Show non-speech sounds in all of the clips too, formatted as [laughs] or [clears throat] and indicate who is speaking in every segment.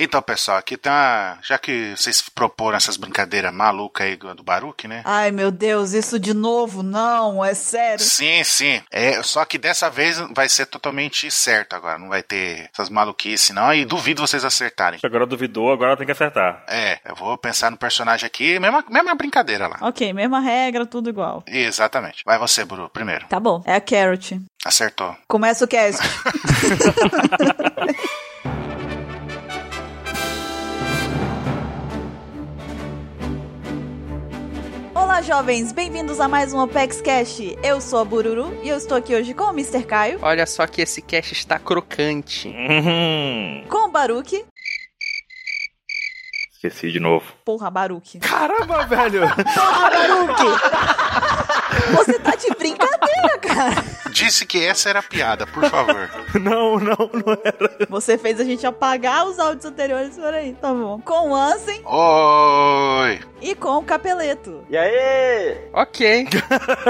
Speaker 1: Então, pessoal, aqui tem uma. Já que vocês proporam essas brincadeiras malucas aí do Baruque, né?
Speaker 2: Ai, meu Deus, isso de novo? Não, é sério.
Speaker 1: Sim, sim. É, só que dessa vez vai ser totalmente certo agora. Não vai ter essas maluquices, não. E duvido vocês acertarem.
Speaker 3: Agora duvidou, agora tem que acertar.
Speaker 1: É, eu vou pensar no personagem aqui, mesma, mesma brincadeira lá.
Speaker 2: Ok, mesma regra, tudo igual.
Speaker 1: Exatamente. Vai você, Bru, primeiro.
Speaker 2: Tá bom. É a Carrot.
Speaker 1: Acertou.
Speaker 2: Começa o cast. [laughs] Olá, jovens! Bem-vindos a mais um Opex Cash. Eu sou a Bururu e eu estou aqui hoje com o Mr. Caio,
Speaker 4: Olha só que esse cash está crocante.
Speaker 3: Uhum.
Speaker 2: com o Baruque.
Speaker 3: Esqueci de novo.
Speaker 2: Porra, Baruque.
Speaker 5: Caramba, velho!
Speaker 2: Porra, Baruque! Você tá de brincadeira, [laughs]
Speaker 1: [laughs]
Speaker 2: cara!
Speaker 1: Disse que essa era a piada, por favor.
Speaker 3: Não, não, não era.
Speaker 2: Você fez a gente apagar os áudios anteriores, peraí, tá bom. Com o Ansem
Speaker 1: Oi!
Speaker 2: e com o Capeleto.
Speaker 5: E aí?
Speaker 4: Ok.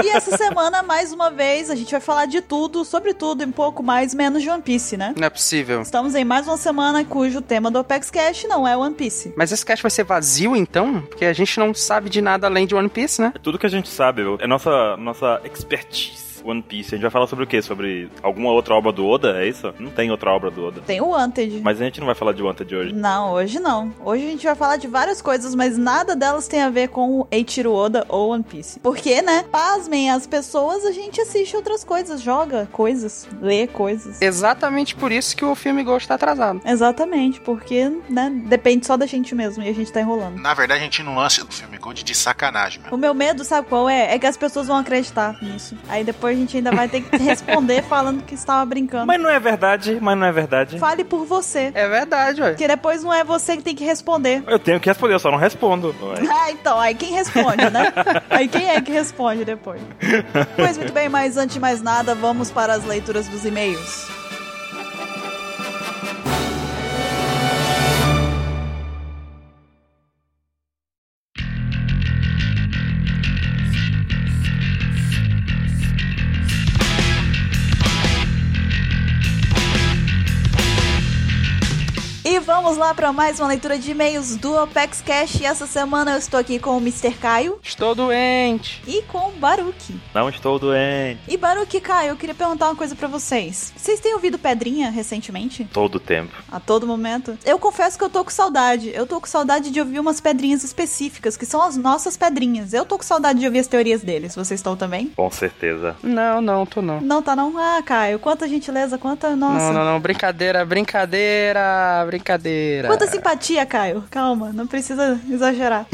Speaker 2: E essa semana, mais uma vez, a gente vai falar de tudo, sobre tudo, e um pouco mais, menos de One Piece, né?
Speaker 4: Não é possível.
Speaker 2: Estamos em mais uma semana cujo tema do Opex Cash não é One Piece.
Speaker 4: Mas esse cash vai ser vazio então? Porque a gente não sabe de nada além de One Piece, né?
Speaker 3: É tudo que a gente sabe, é nossa, nossa expertise. One Piece. A gente vai falar sobre o quê? Sobre alguma outra obra do Oda? É isso? Não tem outra obra do Oda.
Speaker 2: Tem o Wanted.
Speaker 3: Mas a gente não vai falar de Wanted hoje.
Speaker 2: Não, hoje não. Hoje a gente vai falar de várias coisas, mas nada delas tem a ver com o Eiichiro Oda ou One Piece. Porque, né? Pasmem as pessoas, a gente assiste outras coisas, joga coisas, lê coisas.
Speaker 4: Exatamente por isso que o filme Ghost tá atrasado.
Speaker 2: Exatamente, porque, né? Depende só da gente mesmo e a gente tá enrolando.
Speaker 1: Na verdade, a gente não lança do filme Gold de sacanagem, meu.
Speaker 2: O meu medo, sabe qual é? É que as pessoas vão acreditar nisso. Aí depois a gente ainda vai ter que [laughs] responder falando que estava brincando.
Speaker 3: Mas não é verdade, mas não é verdade.
Speaker 2: Fale por você.
Speaker 4: É verdade, ué.
Speaker 2: Porque depois não é você que tem que responder. [laughs]
Speaker 3: Eu tenho que responder, eu só não respondo.
Speaker 2: Ah, então, aí quem responde, né? Aí quem é que responde depois? Pois muito bem, mas antes de mais nada, vamos para as leituras dos e-mails. E vamos lá para mais uma leitura de e-mails do Opex Cash. E essa semana eu estou aqui com o Mr. Caio
Speaker 4: Estou doente.
Speaker 2: e com o Baruque.
Speaker 3: Não estou doente.
Speaker 2: E Baruque, Caio, eu queria perguntar uma coisa pra vocês. Vocês têm ouvido Pedrinha recentemente?
Speaker 3: Todo tempo.
Speaker 2: A todo momento? Eu confesso que eu tô com saudade. Eu tô com saudade de ouvir umas pedrinhas específicas, que são as nossas pedrinhas. Eu tô com saudade de ouvir as teorias deles. Vocês estão também?
Speaker 3: Com certeza.
Speaker 4: Não, não, tô não.
Speaker 2: Não, tá não? Ah, Caio, quanta gentileza, quanta. Nossa.
Speaker 4: Não, não, não. Brincadeira, brincadeira, brincadeira.
Speaker 2: Quanta simpatia, Caio. Calma, não precisa exagerar.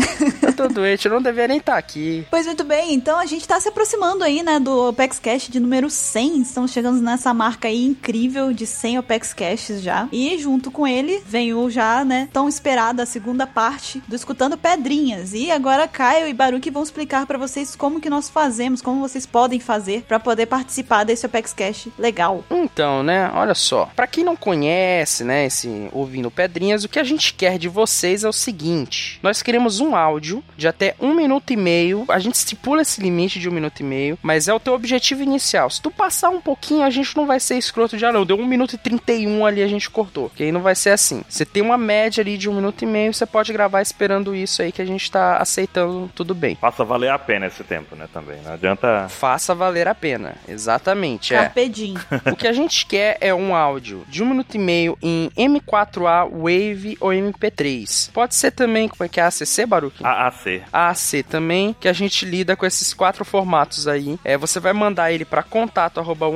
Speaker 4: Eu tô doente, eu não deveria nem estar aqui.
Speaker 2: Pois muito bem, então a gente tá se aproximando aí, né, do Opex Cash de número 100. Estamos chegando nessa marca aí incrível de 100 Opex Caches já. E junto com ele vem o já, né, tão esperada a segunda parte do Escutando Pedrinhas. E agora Caio e Baruque vão explicar pra vocês como que nós fazemos, como vocês podem fazer pra poder participar desse Opex Cash legal.
Speaker 4: Então, né, olha só. Pra quem não conhece, né, esse ouvindo Pedrinhas, o que a gente quer de vocês é o seguinte: nós queremos um áudio de até um minuto e meio. A gente estipula esse limite de um minuto e meio, mas é o teu objetivo inicial. Se tu passar um pouquinho, a gente não vai ser escroto de ah, não, deu um minuto e 31 ali a gente cortou. Que aí não vai ser assim. Você tem uma média ali de um minuto e meio, você pode gravar esperando isso aí que a gente tá aceitando tudo bem.
Speaker 3: Faça valer a pena esse tempo, né? Também. Não adianta.
Speaker 4: Faça valer a pena. Exatamente, é.
Speaker 2: Carpedim.
Speaker 4: O que a gente quer é um áudio de um minuto e meio em M4A, Wave ou MP3. Pode ser também, como é que é? ACC, Baruque?
Speaker 3: AAC.
Speaker 4: AAC também, que a gente lida com esses quatro formatos aí. É, você vai mandar ele para contato arroba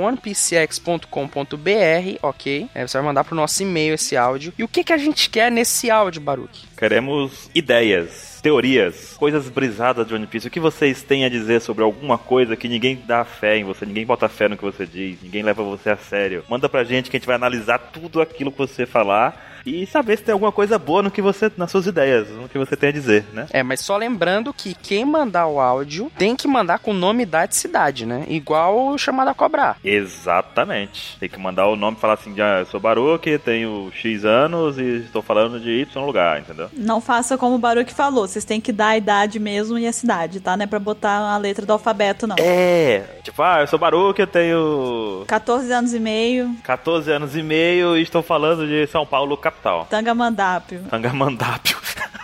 Speaker 4: onepcx.com.br, ok? É, você vai mandar pro nosso e-mail esse áudio. E o que, que a gente quer nesse áudio, Baruque?
Speaker 3: Queremos ideias, teorias, coisas brisadas de One Piece. O que vocês têm a dizer sobre alguma coisa que ninguém dá fé em você, ninguém bota fé no que você diz, ninguém leva você a sério. Manda pra gente que a gente vai analisar tudo aquilo que você falar e saber se tem alguma coisa boa no que você, nas suas ideias, no que você tem a dizer, né?
Speaker 4: É, mas só lembrando que quem mandar o áudio tem que mandar com nome, idade e cidade, né? Igual o chamado a cobrar.
Speaker 3: Exatamente. Tem que mandar o nome e falar assim: ah, eu sou Baruque, tenho X anos e estou falando de Y lugar, entendeu?
Speaker 2: Não faça como o Baruque falou. vocês têm que dar a idade mesmo e a cidade, tá? Não é pra botar a letra do alfabeto, não.
Speaker 3: É, tipo, ah, eu sou Baruque, eu tenho
Speaker 2: 14 anos e meio,
Speaker 3: 14 anos e meio e estou falando de São Paulo, capital.
Speaker 2: Tangamandápio.
Speaker 3: Tangamandápio.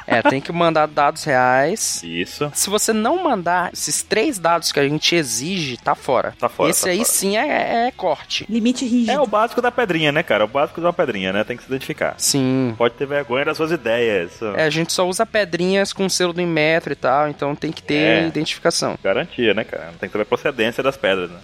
Speaker 4: É, tem que mandar dados reais.
Speaker 3: Isso.
Speaker 4: Se você não mandar esses três dados que a gente exige, tá fora.
Speaker 3: Tá fora,
Speaker 4: Esse
Speaker 3: tá
Speaker 4: aí
Speaker 3: fora.
Speaker 4: sim é, é corte.
Speaker 2: Limite rígido.
Speaker 3: É o básico da pedrinha, né, cara? O básico de uma pedrinha, né? Tem que se identificar.
Speaker 4: Sim.
Speaker 3: Pode ter vergonha das suas ideias.
Speaker 4: É, a gente só usa pedrinhas com selo do Inmetro e tal, então tem que ter
Speaker 3: É. [laughs]
Speaker 4: identificação.
Speaker 3: Garantia, né, cara? Tem que saber a procedência das pedras, né?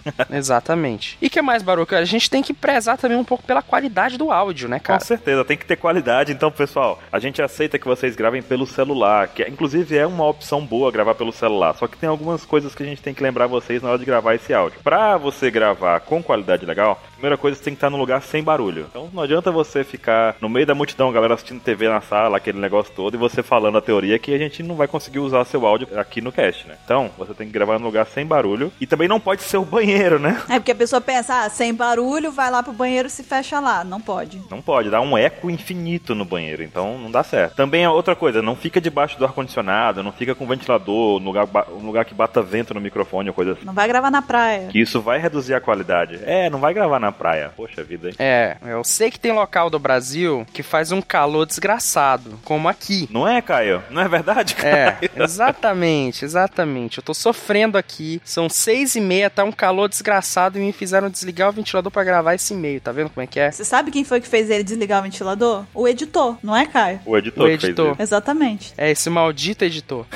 Speaker 4: Exatamente. E que mais, Baruca? A gente tem que prezar também um pouco pela qualidade do áudio, né,
Speaker 3: Com
Speaker 4: cara?
Speaker 3: certeza, tem que ter qualidade. Então, pessoal, a gente aceita que vocês gravem pelo celular, que inclusive é uma opção boa gravar pelo celular. Só que tem algumas coisas que a gente tem que lembrar vocês na hora de gravar esse áudio. Pra você gravar com qualidade legal, a primeira coisa você tem que estar num lugar sem barulho. Então, não adianta você ficar no meio da multidão, a galera assistindo TV na sala, aquele negócio todo, e você falando a teoria que a gente não vai conseguir usar seu áudio aqui no cast, né? Então, você tem que gravar num lugar sem barulho. E também não pode ser o banheiro, né?
Speaker 2: É porque a pessoa pensa, ah, sem barulho, vai lá pro banheiro e se fecha lá. Não pode.
Speaker 3: Não pode, dá um eco infinito no banheiro, então não dá certo. Também é outra coisa, não fica debaixo do ar-condicionado, não fica com ventilador, um lugar, ba- um lugar que bata vento no microfone ou coisa assim.
Speaker 2: Não vai gravar na praia.
Speaker 3: Que isso vai reduzir a qualidade. É, não vai gravar na praia. Poxa vida, hein?
Speaker 4: É, eu sei que tem local do Brasil que faz um calor desgraçado, como aqui.
Speaker 3: Não é, Caio? Não é verdade,
Speaker 4: É,
Speaker 3: Caio? [laughs]
Speaker 4: exatamente, exatamente. Eu tô sofrendo aqui. São seis e meia, tá um calor desgraçado e me fizeram desligar o ventilador pra gravar esse e-mail. Tá vendo como é que é?
Speaker 2: Você sabe quem foi que fez ele desligar o ventilador? O editor, não é, Caio?
Speaker 3: O editor,
Speaker 4: O
Speaker 3: que fez
Speaker 4: editor.
Speaker 3: isso.
Speaker 2: Exatamente.
Speaker 4: É, esse maldito editor.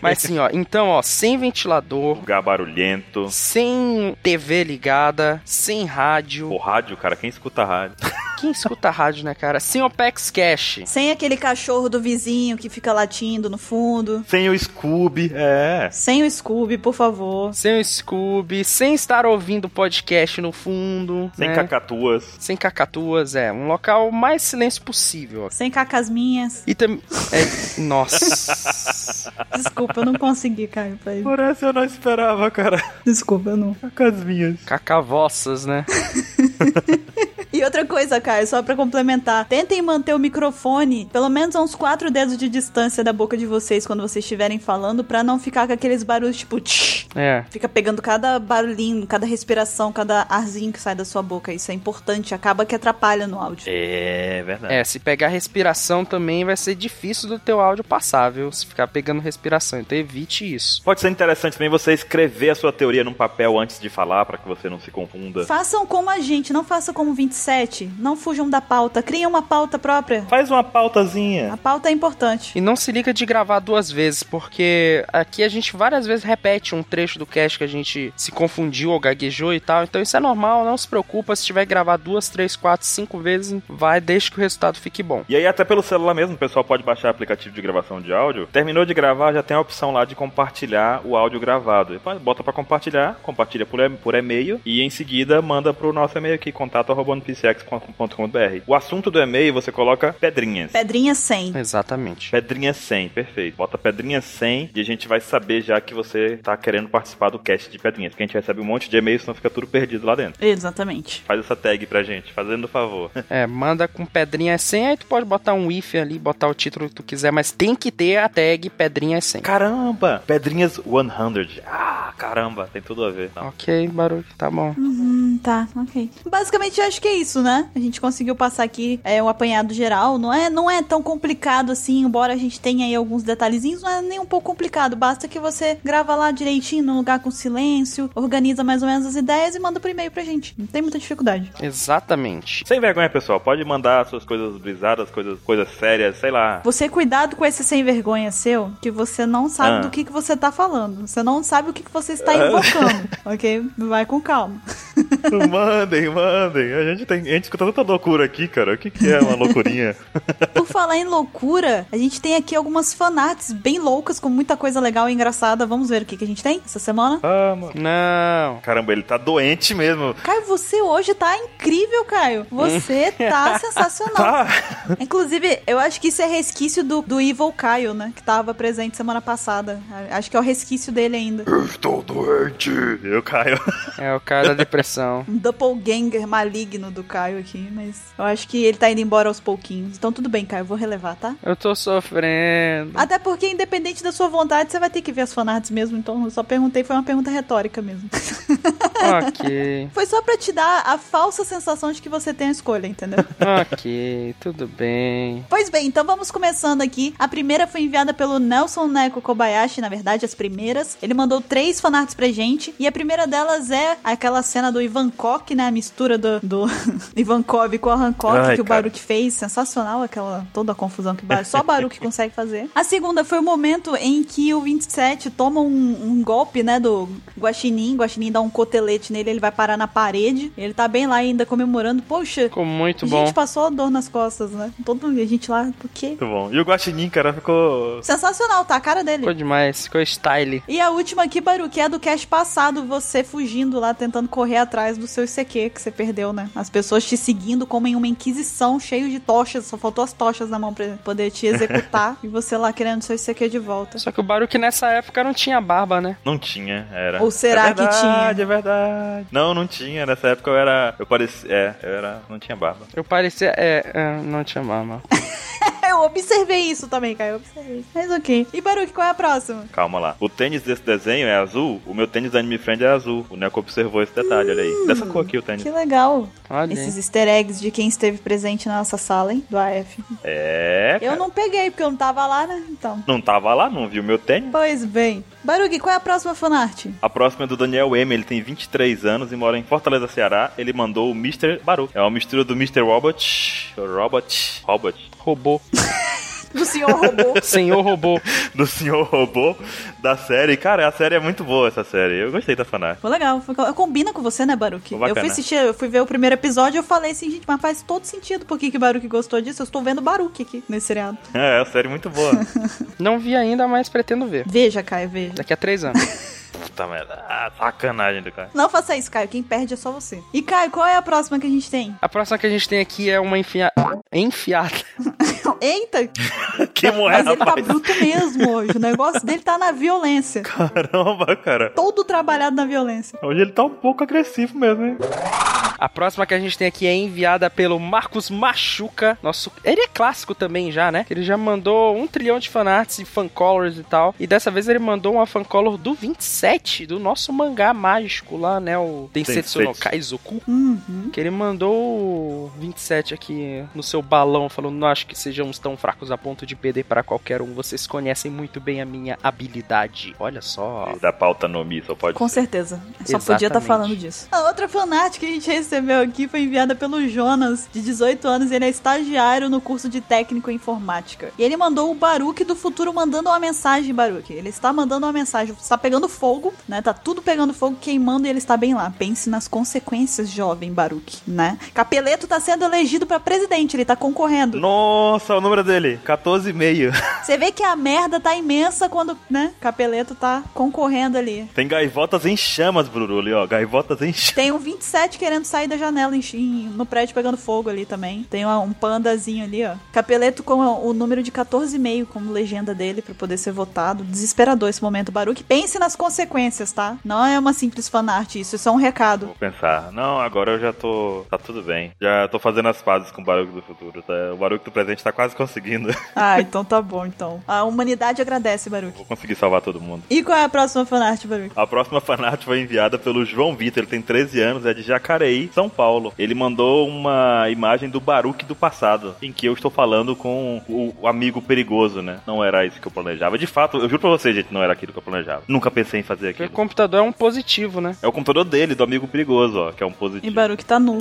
Speaker 4: Mas sim, ó. Então, ó, sem ventilador,
Speaker 3: Lugar barulhento.
Speaker 4: sem TV ligada, sem rádio.
Speaker 3: O rádio, cara, quem escuta rádio?
Speaker 4: Quem escuta rádio, né, cara? Sem Opex Cash.
Speaker 2: Sem aquele cachorro do vizinho que fica latindo no fundo.
Speaker 3: Sem o Scooby, é.
Speaker 2: Sem o Scooby, por favor.
Speaker 4: Sem o Scooby, sem estar ouvindo podcast no fundo.
Speaker 3: Sem
Speaker 4: né?
Speaker 3: cacatuas.
Speaker 4: Sem cacatuas, é. Um local o mais silêncio possível.
Speaker 2: Sem cacas minhas.
Speaker 4: E também. é, nossa.
Speaker 2: Desculpa, eu não consegui, Caio. pra ir.
Speaker 3: Por essa eu não esperava, cara.
Speaker 2: Desculpa, eu não.
Speaker 3: Cacas minhas.
Speaker 4: Cacavossas, né?
Speaker 2: E outra coisa, Caio, só pra complementar. Tentem manter o microfone pelo menos a uns quatro dedos de distância da boca de vocês quando vocês estiverem falando, pra não ficar com aqueles barulhos tipo. Tch,
Speaker 4: É.
Speaker 2: Fica pegando cada barulhinho, cada respiração, cada arzinho que sai da sua boca. Isso é importante, acaba que atrapalha no áudio.
Speaker 3: É verdade.
Speaker 4: É, se pegar respiração também vai ser difícil do teu áudio passar, viu? Se ficar pegando respiração, então evite isso.
Speaker 3: Pode ser interessante também você escrever a sua teoria num papel antes de falar, pra que você não se confunda.
Speaker 2: Façam como a gente, não façam como o 27. Não fujam da pauta, criem uma pauta própria.
Speaker 3: Faz uma pautazinha.
Speaker 2: A pauta é importante.
Speaker 4: E não se liga de gravar duas vezes, porque aqui a gente várias vezes repete um trecho do cast que a gente se confundiu ou gaguejou e tal. Então isso é normal, não se preocupa. Se tiver que gravar duas, três, quatro, cinco vezes, vai, deixa que o resultado fique bom.
Speaker 3: E aí, até pelo celular mesmo, o pessoal pode baixar aplicativo de gravação de áudio. Terminou de gravar, já tem a opção lá de compartilhar o áudio gravado. E pá, Bota pra compartilhar, compartilha por, e- por e-mail e em seguida manda pro nosso e-mail aqui, contato.pcx.com.br. O assunto do e-mail você coloca pedrinhas.
Speaker 2: Pedrinha 100.
Speaker 4: É. Exatamente.
Speaker 3: Pedrinha 100, perfeito. Bota Pedrinha 100 e a gente vai saber já que você tá querendo participar do cast de Pedrinhas, porque a gente recebe um monte de e-mail, senão fica tudo perdido lá dentro.
Speaker 2: Exatamente.
Speaker 3: Faz essa tag pra gente, fazendo o favor. [laughs]
Speaker 4: É, manda com pedrinha 100, aí tu pode botar um if ali, botar o título que tu quiser, mas tem que ter a tag pedrinha 100.
Speaker 3: Caramba! Pedrinhas 100. Ah, caramba, tem tudo a ver. Não.
Speaker 4: Ok, barulho, tá bom.
Speaker 2: Uhum, tá, ok. Basicamente, eu acho que é isso, né? A gente conseguiu passar aqui é, um apanhado geral. Não é, não é tão complicado assim, embora a gente tenha aí alguns detalhezinhos, não é nem um pouco complicado. Basta que você grava lá direitinho, num lugar com silêncio, organiza mais ou menos as ideias e manda por e-mail pra gente. Não tem muita dificuldade.
Speaker 4: Exatamente.
Speaker 3: Sem vergonha, pessoal. Pode mandar suas coisas brisadas, coisas, coisas sérias, sei lá.
Speaker 2: Você cuidado com esse sem vergonha seu, que você não sabe
Speaker 3: Ah.
Speaker 2: do que, que você tá falando. Você não sabe o que, que você está invocando, ok? Vai com calma.
Speaker 3: [laughs] mandem, mandem. A gente, tem, a gente escuta tanta loucura aqui, cara. O que, que é uma [laughs] loucurinha?
Speaker 2: Por falar em loucura, a gente tem aqui algumas fanarts bem loucas, com muita coisa legal e engraçada. Vamos ver o que, que a gente tem essa semana?
Speaker 3: ah, mano.
Speaker 4: Não.
Speaker 3: Caramba, ele tá doente [laughs] mesmo.
Speaker 2: Caio, você hoje tá incrível, Caio. Você tá sensacional.
Speaker 3: Tá.
Speaker 2: Inclusive, eu acho que isso é resquício do, do Evil Caio, né? Que tava presente semana passada. Acho que é o resquício dele ainda.
Speaker 3: Eu caio. [laughs]
Speaker 4: É o cara da depressão. não.
Speaker 2: um doppelganger maligno do Caio aqui, mas eu acho que ele tá indo embora aos pouquinhos. Então tudo bem, Caio, eu vou relevar, tá?
Speaker 4: Eu tô sofrendo.
Speaker 2: Até porque, independente da sua vontade, você vai ter que ver as fanarts mesmo. Então eu só perguntei, foi uma pergunta retórica mesmo. [laughs]
Speaker 4: ok,
Speaker 2: foi só pra te dar a falsa sensação de que você tem a escolha, entendeu?
Speaker 4: ok, tudo bem.
Speaker 2: Pois bem, então vamos começando aqui. A primeira foi enviada pelo Nelson Neko Kobayashi, na verdade, as primeiras. Ele mandou três fanarts pra gente. E a primeira delas é aquela cena do Ivankok, né? A mistura do, do [laughs] Ivankov com a Hancock
Speaker 3: Ai,
Speaker 2: que o
Speaker 3: cara.
Speaker 2: Baruch fez. Sensacional aquela toda a confusão que o Baruch, só o
Speaker 3: [laughs]
Speaker 2: Baruch consegue fazer. A segunda foi o momento em que o 27 toma um, um golpe, né? Do Guaxinim. O Guaxinim dá um cotelete nele, ele vai parar na parede. Ele tá bem lá ainda comemorando. Poxa,
Speaker 4: Ficou muito
Speaker 2: a
Speaker 4: bom.
Speaker 2: gente passou a dor nas costas, né? Todo mundo, a gente lá, por quê?
Speaker 3: Muito bom. E o Guaxinim, cara, ficou...
Speaker 2: Sensacional, tá? A cara
Speaker 4: Ficou
Speaker 2: dele.
Speaker 4: demais, ficou style.
Speaker 2: E a última aqui, Baru, que é do cast passado, você fugindo lá, tentando correr atrás do seu ICQ que você perdeu, né? As pessoas te seguindo como em uma inquisição, cheio de tochas, só faltou as tochas na mão pra poder te executar, e você lá querendo seu ICQ de volta.
Speaker 4: Só que o Baruque nessa época não tinha barba, né?
Speaker 3: Não tinha, era.
Speaker 2: Ou será
Speaker 3: É
Speaker 2: que tinha?
Speaker 3: Verdade, é verdade. Não, não tinha. Nessa época eu era. Eu parecia. É, eu era. Não tinha barba.
Speaker 4: Eu parecia. É, é, não tinha barba.
Speaker 2: Eu observei isso também, cara, eu observei. isso. Mas ok. E Baru, qual é a próxima?
Speaker 3: Calma lá. O tênis desse desenho é azul. O meu tênis da Anime Friend é azul. O Neco observou esse detalhe, olha aí. Dessa cor aqui o tênis.
Speaker 2: Hum, Que legal.
Speaker 4: Olha. aí.
Speaker 2: Esses easter eggs de quem esteve presente na nossa sala, hein? Do AF.
Speaker 3: É.
Speaker 2: Eu
Speaker 3: cara.
Speaker 2: não peguei, porque eu não tava lá, né? Então.
Speaker 3: Não tava lá, não viu meu tênis?
Speaker 2: Pois bem. Barugi, qual é a próxima fanart?
Speaker 3: A próxima é do Daniel M. Ele tem 23 anos e mora em Fortaleza, Ceará. Ele mandou o Mr. Baru. É uma mistura do Mr. Robot. Robot. Robot. [laughs]
Speaker 4: Robô.
Speaker 2: Do senhor robô.
Speaker 4: Senhor robô.
Speaker 3: Do Senhor Robô da série. Cara, a série é muito boa, essa série. Eu gostei da fanart.
Speaker 2: Foi legal, foi legal. Combina com você, né, Baruque?
Speaker 3: Foi
Speaker 2: Eu
Speaker 3: bacana.
Speaker 2: fui assistir, eu fui ver o primeiro episódio e eu falei assim, gente, mas faz todo sentido por que que Baruque gostou disso. Eu estou vendo Baruque aqui nesse seriado.
Speaker 3: [laughs] É, é uma série muito boa.
Speaker 4: Não vi ainda, mas pretendo ver.
Speaker 2: Veja, Caio, veja.
Speaker 4: Daqui a três anos.
Speaker 3: Puta merda. Ah, sacanagem [laughs] do cara.
Speaker 2: Não faça isso, Caio. Quem perde é só você. E, Caio, qual é a próxima que a gente tem? [laughs]
Speaker 4: A próxima que a gente tem aqui é uma enfia... enfiada.
Speaker 2: Eita!
Speaker 3: Que
Speaker 2: Mas
Speaker 3: moeda,
Speaker 2: ele tá
Speaker 3: rapaz.
Speaker 2: bruto mesmo hoje. O negócio dele tá na violência.
Speaker 3: Caramba, cara.
Speaker 2: Todo trabalhado na violência.
Speaker 3: Hoje ele tá um pouco agressivo mesmo, hein?
Speaker 4: A próxima que a gente tem aqui é enviada pelo Marcos Machuca. Nosso. Ele é clássico também já, né? Ele já mandou um trilhão de fanarts e fancolors e tal. E dessa vez ele mandou uma fancolor do 27, do nosso mangá mágico lá, né? O Densetsu no
Speaker 3: Densetsu.
Speaker 4: Kaizoku.
Speaker 2: Uhum.
Speaker 4: Que ele mandou o 27 aqui no seu balão, falando: Não acho que sejamos tão fracos a ponto de perder para qualquer um. Vocês conhecem muito bem a minha habilidade. Olha só.
Speaker 3: Da pauta no Mi, só pode
Speaker 2: Com
Speaker 3: ser.
Speaker 2: certeza. Só podia estar
Speaker 4: Exatamente.
Speaker 2: falando disso. A outra fanart que a gente recebeu aqui foi enviada pelo Jonas, de 18 anos. Ele é estagiário no curso de técnico em informática. E ele mandou o Baruque do futuro mandando uma mensagem, Baruque. Ele está mandando uma mensagem. Está pegando fogo, né? Tá tudo pegando fogo, queimando e ele está bem lá. Pense nas consequências, jovem Baruque, né? Capeleto tá sendo elegido para presidente. Ele tá concorrendo.
Speaker 3: Nossa, o número dele, 14,5.
Speaker 2: Você vê que a merda tá imensa quando, né? Capeleto tá concorrendo ali.
Speaker 3: [laughs] Tem gaivotas em chamas, Bruno, ali, ó. Gaivotas em chamas.
Speaker 2: Tem um 27 querendo sair da janela em- em- no prédio pegando fogo ali também. Tem uma- um pandazinho ali, ó. Capeleto com o número de 14,5 como legenda dele pra poder ser votado. Desesperador esse momento, Baruque. Pense nas consequências, tá? Não é uma simples fanart isso, isso é um recado.
Speaker 3: Vou pensar. Não, agora eu já tô. Tá tudo bem. Já tô fazendo as pazes com o barulho do futuro. Tá? O barulho do presente tá quase conseguindo. [laughs]
Speaker 2: Ah, então tá bom, então. A humanidade agradece, Baruque.
Speaker 3: Vou conseguir salvar todo mundo.
Speaker 2: E qual é a próxima fanart, Baruque?
Speaker 3: A próxima fanart foi enviada pelo João Vitor, ele tem 13 anos, é de Jacareí, São Paulo. Ele mandou uma imagem do Baruque do passado, em que eu estou falando com o o amigo perigoso, né? Não era isso que eu planejava. De fato, eu juro pra vocês, gente, não era aquilo que eu planejava. Nunca pensei em fazer
Speaker 4: Porque o
Speaker 3: aquilo.
Speaker 4: computador é um positivo, né?
Speaker 3: É o computador dele, do amigo perigoso, ó, que é um
Speaker 2: E
Speaker 3: positivo.
Speaker 2: Baruque tá nu.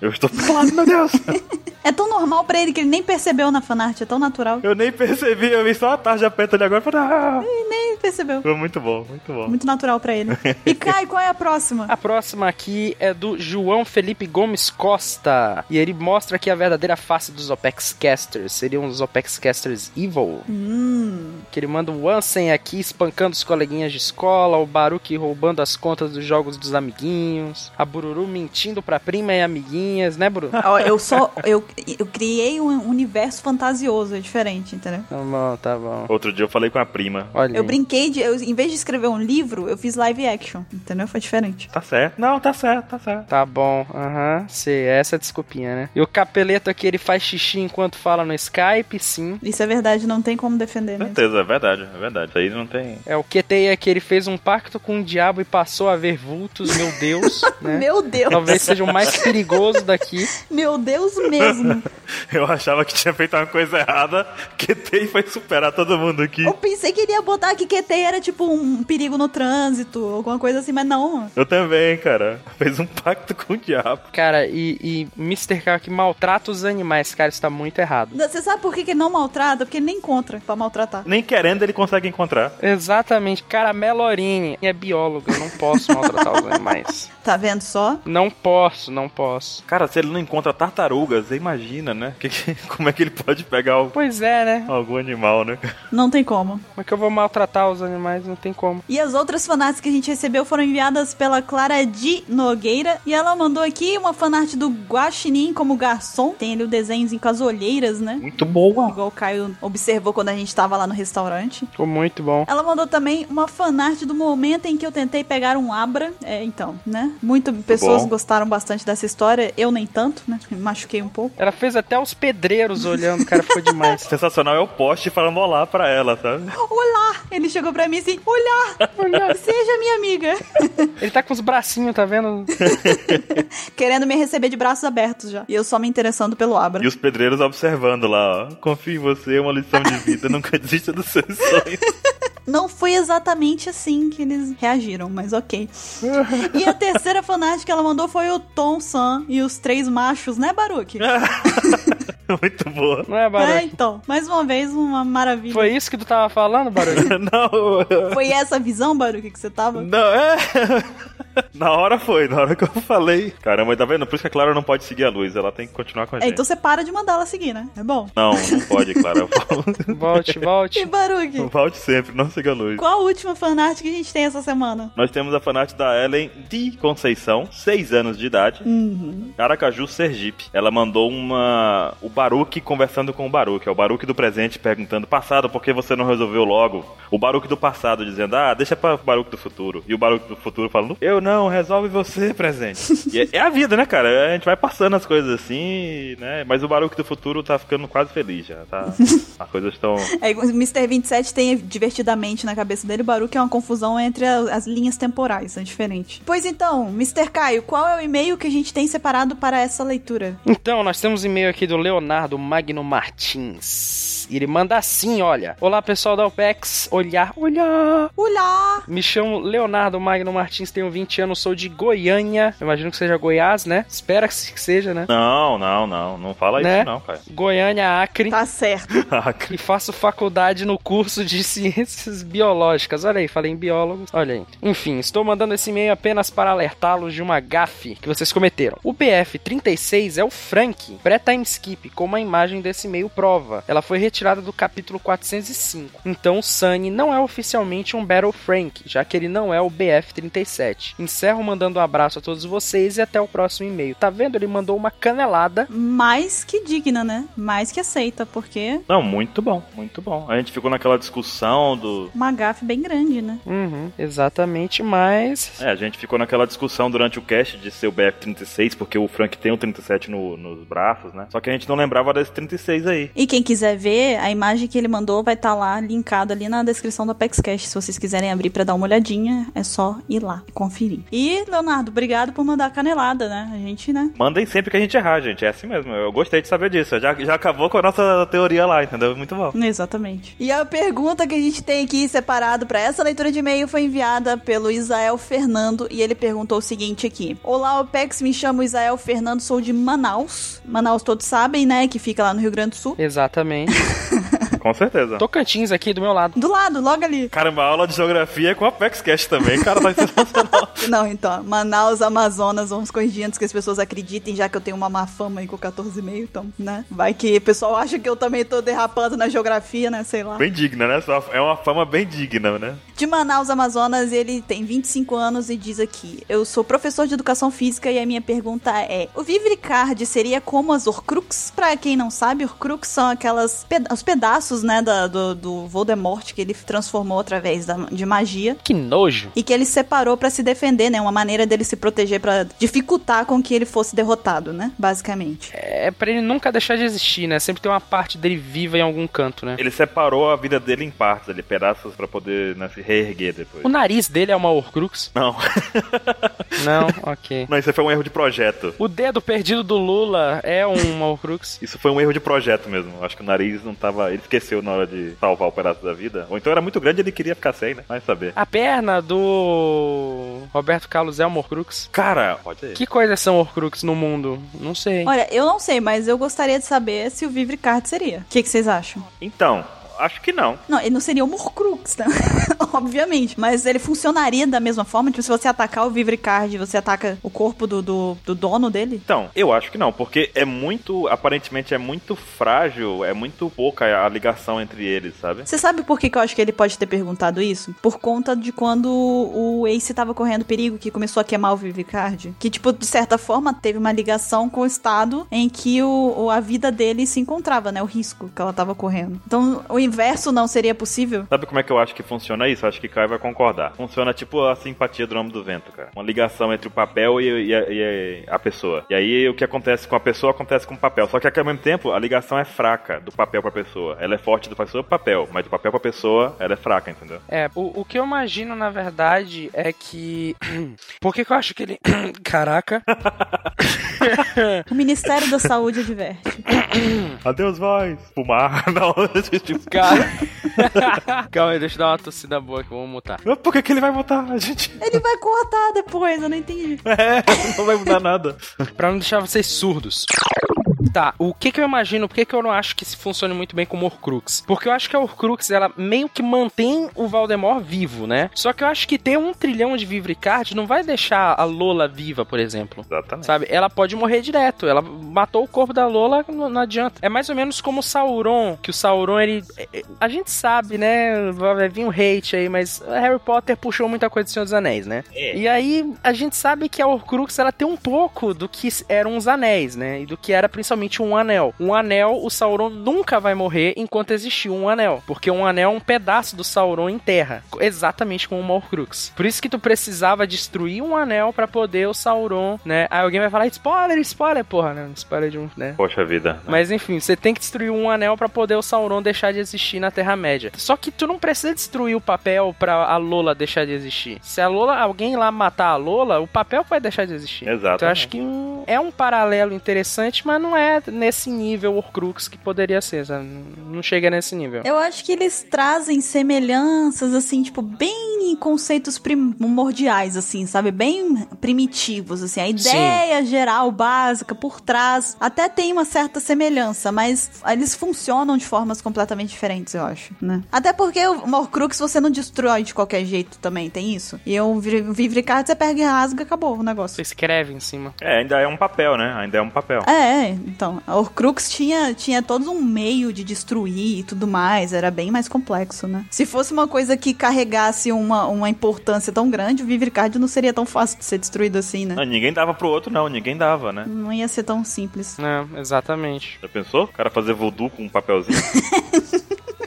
Speaker 3: Eu estou [laughs] falando, meu Deus!
Speaker 2: [laughs] É tão normal pra ele que ele nem percebeu na fanart, é tão natural.
Speaker 3: Eu nem percebi, eu vi só a tarja preta ali agora e falei, ah!
Speaker 2: Nem percebeu.
Speaker 3: Foi muito bom, muito bom.
Speaker 2: Muito natural pra ele. E Kai, qual é a próxima?
Speaker 4: A próxima aqui é do João Felipe Gomes Costa. E ele mostra aqui a verdadeira face dos Opex Casters. Seriam os Opex Casters Evil.
Speaker 2: Hum.
Speaker 4: Que ele manda o Ansem aqui espancando os coleguinhas de escola, o Baruque roubando as contas dos jogos dos amiguinhos, a Bururu mentindo pra prima e amiguinhas, né, Bururu?
Speaker 2: Ó, eu só. Eu, eu criei um universo fantasioso, é diferente, entendeu?
Speaker 4: Tá bom, tá bom.
Speaker 3: Outro dia eu falei com a prima.
Speaker 4: Olha.
Speaker 2: Eu
Speaker 4: aí.
Speaker 2: brinquei de. Eu, em vez de escrever um livro, eu fiz live action, entendeu? Foi diferente.
Speaker 3: Tá certo. Não, tá certo, tá certo.
Speaker 4: Tá bom, aham. Sei, essa é a desculpinha, né? E o capeleto aqui, ele faz xixi enquanto fala no Skype, sim.
Speaker 2: Isso é verdade, não tem como defender né? mesmo.
Speaker 3: Certeza, é verdade, é verdade. Isso aí não tem.
Speaker 4: É, o QTI aqui, ele fez um pacto com o diabo e passou a ver vultos, meu
Speaker 2: [laughs]
Speaker 4: Deus, né?
Speaker 2: Meu Deus,
Speaker 4: Talvez seja o mais perigoso daqui.
Speaker 2: meu Deus
Speaker 4: [laughs]
Speaker 2: mesmo.
Speaker 3: [laughs] Eu achava que tinha feito uma coisa errada, que tem foi superar todo mundo aqui.
Speaker 2: Eu pensei que iria botar que QT era tipo um perigo no trânsito, alguma coisa assim, mas não.
Speaker 3: Eu também, cara. Fez um pacto com o diabo.
Speaker 4: Cara, e, e Mr. K que maltrata os animais, cara, isso tá muito errado.
Speaker 2: Você sabe por que, que ele não maltrata? Porque ele nem encontra pra maltratar.
Speaker 3: Nem querendo ele consegue encontrar.
Speaker 4: Exatamente, cara, a Melorine é bióloga, eu não posso maltratar os animais.
Speaker 2: Tá vendo só?
Speaker 4: Não posso, não posso.
Speaker 3: Cara, se ele não encontra tartarugas, você imagina, né? Que que- [laughs] como é que ele pode pegar o-
Speaker 4: Pois é, né?
Speaker 3: algum animal, né?
Speaker 2: Não tem como.
Speaker 4: Como é que eu vou maltratar os animais? Não tem como.
Speaker 2: E as outras fanarts que a gente recebeu foram enviadas pela Clara de Nogueira. E ela mandou aqui uma fanart do Guaxinim como garçom. Tem ali o desenhozinho com as olheiras, né?
Speaker 3: Muito boa.
Speaker 2: Igual o Caio observou quando a gente tava lá no restaurante.
Speaker 4: Ficou muito bom.
Speaker 2: Ela mandou também uma fanart do momento em que eu tentei pegar um Abra. É, então, né? Muitas pessoas
Speaker 3: bom.
Speaker 2: gostaram bastante dessa história. Eu nem tanto, né? Me machuquei um pouco.
Speaker 4: Ela fez até os pedreiros olhando, cara, ficou demais.
Speaker 3: Sensacional é o poste falando olá pra ela, tá? sabe?
Speaker 2: Olá! Ele chegou pra mim assim: Olá! Olá! Seja minha amiga! [laughs]
Speaker 4: Ele tá com os bracinhos, tá vendo?
Speaker 2: Querendo me receber de braços abertos já. E eu só me interessando pelo Abra.
Speaker 3: E os pedreiros observando lá, ó. Confio em você, é uma lição de vida, [laughs] nunca desista dos seus sonhos.
Speaker 2: Não foi exatamente assim que eles reagiram, mas ok. e a terceira fanart que ela mandou foi o Tom San e os três machos, né, Baruque?
Speaker 3: [laughs] É, Muito boa.
Speaker 4: Não é,
Speaker 2: É,
Speaker 4: Barulho?
Speaker 2: então, mais uma vez, uma maravilha.
Speaker 4: Foi isso que tu tava falando, Barulho?
Speaker 3: Não,
Speaker 2: Foi essa a visão, Baruque, que você tava?
Speaker 3: não, é. [laughs] Na hora foi, na hora que eu falei. Caramba, tá vendo? Por isso que a Clara não pode seguir a luz, ela tem que continuar com a
Speaker 2: É,
Speaker 3: gente.
Speaker 2: então você para de mandar ela seguir, né? É bom.
Speaker 3: Não, não pode,
Speaker 2: [laughs]
Speaker 3: Clara. Eu falo.
Speaker 2: E
Speaker 4: Volte, volte.
Speaker 2: Baruque,
Speaker 3: Volte sempre, não siga a luz.
Speaker 2: qual a última fanart que a gente tem essa semana?
Speaker 3: Nós temos a fanart da Ellen de Conceição, 6 anos de idade, Aracaju, Sergipe. Ela mandou uma o Baruque conversando com o Baruque, é o Baruque do presente perguntando: "Passado, por que você não resolveu logo?" O Baruque do passado dizendo: "Ah, deixa para o Baruque do futuro". E o Baruque do futuro falando: "Eu não, resolve você, presente". e é, é a vida, né, cara? A gente vai passando as coisas assim, né? Mas o Baruque do futuro tá ficando quase feliz já, tá? As coisas estão
Speaker 2: É, o Mr. 27 tem divertidamente na cabeça dele o Baruque é uma confusão entre a- as linhas temporais, é diferente. Pois então, Mr. Caio, qual é o e-mail que a gente tem separado para essa leitura?
Speaker 4: Então, nós temos um e-mail aqui do Leonardo Magno Martins. E ele manda assim, olha. Olá, pessoal da OPEX. Olhar, olhar.
Speaker 2: Olá!
Speaker 4: Me chamo Leonardo Magno Martins, tenho 20 anos, sou de Goiânia. Imagino que seja Goiás, né? Espera que seja, né?
Speaker 3: Não, não, não, não fala
Speaker 4: Né?
Speaker 3: isso não, cara. [laughs] Ah,
Speaker 4: Goiânia, Acre.
Speaker 2: Tá certo.
Speaker 4: E faço faculdade no curso de [laughs] ciências biológicas. Olha aí, falei em biólogos. Olha aí. Enfim, estou mandando esse e-mail apenas para alertá-los de uma gafe que vocês cometeram. O BF36 é o Frank, pré-time skip, como a imagem desse e-mail prova. Ela foi retirada do capítulo 405. Então o Sunny não é oficialmente um Battle Frank, já que ele não é o BF37. Encerro mandando um abraço a todos vocês e até o próximo e-mail. Tá vendo? Ele mandou uma canelada.
Speaker 2: Mais que digna, né? Mais que aceita, porque
Speaker 3: Não, muito bom, muito bom. A gente ficou naquela discussão do.
Speaker 2: uma gafe bem grande, né?
Speaker 4: Uhum, exatamente, mas
Speaker 3: É, a gente ficou naquela discussão durante o cast de ser o BF-36, porque o Frank tem o 37 no- nos braços, né? Só que a gente não lembrava desse 36 aí.
Speaker 2: E quem quiser ver, a imagem que ele mandou vai estar lá, linkado ali na descrição do ApexCast. Se vocês quiserem abrir pra dar uma olhadinha, é só ir lá e conferir. E, Leonardo, obrigado por mandar a canelada, né? A gente, né?
Speaker 3: Mandem sempre que a gente errar, gente. É assim mesmo. Eu gostei de saber disso. Já, já acabou com a nossa teoria lá, entendeu?
Speaker 2: [laughs]
Speaker 3: Muito bom.
Speaker 2: Exatamente. E a pergunta que a gente tem aqui separado pra essa leitura de e-mail foi enviada pelo Isael Fernando e ele perguntou o seguinte aqui: Olá, OPEX, me chamo Isael Fernando, sou de Manaus. Manaus todos sabem, né, que fica lá no Rio Grande do Sul.
Speaker 4: Exatamente.
Speaker 3: com certeza.
Speaker 4: Tocantins aqui do meu lado.
Speaker 2: Do lado, logo ali.
Speaker 3: Caramba, a aula de geografia é com a PEXCast também, cara. Tá sensacional.
Speaker 2: Não, então, Manaus, Amazonas, umas coisinhas antes que as pessoas acreditem, já que eu tenho uma má fama aí com 14,5, então, né? Vai que o pessoal acha que eu também tô derrapando na geografia, né? Sei lá.
Speaker 3: [laughs] bem digna, né? Só- É uma fama bem digna, né?
Speaker 2: De Manaus, Amazonas, ele tem 25 anos e diz aqui: Eu sou professor de educação física e a minha pergunta é: O Vivricard seria como as Horcrux? Pra quem não sabe, Horcrux são aquelas peda- os pedaços, né, da- do, do Voldemort que ele transformou através da- de magia.
Speaker 4: Que nojo.
Speaker 2: E que ele separou pra se defender, né? Uma maneira dele se proteger pra dificultar com que ele fosse derrotado, né? Basicamente.
Speaker 4: É pra ele nunca deixar de existir, né? Sempre tem uma parte dele viva em algum canto, né?
Speaker 3: Ele separou a vida dele em partes, ele pedaços pra poder né, se reerguer depois.
Speaker 4: O nariz dele é uma Horcrux?
Speaker 3: Não, [laughs]
Speaker 4: Não, ok.
Speaker 3: não, isso foi um erro de projeto.
Speaker 4: O dedo perdido do Lula é uma Horcrux?
Speaker 3: Isso foi um erro de projeto mesmo. Acho que o nariz não tava. Ele esqueceu na hora de salvar o pedaço da vida. Ou então era muito grande e ele queria ficar sem, né? Vai saber.
Speaker 4: A perna do Roberto Carlos é uma Horcrux?
Speaker 3: Cara, pode ser.
Speaker 4: Que coisas são Horcrux no mundo? Não sei.
Speaker 2: Olha, eu não sei, mas eu gostaria de saber se o Vivricard seria. O que, que vocês acham?
Speaker 3: Então, acho que não.
Speaker 2: Não, ele não seria o Morcrux, né? [laughs] Obviamente. Mas ele funcionaria da mesma forma. Tipo, se você atacar o Vivricard, você ataca o corpo do, do, do dono dele.
Speaker 3: Então, eu acho que não, porque é muito. Aparentemente é muito frágil, é muito pouca a ligação entre eles, sabe?
Speaker 2: Você sabe por que, que eu acho que ele pode ter perguntado isso? Por conta de quando o Ace tava correndo perigo, que começou a queimar o Vivricard. Que, tipo, de certa forma, teve uma ligação com o estado em que o, o- a vida dele se encontrava, né? O risco que ela tava correndo. Então, o inverso não seria possível?
Speaker 3: Sabe como é que eu acho que funciona isso? Acho que Caio vai concordar. Funciona tipo a simpatia do nome do vento, cara. Uma ligação entre o papel e, e a, e a- a pessoa. E aí o que acontece com a pessoa acontece com o papel. Só que ao mesmo tempo a ligação é fraca do papel pra pessoa. Ela é forte do pessoa pro papel, mas do papel pra pessoa ela é fraca, entendeu?
Speaker 4: É, o, o que eu imagino, na verdade, é que. [clears throat] Por que, que eu acho que ele. [clears throat] Caraca.
Speaker 2: O Ministério da Saúde adverte.
Speaker 3: [laughs] Adeus, voz! Fumar, [laughs] não. esse tipo-
Speaker 4: Cara. [laughs] Calma aí, deixa eu dar uma tossida boa que eu vou mutar.
Speaker 3: Mas Por que, que ele vai votar? A gente [laughs]
Speaker 2: Ele vai cortar depois, eu não entendi.
Speaker 3: não vai mudar nada.
Speaker 4: Pra não deixar vocês surdos. Tá, o que que eu imagino, por que que eu não acho que se funcione muito bem como Horcrux? Porque eu acho que a Horcrux, ela meio que mantém o Valdemar vivo, né? Só que eu acho que ter um trilhão de Vivricard não vai deixar a Lola viva, por exemplo.
Speaker 3: Exatamente.
Speaker 4: Sabe? Ela pode morrer direto. Ela matou o corpo da Lola, não, não adianta. É mais ou menos como o Sauron, que o Sauron, ele. é- é- A gente sabe, né? Vai vai vir um hate aí, mas Harry Potter puxou muita coisa do Senhor dos Anéis, né?
Speaker 3: É.
Speaker 4: E aí, a gente sabe que a Horcrux, ela tem um pouco do que eram os anéis, né? E do que era principalmente um anel. Um anel, o Sauron nunca vai morrer enquanto existir um anel. Porque um anel é um pedaço do Sauron em terra. Exatamente como uma Horcrux. Por isso que tu precisava destruir um anel pra poder o Sauron, né? Aí alguém vai falar, spoiler, spoiler, porra, né? Spoiler de um, né?
Speaker 3: Poxa vida.
Speaker 4: Mas enfim, você tem que destruir um anel pra poder o Sauron deixar de existir na Terra-média. Só que tu não precisa destruir o papel pra a Lola deixar de existir. Se a Lola, alguém lá matar a Lola, o papel vai deixar de existir.
Speaker 3: Exato.
Speaker 4: Então eu acho que hum, é um paralelo interessante, mas não é nesse nível Horcrux que poderia ser, sabe? Não chega nesse nível.
Speaker 2: Eu acho que eles trazem semelhanças, assim, tipo, bem em conceitos primordiais, assim, sabe? Bem primitivos, assim. A ideia geral, básica, por trás, até tem uma certa semelhança, mas eles funcionam de formas completamente diferentes, eu acho, né? Até porque o Morcrux você não destrói de qualquer jeito também, tem isso? E o Vivre- Vivricard você pega e rasga, acabou o negócio.
Speaker 4: Você escreve em cima.
Speaker 3: É, ainda é um papel, né? Ainda é um papel.
Speaker 2: É, é, então, a Horcrux tinha, tinha todo um meio de destruir e tudo mais, era bem mais complexo, né? Se fosse uma coisa que carregasse uma, uma importância tão grande, o Vivricard não seria tão fácil de ser destruído assim, né?
Speaker 3: Não, ninguém dava pro outro, não. Ninguém dava, né?
Speaker 2: Não ia ser tão simples.
Speaker 4: É, exatamente.
Speaker 3: Já pensou? O cara fazer voodoo com um papelzinho.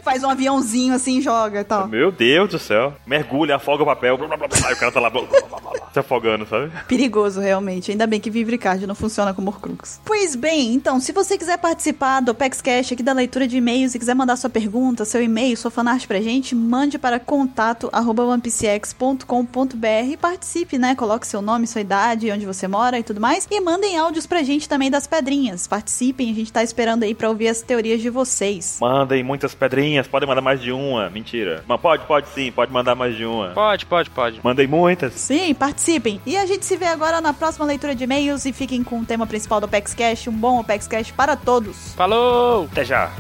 Speaker 2: Faz um aviãozinho assim e joga e tal.
Speaker 3: Meu Deus do céu. Mergulha, afoga o papel. Blá, blá, blá, blá, e o cara tá lá blá, blá, blá, blá, blá, se afogando, sabe?
Speaker 2: Perigoso, realmente. Ainda bem que Vivricard não funciona como Horcrux. Pois bem, então, se você quiser participar do Opex Cash aqui da leitura de e-mails e quiser mandar sua pergunta, seu e-mail, sua fanart pra gente, mande para contato arroba onepcx.com.br e participe, né? Coloque seu nome, sua idade, onde você mora e tudo mais. E mandem áudios pra gente também das pedrinhas. Participem, a gente tá esperando aí pra ouvir as teorias de vocês.
Speaker 3: Mandem muitas pedrinhas. Podem mandar mais de uma. Mentira. Mas pode, pode sim. Pode mandar mais de uma.
Speaker 4: Pode, pode, pode.
Speaker 3: Mandem muitas.
Speaker 2: Sim, participem. E a gente se vê agora na próxima leitura de e-mails e fiquem com o tema principal do Opex Cash. Um bom Opex Cash para todos.
Speaker 4: Falou!
Speaker 3: Até já.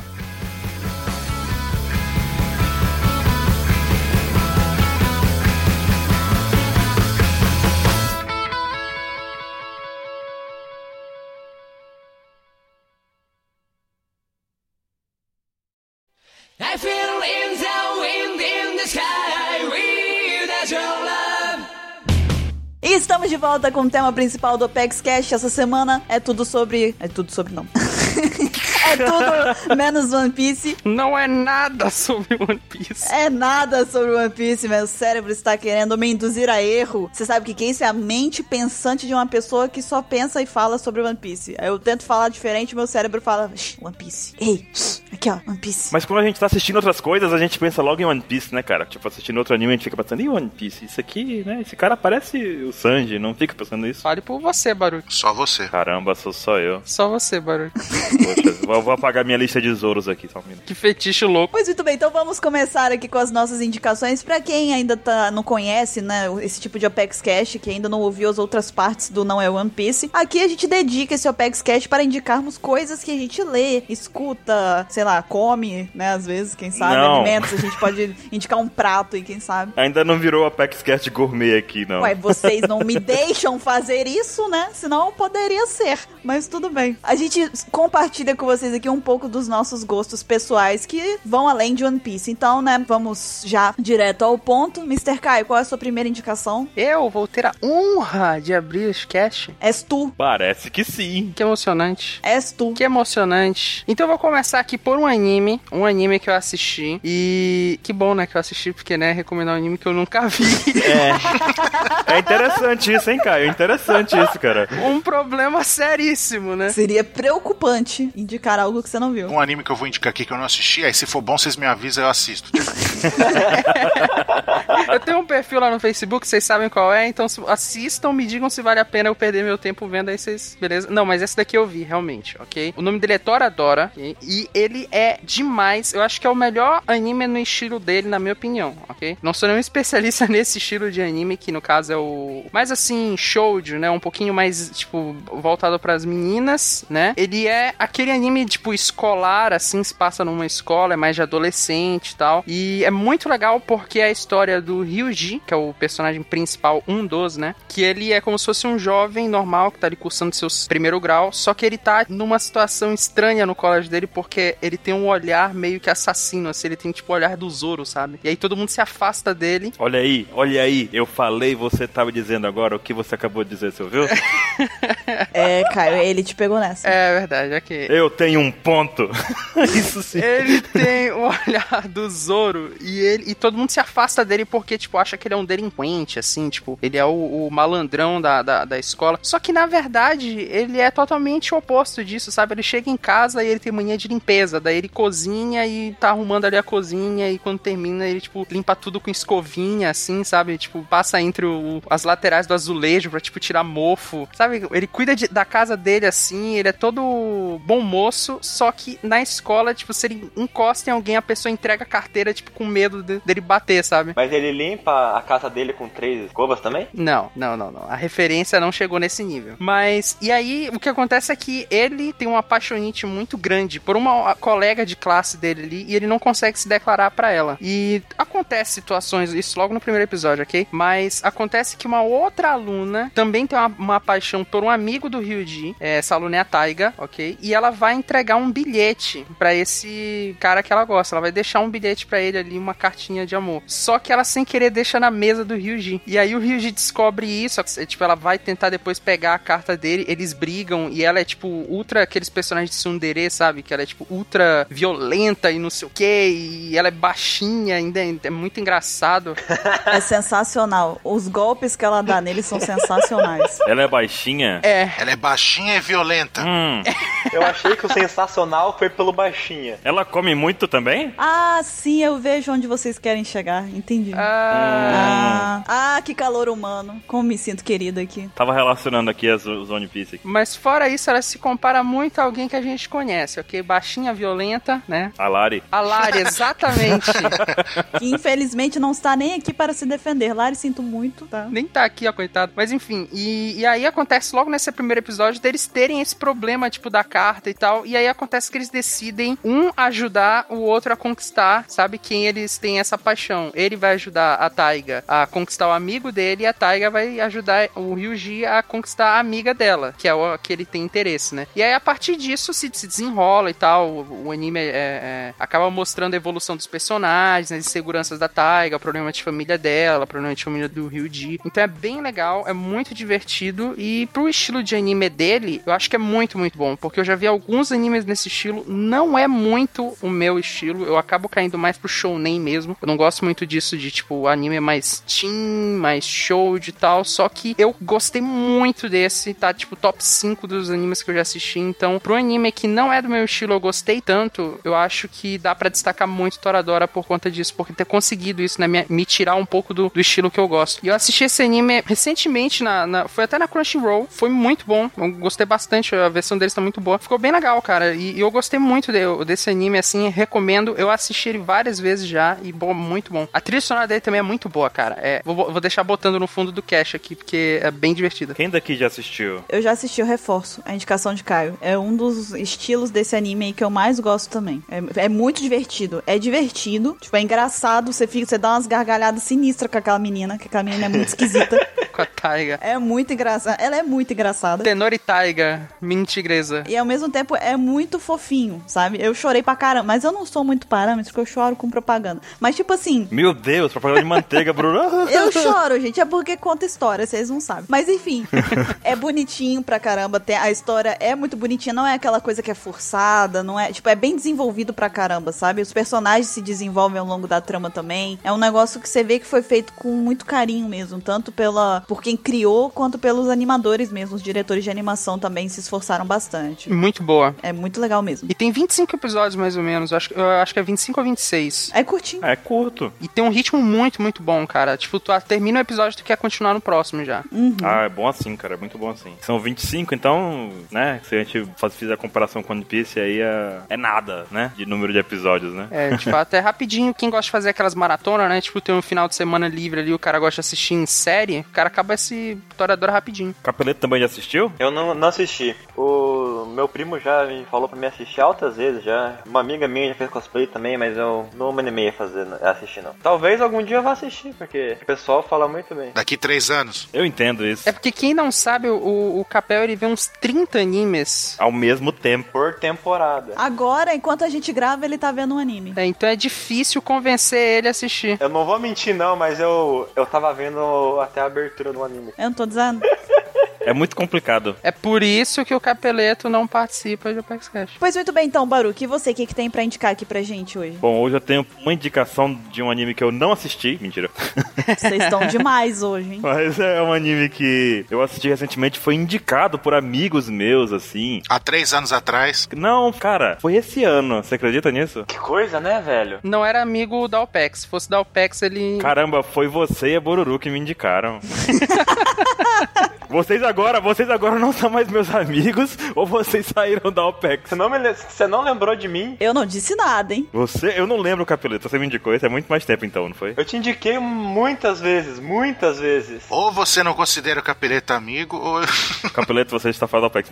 Speaker 6: I feel in the wind in the sky without your love.
Speaker 2: E estamos de volta com o tema principal do Opex Cash essa semana. É tudo sobre. É tudo sobre não. [laughs] é tudo menos One Piece.
Speaker 4: Não é nada [laughs] sobre One Piece.
Speaker 2: É nada sobre One Piece, meu cérebro está querendo me induzir a erro. Você sabe o que, que é isso? É a mente pensante de uma pessoa que só pensa e fala sobre One Piece. Aí eu tento falar diferente, meu cérebro fala, "Shh, One Piece. Ei, shh, aqui ó, One Piece.
Speaker 3: Mas quando a gente tá assistindo outras coisas, a gente pensa logo em One Piece, né, cara? Tipo, assistindo outro anime, a gente fica pensando, em One Piece? Isso aqui, né? Esse cara parece o Sanji, não fica pensando isso?
Speaker 4: Fale por você, Baruch.
Speaker 1: Só você.
Speaker 3: Caramba, sou só eu.
Speaker 4: Só você, Baruch.
Speaker 3: Poxa, vou, vou apagar minha lista de tesouros aqui, só um minuto.
Speaker 4: Que fetiche louco.
Speaker 2: Pois muito bem, então vamos começar aqui com as nossas indicações. Pra quem ainda tá, não conhece, né, esse tipo de Apex Cash, que ainda não ouviu as outras partes do Não é One Piece, aqui a gente dedica esse Apex Cash para indicarmos coisas que a gente lê, escuta, sei lá, come, né, às vezes, quem sabe,
Speaker 3: Não.
Speaker 2: alimentos, a gente pode indicar um prato e quem sabe.
Speaker 3: Ainda não virou a PaxCast gourmet aqui,
Speaker 4: Então.
Speaker 3: não.
Speaker 2: Ué, vocês não me deixam fazer isso, né? Senão poderia ser, mas tudo bem. A gente compartilha com vocês aqui um pouco dos nossos gostos pessoais que vão além de One Piece. Então, né, vamos já direto ao ponto. Mr. Kai, qual é a sua primeira indicação?
Speaker 4: Eu vou ter a honra de abrir esse cast.
Speaker 2: És tu.
Speaker 3: Parece que sim.
Speaker 4: Que emocionante.
Speaker 2: És tu.
Speaker 4: Que emocionante. Então eu vou começar aqui por um anime. Um anime que eu assisti. E que bom, né, que eu assisti, porque, né, recomendar um anime que eu nunca [laughs] vi.
Speaker 3: É. É interessante isso, hein, Caio? É interessante isso, cara.
Speaker 4: um problema seríssimo, né?
Speaker 2: Seria preocupante indicar algo que você não
Speaker 4: [laughs]
Speaker 2: viu.
Speaker 1: Um anime que eu vou indicar aqui que eu não assisti, aí se for bom vocês me avisam, eu assisto.
Speaker 4: Eu tenho um perfil lá no Facebook, vocês sabem qual é, então se- assistam, me digam se vale a pena eu perder meu tempo vendo aí vocês. Beleza? Não, mas esse daqui eu vi, realmente, ok? O nome dele é Toradora, ok? e ele é demais. Eu acho que é o melhor anime no estilo dele, na minha opinião, ok? Não sou nenhum [laughs] especialista nesse estilo de anime, que no caso é o. Mais assim, shoujo, né? Um pouquinho mais, tipo, voltado pras meninas, né? Ele é aquele anime, tipo, escolar, assim, se passa numa escola, é mais de adolescente e tal. E é muito legal porque é a história do Ryuji, que é o personagem principal, um dos, né? Que ele é como se fosse um jovem normal que tá ali cursando seu primeiro grau, só que ele tá numa situação estranha no colégio dele porque ele tem um olhar meio que assassino, assim, ele tem tipo o olhar do Zoro, sabe? E aí todo mundo se afasta dele
Speaker 3: Olha aí, olha aí. Eu falei, você tava dizendo agora o que você acabou de dizer, você ouviu?
Speaker 2: É, Caio, ele te pegou nessa.
Speaker 4: É verdade, ok.
Speaker 3: Eu tenho um ponto. [laughs] Isso sim.
Speaker 4: [laughs] Ele tem o olhar do Zoro e ele e todo mundo se afasta dele porque, tipo, acha que ele é um delinquente, assim, tipo, ele é o, o malandrão da, da, da escola. Só que, na verdade, ele é totalmente o oposto disso, sabe? Ele chega em casa e ele tem mania de limpeza, daí ele cozinha e tá arrumando ali a cozinha e quando termina ele, tipo, limpa tudo com escovinha, assim, sabe? Tipo, passa entre o- as laterais do azulejo pra, tipo, tirar mofo, sabe? Ele cuida de- da casa dele, assim, ele é todo bom moço, só que na escola, tipo, se ele encosta em alguém, a pessoa entrega a carteira, tipo, com medo de- dele bater, sabe?
Speaker 5: Mas ele limpa a casa dele com três escovas também?
Speaker 4: Não, não, não, não. A referência não chegou nesse nível. Mas, e aí, o que acontece é que ele tem um apaixonite muito grande por uma colega de classe dele ali e ele não consegue se declarar pra ela. E acontece situações, isso logo no primeiro episódio, ok? Mas acontece que uma outra aluna também tem uma, uma paixão por um amigo do Ryuji, é, essa aluna é a Taiga, ok? E ela vai entregar um bilhete pra esse cara que ela gosta. Ela vai deixar um bilhete pra ele ali, uma cartinha de amor. Só que ela sem querer deixa na mesa do Ryuji. E aí o Ryuji descobre isso, é, tipo, ela vai tentar depois pegar a carta dele, eles brigam e ela é tipo ultra aqueles personagens de tsundere, sabe? Que ela é tipo ultra violenta e não sei o que, e ela é baixinha, ainda é é muito engraçado.
Speaker 2: É sensacional. Os golpes que ela dá nele são
Speaker 4: [laughs]
Speaker 2: sensacionais.
Speaker 3: Ela é baixinha?
Speaker 4: É,
Speaker 1: Ela é baixinha e violenta.
Speaker 3: Hum.
Speaker 5: Eu achei que o sensacional foi pelo baixinha.
Speaker 3: Ela come muito também?
Speaker 2: Ah, sim, eu vejo onde vocês querem chegar. Entendi. Ah,
Speaker 4: ah,
Speaker 2: ah, que calor humano. Como me sinto querida aqui.
Speaker 3: Tava relacionando aqui as, os One Piece aqui.
Speaker 4: Mas fora isso, ela se compara muito a alguém que a gente conhece, ok? Baixinha, violenta, né?
Speaker 3: A Lari.
Speaker 4: A Lari, exatamente.
Speaker 2: Que infelizmente não está nem aqui para se defender. Lari, sinto muito, tá?
Speaker 4: Nem tá aqui, ó, coitado. Mas enfim, e, e aí acontece logo nesse primeiro episódio deles terem esse problema, tipo, da carta e tal. E aí acontece que eles decidem um ajudar o outro a conquistar, sabe? Quem eles têm essa paixão. Ele vai ajudar a Taiga a conquistar o amigo dele e a Taiga vai ajudar o Ryuji a conquistar a amiga dela, que é o que ele tem interesse, né? E aí a partir disso se, se desenrola e tal. O, o anime é- é- acaba mostrando a evolução dos personagens, as inseguranças da Taiga, o problema de família dela, o problema de família do Ryuji. Então é bem legal, é muito divertido e pro estilo de anime dele, eu acho que é muito, muito bom, porque eu já vi alguns animes nesse estilo, não é muito o meu estilo, eu acabo caindo mais pro shounen mesmo. Eu não gosto muito disso de tipo anime mais teen, mais show de tal, só que eu gostei muito desse, tá tipo top 5 dos animes que eu já assisti, então pro anime que não é do meu estilo, eu gostei tanto, eu acho que dá pra destacar muito Toradora por conta disso, porque ter conseguido isso, né, me, me tirar um pouco do, do estilo que eu gosto. E eu assisti esse anime recentemente, na, na- foi até na Crunchyroll, foi muito bom, eu gostei bastante, a versão deles tá muito boa, ficou bem legal, cara, e, e eu gostei muito de- desse anime, assim, recomendo, eu assisti ele várias vezes já, e bom, muito bom. A trilha sonora dele também é muito boa, cara, é, vou, vou deixar botando no fundo do cache aqui, porque é bem divertida. [laughs]
Speaker 3: Quem daqui já assistiu?
Speaker 2: Eu já assisti o Reforço, a indicação de Caio. É um dos estilos desse anime aí que eu mais gosto também. É, é muito divertido. É divertido. Tipo, é engraçado. Você, fica, você dá umas gargalhadas sinistras com aquela menina, que aquela menina é muito esquisita.
Speaker 4: Com a Taiga.
Speaker 2: é muito engraçada. Ela é muito engraçada.
Speaker 4: Tenor e Taiga, mini tigresa.
Speaker 2: E ao mesmo tempo é muito fofinho, sabe? Eu chorei pra caramba, mas eu não sou muito parâmetro, porque eu choro com propaganda. Mas tipo assim,
Speaker 3: Meu Deus, propaganda de manteiga, Bruno. [laughs]
Speaker 2: eu choro, gente, é porque conta história, vocês não sabem. Mas enfim, é bonitinho pra caramba, tem- a história é muito bonitinha, não é aquela coisa que é forçada, não é, tipo, é bem desenvolvido pra caramba, sabe? Os personagens se desenvolvem ao longo da trama também. É um negócio que você vê que foi feito com muito carinho mesmo, tanto pela por quem criou quanto pelos animadores mesmo, os diretores de animação também se esforçaram bastante.
Speaker 4: Muito boa.
Speaker 2: É muito legal mesmo.
Speaker 4: E tem 25 episódios mais ou menos, eu acho, eu acho que é 25 ou 26.
Speaker 2: É curtinho.
Speaker 3: É curto.
Speaker 4: E tem um ritmo muito, muito bom, cara. Tipo, tu ah, termina o episódio, tu quer continuar no próximo já.
Speaker 3: Ah, é bom assim, cara. É muito bom assim. São 25, então, né? Se a gente faz- fizer a comparação com One Piece, aí é, é nada, né? De número de episódios, né?
Speaker 4: É, de fato, é rapidinho. Quem gosta de fazer aquelas maratonas, né? Tipo, tem um final de semana livre ali, o cara gosta de assistir em série, o cara acaba esse torador rapidinho.
Speaker 3: Capeleto também já assistiu?
Speaker 5: Eu não, não assisti. O meu primo já me falou pra mim assistir altas vezes já. Uma amiga minha já fez cosplay também, mas eu não me animei a fazer, a assistir não. Talvez algum dia eu vá assistir, porque o pessoal fala muito bem.
Speaker 1: Daqui três anos.
Speaker 3: Eu entendo isso.
Speaker 4: É porque quem não sabe, o, o Capel, ele vê uns 30 animes.
Speaker 3: Ao mesmo tempo.
Speaker 5: Por temporada.
Speaker 2: Agora, enquanto a gente grava, ele tá vendo um anime.
Speaker 4: É, então é difícil convencer ele a assistir.
Speaker 5: Eu não vou mentir não, mas eu, eu tava vendo até a abertura do anime.
Speaker 2: Eu não tô dizendo.
Speaker 3: É muito complicado.
Speaker 4: É por isso que o Capeleto não participa do Apex Cash.
Speaker 2: Pois muito bem, então, Baruque, e você, o que, que tem pra indicar aqui pra gente hoje?
Speaker 3: Bom, hoje eu tenho uma indicação de um anime que eu não assisti.
Speaker 4: [laughs]
Speaker 3: Mentira.
Speaker 2: Vocês estão demais hoje, hein?
Speaker 3: Mas é um anime que eu assisti recentemente. Foi indicado por amigos meus, assim.
Speaker 1: Há três anos atrás.
Speaker 3: Não, cara, foi esse ano. Você acredita nisso?
Speaker 5: Que coisa, né, velho?
Speaker 4: Não era amigo da OPEX. Se fosse da OPEX, ele.
Speaker 3: Caramba, foi você e a Boruru que me
Speaker 5: [laughs]
Speaker 3: indicaram. vocês agora, vocês agora não são mais meus amigos ou vocês saíram da OPEX?
Speaker 5: Você não, me, le- você não lembrou de mim?
Speaker 2: Eu não disse nada, hein?
Speaker 3: Você, eu não lembro o capeleto, você me indicou isso há muito mais tempo então, não foi?
Speaker 5: Eu te indiquei muitas vezes, muitas vezes.
Speaker 1: Ou você não considera o capeleto amigo, ou eu... [laughs]
Speaker 3: Capeleto, você está fora da
Speaker 5: [laughs]
Speaker 3: OPEX.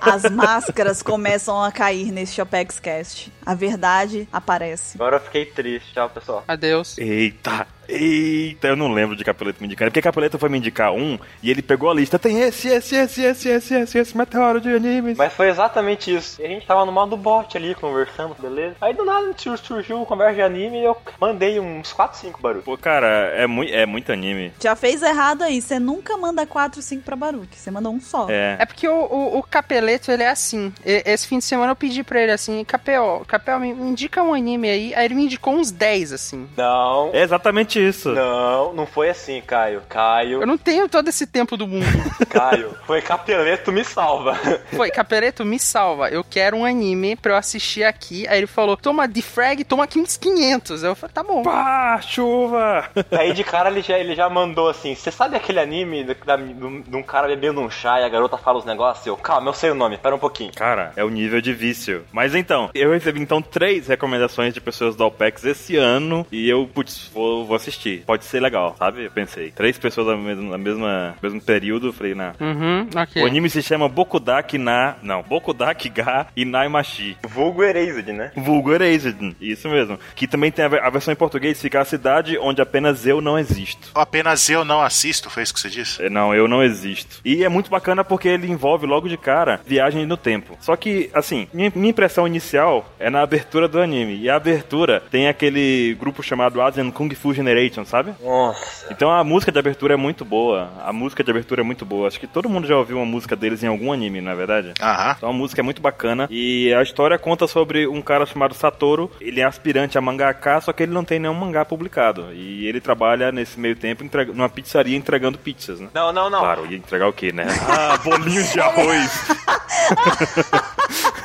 Speaker 2: As máscaras começam a cair neste Apex Cast. A verdade aparece.
Speaker 5: Agora eu fiquei triste, tchau, pessoal.
Speaker 4: Adeus.
Speaker 3: eita, eita, eu não lembro de capeleto me indicando. Porque capeleto foi me indicar um e ele pegou a lista. Tem esse, esse, esse, esse, esse, esse, esse meteoro de animes.
Speaker 5: Mas foi exatamente isso. E a gente tava no modo bot ali, conversando, beleza? Aí do nada sur- surgiu o conversa de anime e eu mandei uns 4, 5 barulhos.
Speaker 3: Pô, cara, é, mui- é muito anime.
Speaker 2: Já fez errado aí. Você nunca manda 4, 5 pra Baruque. Você manda um só.
Speaker 3: É.
Speaker 4: É porque o, o, o Capeleto, ele é assim. E- esse fim de semana eu pedi pra ele assim: Capel, Capel, me me indica um anime aí. Aí ele me indicou uns 10, assim.
Speaker 5: Não,
Speaker 3: É exatamente isso.
Speaker 5: não, não foi assim, Caio.
Speaker 4: Eu
Speaker 5: Caio,
Speaker 4: não tenho todo esse tempo
Speaker 3: [laughs]
Speaker 4: do mundo.
Speaker 5: Caio. Foi capeleto, me [laughs] salva.
Speaker 4: Foi, Capeleto, me salva. Eu quero um anime pra eu assistir aqui. Aí ele falou: toma Defrag, toma aqui uns 500. Eu falei: tá bom.
Speaker 3: Pá, chuva!
Speaker 5: Aí de cara ele já, ele já mandou assim: Você sabe aquele anime da- da- de um- de um cara bebendo um chá e a garota fala os negócios? Eu, calma, eu sei o nome, pera um pouquinho.
Speaker 3: Cara, é o nível de vício. Mas então, eu recebi então três recomendações de pessoas da OPEX esse ano e eu, putz, vou, vou assistir. Pode ser legal, sabe? Eu pensei. Três pessoas no mesmo, na mesma, mesmo período, eu falei, não.
Speaker 4: Uhum, ok.
Speaker 3: O anime se chama Bokudaki na. Não, Bokudaki ga Inaimashi.
Speaker 5: Vulgo Erased, né?
Speaker 3: Vulgo Erased. Isso mesmo. Que também tem a, ver- a versão em português fica a cidade onde apenas eu não existo.
Speaker 1: Apenas eu não assisto, foi isso que você disse?
Speaker 3: É, Não, eu não existo. E é muito bacana porque ele envolve logo de cara viagem no tempo. Só que, assim, minha, minha impressão inicial é na abertura do anime. E a abertura tem aquele grupo chamado Asian Kung Fu Generation, sabe?
Speaker 5: Nossa.
Speaker 3: Então a música de abertura é muito boa. A música de abertura é muito boa. Acho que todo mundo já ouviu uma música deles em algum anime, na é verdade?
Speaker 1: Aham.
Speaker 3: Então a música é muito bacana e a história conta sobre um cara chamado Satoru. Ele é aspirante a mangaka, só que ele não tem nenhum mangá publicado. E ele trabalha nesse meio tempo entrega- numa pizzaria entregando pizzas, né?
Speaker 5: Não, não, não.
Speaker 3: Claro, ia entregar o quê, né? [laughs] Ah, bolinho de arroz.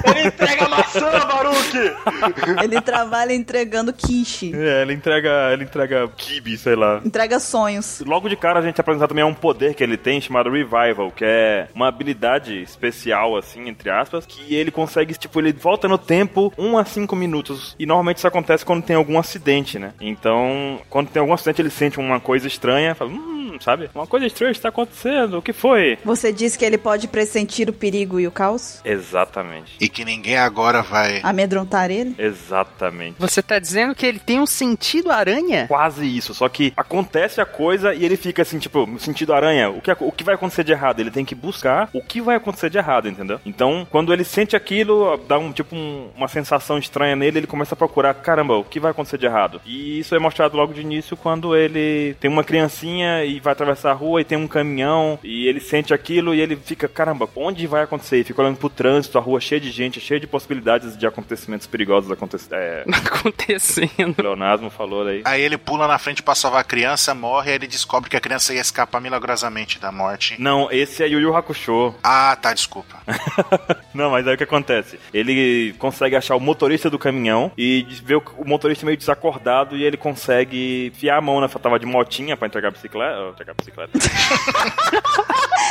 Speaker 5: Ele entrega maçã, Baruque!
Speaker 2: Ele trabalha entregando quiche.
Speaker 3: [laughs] é, ele entrega, ele entrega kibe, sei lá.
Speaker 2: Entrega sonhos.
Speaker 3: Logo de cara a gente é apresentado também a um poder que ele tem chamado Revival, que é uma habilidade especial, assim, entre aspas, que ele consegue, tipo, ele volta no tempo 1 a 5 minutos. E normalmente isso acontece quando tem algum acidente, né? Então, quando tem algum acidente, ele sente uma coisa estranha, fala, hum, sabe? Uma coisa estranha está acontecendo, o que foi?
Speaker 2: Você disse que ele pode pressentir o perigo e o caos?
Speaker 3: Exatamente.
Speaker 1: E que ninguém agora vai.
Speaker 2: Amedrontar ele?
Speaker 3: Exatamente.
Speaker 4: Você tá dizendo que ele tem um sentido aranha?
Speaker 3: Quase isso, só que acontece a coisa e ele fica assim, tipo, no sentido aranha, o que, o que vai acontecer de errado? Ele tem que buscar o que vai acontecer de errado, entendeu? Então, quando ele sente aquilo, dá um tipo um- uma sensação estranha nele, ele começa a procurar, caramba, o que vai acontecer de errado? E isso é mostrado logo de início quando ele tem uma criancinha e vai atravessar a rua e tem um caminhão e ele sente aquilo e ele fica, caramba, onde vai acontecer? E fica olhando pro trânsito, a rua cheia de gente, cheia de possibilidades de acontecimentos perigosos acontecer. É,
Speaker 4: [laughs]
Speaker 3: [laughs]
Speaker 4: Acontecendo.
Speaker 3: o Leonasmo falou aí.
Speaker 1: Aí ele pula na frente pra salvar a criança, morre, aí ele descobre que a criança ia escapar milagrosamente da morte.
Speaker 3: Não, esse é Yu Yu Hakusho.
Speaker 1: Ah, tá, desculpa.
Speaker 3: Não, mas aí o que acontece? Ele consegue achar o motorista do caminhão e vê o, o motorista meio desacordado e ele consegue fiar a mão na tava de motinha pra entregar a bicicleta. ó, Entregar a bicicleta.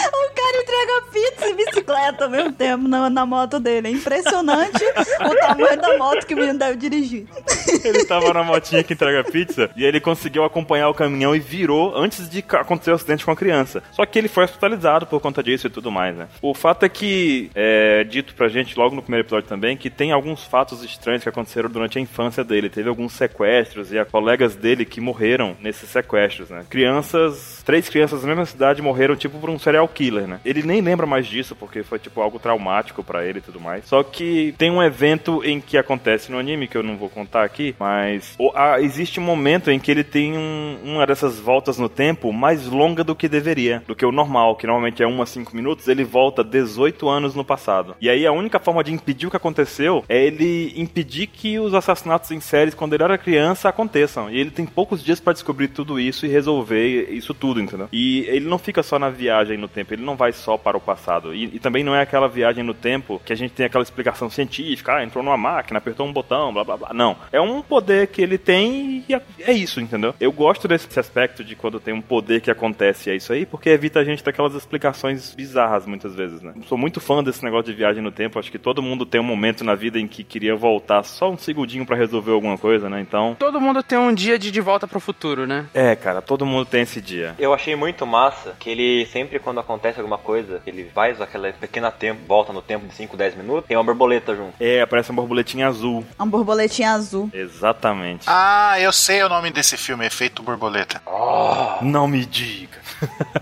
Speaker 2: O cara entrega pizza e bicicleta ao mesmo tempo na, na moto dele. É impressionante o tamanho da moto que o menino deve dirigir.
Speaker 3: [laughs] ele tava na motinha que entrega pizza e ele conseguiu acompanhar o caminhão e virou antes de ca- acontecer o acidente com a criança. Só que ele foi hospitalizado por conta disso e tudo mais, né? O fato é que é dito pra gente logo no primeiro episódio também que tem alguns fatos estranhos que aconteceram durante a infância dele. Teve alguns sequestros e há colegas dele que morreram nesses sequestros, né? Crianças, três crianças da mesma cidade morreram tipo por um serial killer, né? Ele nem lembra mais disso porque foi tipo algo traumático pra ele e tudo mais. Só que tem um evento em que acontece no anime que eu não vou contar aqui, mas o- ah, existe um momento em que ele tem um- uma dessas voltas no tempo mais longa do que deveria, do que o normal, que normalmente é 1 a 5 minutos, ele volta 18 anos no passado. E aí a única forma de impedir o que aconteceu é ele impedir que os assassinatos em séries quando ele era criança aconteçam. E ele tem poucos dias pra descobrir tudo isso e resolver isso tudo, entendeu? E ele não fica só na viagem no tempo, ele não vai só para o passado. E, e também não é aquela viagem no tempo que a gente tem aquela explicação científica, ah, entrou numa máquina, apertou um botão, blá blá blá. Não. É um poder que ele tem e é, é isso, entendeu? Eu gosto desse aspecto de quando tem um poder que acontece e é isso aí, porque evita a gente daquelas explicações bizarras muitas vezes, né? Sou muito fã desse negócio de viagem no tempo, acho que todo mundo tem um momento na vida em que queria voltar só um segundinho pra resolver alguma coisa, né? Então.
Speaker 4: Todo mundo tem um dia de de volta pro futuro, né?
Speaker 3: É, cara, todo mundo tem esse dia.
Speaker 5: Eu achei muito massa que ele sempre quando acontece alguma coisa, ele faz aquela pequena tempo, volta no tempo de 5, 10 minutos, tem uma borboleta junto.
Speaker 3: É, aparece uma borboletinha azul.
Speaker 2: É um borboletinha azul.
Speaker 3: Exatamente.
Speaker 1: Ah, eu sei o nome desse filme, Efeito Borboleta.
Speaker 3: Não me diga.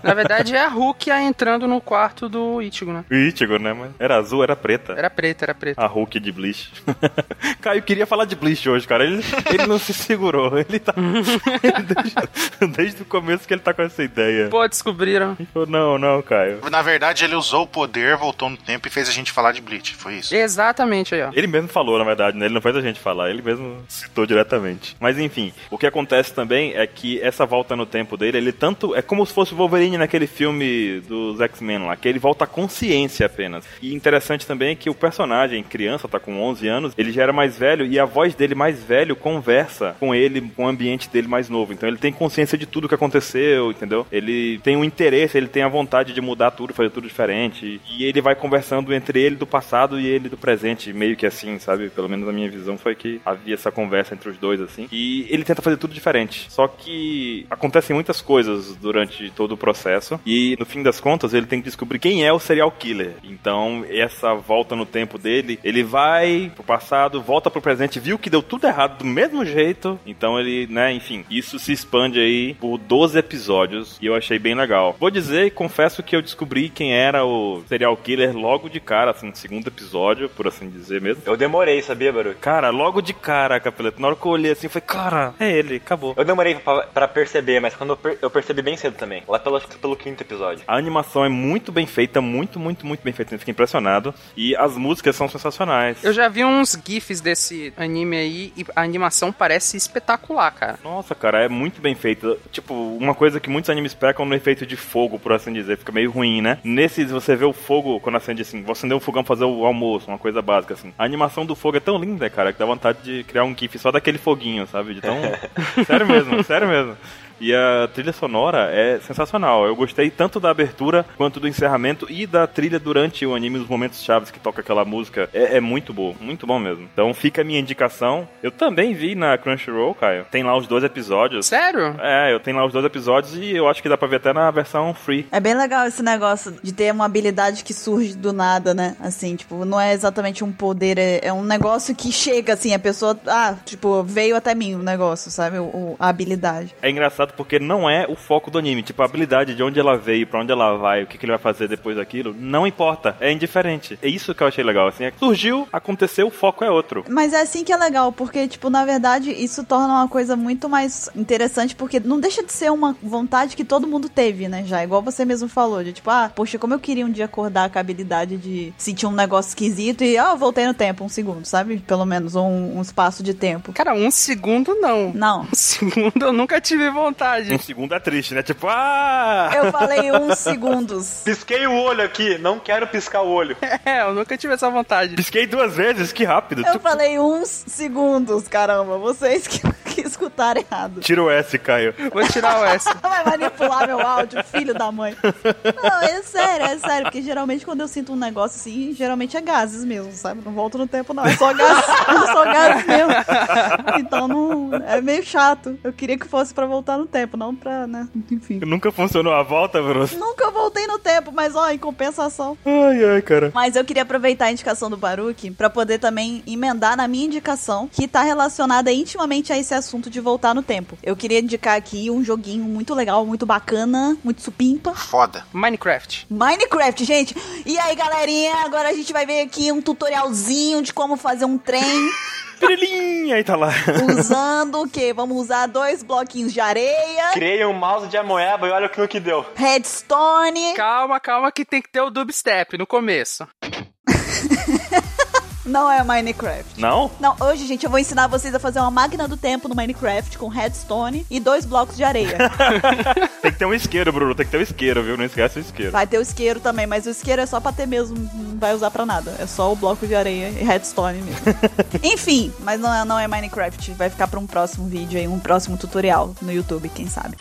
Speaker 4: Na verdade, é a Rukia entrando no quarto do Ichigo, né?
Speaker 3: Ichigo, né? Mas era azul, era preta.
Speaker 4: Era preta, era preta.
Speaker 3: A Hulk de Bleach. [laughs] Caio queria falar de Bleach hoje, cara. Ele, ele não se segurou. Ele tá. [laughs] ele desde, desde o começo que ele tá com essa ideia.
Speaker 4: Pô, descobriram.
Speaker 3: Ele falou, Não, não, Caio.
Speaker 1: Na verdade, ele usou o poder, voltou no tempo e fez a gente falar de Bleach, foi isso?
Speaker 4: Exatamente aí, ó.
Speaker 3: Ele mesmo falou, na verdade, né? Ele não fez a gente falar, ele mesmo citou diretamente. Mas enfim, o que acontece também é que essa volta no tempo dele, ele tanto. É como se fosse fosse o Wolverine naquele filme dos X-Men lá, que ele volta à consciência apenas. E interessante também é que o personagem, criança, tá com 11 anos, ele já era mais velho e a voz dele mais velho conversa com ele, com o ambiente dele mais novo. Então ele tem consciência de tudo que aconteceu, entendeu? Ele tem um interesse, ele tem a vontade de mudar tudo, fazer tudo diferente. E ele vai conversando entre ele do passado e ele do presente, meio que assim, sabe? Pelo menos a minha visão foi que havia essa conversa entre os dois, assim. E ele tenta fazer tudo diferente. Só que acontecem muitas coisas durante todo o processo. E no fim das contas, ele tem que descobrir quem é o serial killer. Então, essa volta no tempo dele, ele vai pro passado, volta pro presente, viu que deu tudo errado do mesmo jeito. Então, ele, né, enfim, isso se expande aí por 12 episódios. E eu achei bem legal. Vou dizer e confesso que eu descobri quem era o serial killer logo de cara, assim, no segundo episódio, por assim dizer mesmo.
Speaker 5: Eu demorei, sabia, Baruch?
Speaker 3: Cara, logo de cara, Capeleto. Na hora que eu olhei assim, foi, cara, é ele, acabou.
Speaker 5: Eu demorei pra, pra perceber, mas quando eu, per- eu percebi bem cedo também. Lá pelo, acho que pelo quinto episódio.
Speaker 3: A animação é muito bem feita, muito, muito, muito bem feita. Eu fiquei impressionado. E as músicas são sensacionais.
Speaker 4: Eu já vi uns GIFs desse anime aí e a animação parece espetacular, cara.
Speaker 3: Nossa, cara, é muito bem feita. Tipo, uma coisa que muitos animes pecam no efeito de fogo, por assim dizer, fica meio ruim, né? Nesses você vê o fogo quando acende assim, vou acender o fogão pra fazer o almoço, uma coisa básica assim. A animação do fogo é tão linda, cara, que dá vontade de criar um gif só daquele foguinho, sabe? De tão sério mesmo, sério mesmo. E a trilha sonora é sensacional. Eu gostei tanto da abertura quanto do encerramento e da trilha durante o anime, nos momentos chaves que toca aquela música. É, é muito bom, muito bom mesmo. Então fica a minha indicação. Eu também vi na Crunchyroll, Caio. Tem lá os dois episódios.
Speaker 4: Sério?
Speaker 3: É, eu tenho lá os dois episódios e eu acho que dá pra ver até na versão free.
Speaker 2: É bem legal esse negócio de ter uma habilidade que surge do nada, né? Assim, tipo, não é exatamente um poder, é, é um negócio que chega, assim, a pessoa, ah, tipo, veio até mim o negócio, sabe? O, o- a habilidade.
Speaker 3: É engraçado porque não é o foco do anime. Tipo, a habilidade de onde ela veio, pra onde ela vai, o que, que ele vai fazer depois daquilo, não importa. É indiferente. É isso que eu achei legal. Assim, é- surgiu, aconteceu, o foco é outro.
Speaker 2: Mas é assim que é legal, porque, tipo, na verdade, isso torna uma coisa muito mais interessante, porque não deixa de ser uma vontade que todo mundo teve, né? Já, igual você mesmo falou, de tipo, ah, poxa, como eu queria um dia acordar com a habilidade de sentir um negócio esquisito e, ó, voltei no tempo, um segundo, sabe? Pelo menos, ou um, um espaço de tempo.
Speaker 4: Cara, um segundo não.
Speaker 2: Não.
Speaker 4: Um [laughs] segundo eu nunca tive [laughs] vontade.
Speaker 3: Um segundo é triste, né? Tipo, ah!
Speaker 2: Eu falei uns segundos.
Speaker 5: Pisquei o olho aqui, não quero piscar o olho.
Speaker 4: É, eu nunca tive essa vontade.
Speaker 3: Pisquei duas vezes, que rápido.
Speaker 2: Eu
Speaker 3: Tipo,
Speaker 2: falei uns segundos, caramba. Vocês que, que escutaram errado.
Speaker 3: Tira o S, Caio.
Speaker 4: Vou tirar o S.
Speaker 2: Vai manipular meu áudio, filho da mãe. Não, é sério, é sério. Porque geralmente quando eu sinto um negócio assim, geralmente é gases mesmo, sabe? Não volto no tempo, não. É só gases. É [laughs] só gases mesmo. Então não. É meio chato. Eu queria que fosse pra voltar no tempo, não pra, né? Enfim.
Speaker 3: Nunca funcionou a volta, Bruno.
Speaker 2: Nunca voltei no tempo, mas ó, em compensação,
Speaker 3: Ai, ai, cara.
Speaker 2: Mas eu queria aproveitar a indicação do Baruque pra poder também emendar na minha indicação, que tá relacionada intimamente a esse assunto de voltar no tempo. Eu queria indicar aqui um joguinho muito legal, muito bacana, muito supimpa.
Speaker 1: Foda.
Speaker 4: Minecraft.
Speaker 2: Minecraft, gente. E aí, galerinha, agora a gente vai ver aqui um tutorialzinho de como fazer um trem
Speaker 3: Pirelinha, aí tá lá.
Speaker 2: usando o quê? Vamos usar dois bloquinhos de areia,
Speaker 5: Criei um mouse de amoeba e olha o que- no que deu.
Speaker 2: redstone.
Speaker 4: Calma, calma, que tem que ter o dubstep no começo.
Speaker 2: Não é Minecraft.
Speaker 3: Não?
Speaker 2: Não, hoje, gente, eu vou ensinar vocês a fazer uma máquina do tempo no Minecraft com redstone e dois blocos de areia.
Speaker 3: Tem que ter um isqueiro, Bruno. Tem que ter um isqueiro, viu? Não esquece o isqueiro.
Speaker 2: Vai ter o isqueiro também, mas o isqueiro é só pra ter mesmo, não vai usar pra nada. É só o bloco de areia e redstone mesmo. Enfim, mas não é, não é Minecraft, vai ficar pra um próximo vídeo aí, um próximo tutorial no YouTube, quem sabe.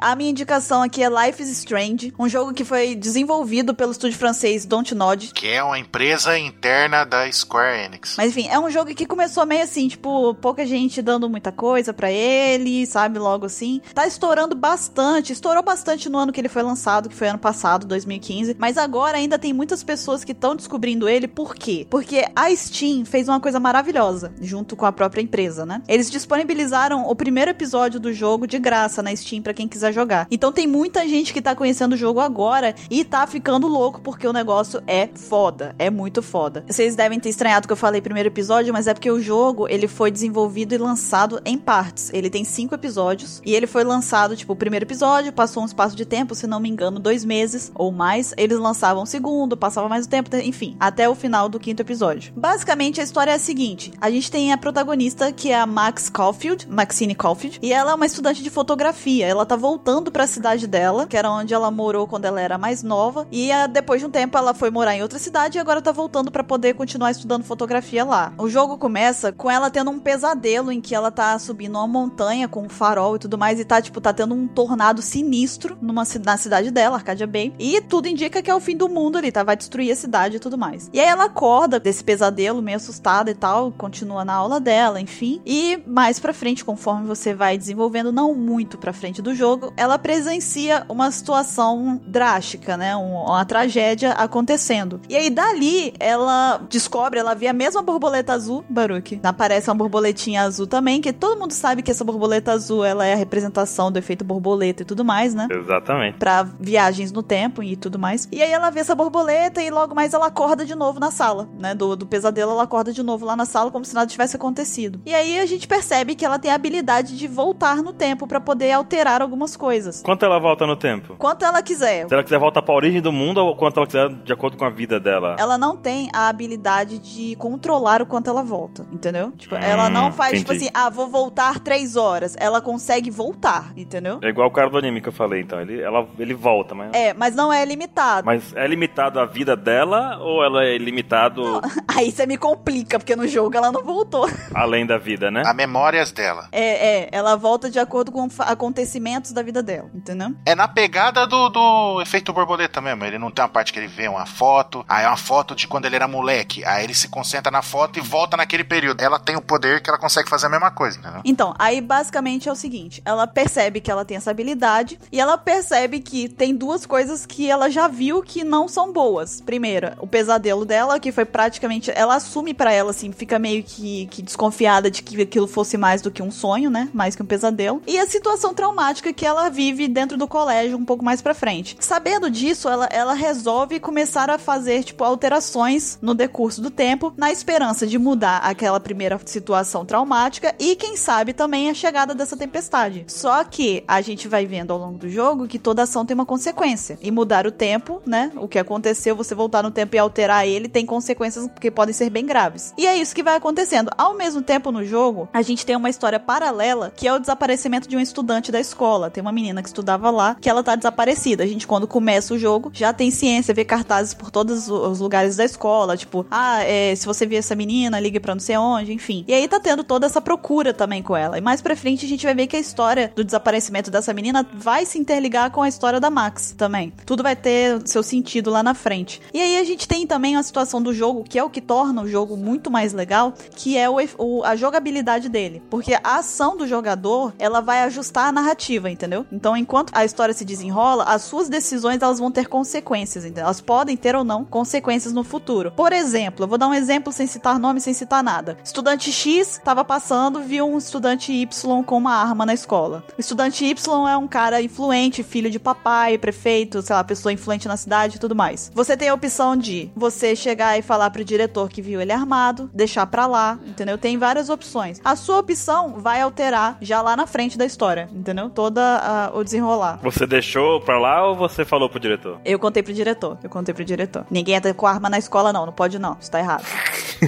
Speaker 2: A minha indicação aqui é Life is Strange, um jogo que foi desenvolvido pelo estúdio francês Dontnod,
Speaker 1: Que é uma empresa interna da Square Enix.
Speaker 2: mas enfim, é um jogo que começou meio assim, tipo, pouca gente dando muita coisa pra ele, sabe, logo assim. Tá estourando bastante, estourou bastante no ano que ele foi lançado, que foi ano passado, 2015, mas agora ainda tem muitas pessoas que estão descobrindo ele, por quê? Porque a Steam fez uma coisa maravilhosa, junto com a própria empresa, né? Eles disponibilizaram o primeiro episódio do jogo de graça na Steam pra quem quiser jogar. Então tem muita gente que tá conhecendo o jogo agora e tá ficando louco porque o negócio é foda, é muito foda. Vocês devem ter estranhado que eu falei primeiro episódio, mas é porque o jogo, ele foi desenvolvido e lançado em partes. Ele tem cinco episódios e ele foi lançado, tipo, o primeiro episódio, passou um espaço de tempo, se não me engano, dois meses ou mais. Eles lançavam o segundo, passava mais o tempo, enfim, até o final do quinto episódio. Basicamente, a história é a seguinte: a gente tem a protagonista que é a Max Caulfield, Maxine Caulfield, e ela é uma estudante de fotografia. Ela tá voltando voltando pra cidade dela, que era onde ela morou quando ela era mais nova. E ah, depois de um tempo ela foi morar em outra cidade e agora tá voltando pra poder continuar estudando fotografia lá. O jogo começa com ela tendo um pesadelo em que ela tá subindo uma montanha com um farol e tudo mais e tá tipo tá tendo um tornado sinistro numa ci- na cidade dela, Arcadia Bay. E tudo indica que é o fim do mundo ali, tá? Vai destruir a cidade e tudo mais. E aí ela acorda desse pesadelo meio assustada e tal, continua na aula dela, enfim. E mais pra frente, conforme você vai desenvolvendo, não muito pra frente do jogo, ela presencia uma situação drástica, né? Um- uma tragédia acontecendo. E aí dali ela descobre, ela vê a mesma borboleta azul, Baruque. Aparece uma borboletinha azul também, que todo mundo sabe que essa borboleta azul, ela é a representação do efeito borboleta e tudo mais, né?
Speaker 3: Exatamente.
Speaker 2: Pra viagens no tempo e tudo mais. E aí ela vê essa borboleta e logo mais ela acorda de novo na sala, né? Do, do pesadelo ela acorda de novo lá na sala como se nada tivesse acontecido. E aí a gente percebe que ela tem a habilidade de voltar no tempo pra poder alterar algumas coisas.
Speaker 3: Quanto ela volta no tempo?
Speaker 2: Quanto ela quiser.
Speaker 3: Se ela quiser voltar pra origem do mundo ou quanto ela quiser de acordo com a vida dela?
Speaker 2: Ela não tem a habilidade de controlar o quanto ela volta, entendeu? Tipo, ela não faz, tipo
Speaker 3: Hum, entendi.
Speaker 2: assim, ah, vou voltar três horas. Ela consegue voltar, entendeu?
Speaker 3: É igual o cara do anime que eu falei, então. Ele, ela, ele volta, mas...
Speaker 2: É, mas não é limitado.
Speaker 3: Mas é limitado a vida dela ou ela é limitado
Speaker 2: [laughs] Aí você me complica, porque no jogo ela não voltou.
Speaker 3: além da vida,
Speaker 2: [laughs]
Speaker 3: né?
Speaker 1: Há memórias dela.
Speaker 2: É, é, ela volta de acordo com fa- acontecimentos da vida dela, entendeu?
Speaker 1: É na pegada do, do efeito borboleta mesmo. Ele não tem uma parte que ele vê uma foto, aí é uma foto de quando ele era moleque. Aí ele se concentra na foto e volta naquele período. Ela tem o poder que ela consegue fazer a mesma coisa, entendeu?
Speaker 2: Então, aí basicamente é o seguinte: ela percebe que ela tem essa habilidade e ela percebe que tem duas coisas que ela já viu que não são boas. Primeira, o pesadelo dela, que foi praticamente. Ela assume pra ela, assim, fica meio que, que desconfiada de que aquilo fosse mais do que um sonho, né? Mais que um pesadelo. E a situação traumática que ela vive dentro do colégio um pouco mais pra frente. Sabendo disso, ela, ela resolve começar a fazer, tipo, alterações no decurso do tempo, na esperança de mudar aquela primeira situação traumática e, quem sabe, também a chegada dessa tempestade. Só que a gente vai vendo ao longo do jogo que toda ação tem uma consequência. E mudar o tempo, né? O que aconteceu, você voltar no tempo e alterar ele, tem consequências que podem ser bem graves. E é isso que vai acontecendo. Ao mesmo tempo, no jogo, a gente tem uma história paralela que é o desaparecimento de um estudante da escola. Tem uma menina que estudava lá que ela tá desaparecida. A gente, quando começa o jogo, já tem ciência, vê cartazes por todos os lugares da escola, tipo, ah, é, se você vê essa menina, ligue pra não sei onde, enfim. E aí tá tendo toda essa procura também com ela. E mais pra frente a gente vai ver que a história do desaparecimento dessa menina vai se interligar com a história da Max também. Tudo vai ter seu sentido lá na frente. E aí a gente tem também a situação do jogo, que é o que torna o jogo muito mais legal, que é o, ef- o- a jogabilidade dele. Porque a ação do jogador, ela vai ajustar a narrativa, entendeu? Então, enquanto a história se desenrola, as suas decisões elas vão ter consequências, entendeu? Elas podem ter ou não consequências no futuro. Por exemplo, eu vou dar um exemplo sem citar nome, sem citar nada. Estudante X estava passando, viu um estudante Y com uma arma na escola. O estudante Y é um cara influente, filho de papai, prefeito, sei lá, pessoa influente na cidade e tudo mais. Você tem a opção de você chegar e falar pro diretor que viu ele armado, deixar pra lá, entendeu? Tem várias opções. A sua opção vai alterar já lá na frente da história, entendeu? Toda ah, o desenrolar.
Speaker 3: Você deixou pra lá ou você falou pro diretor?
Speaker 2: Eu contei pro diretor. Eu contei pro diretor. Ninguém entra com arma na escola, não. Não pode, não. Isso tá errado.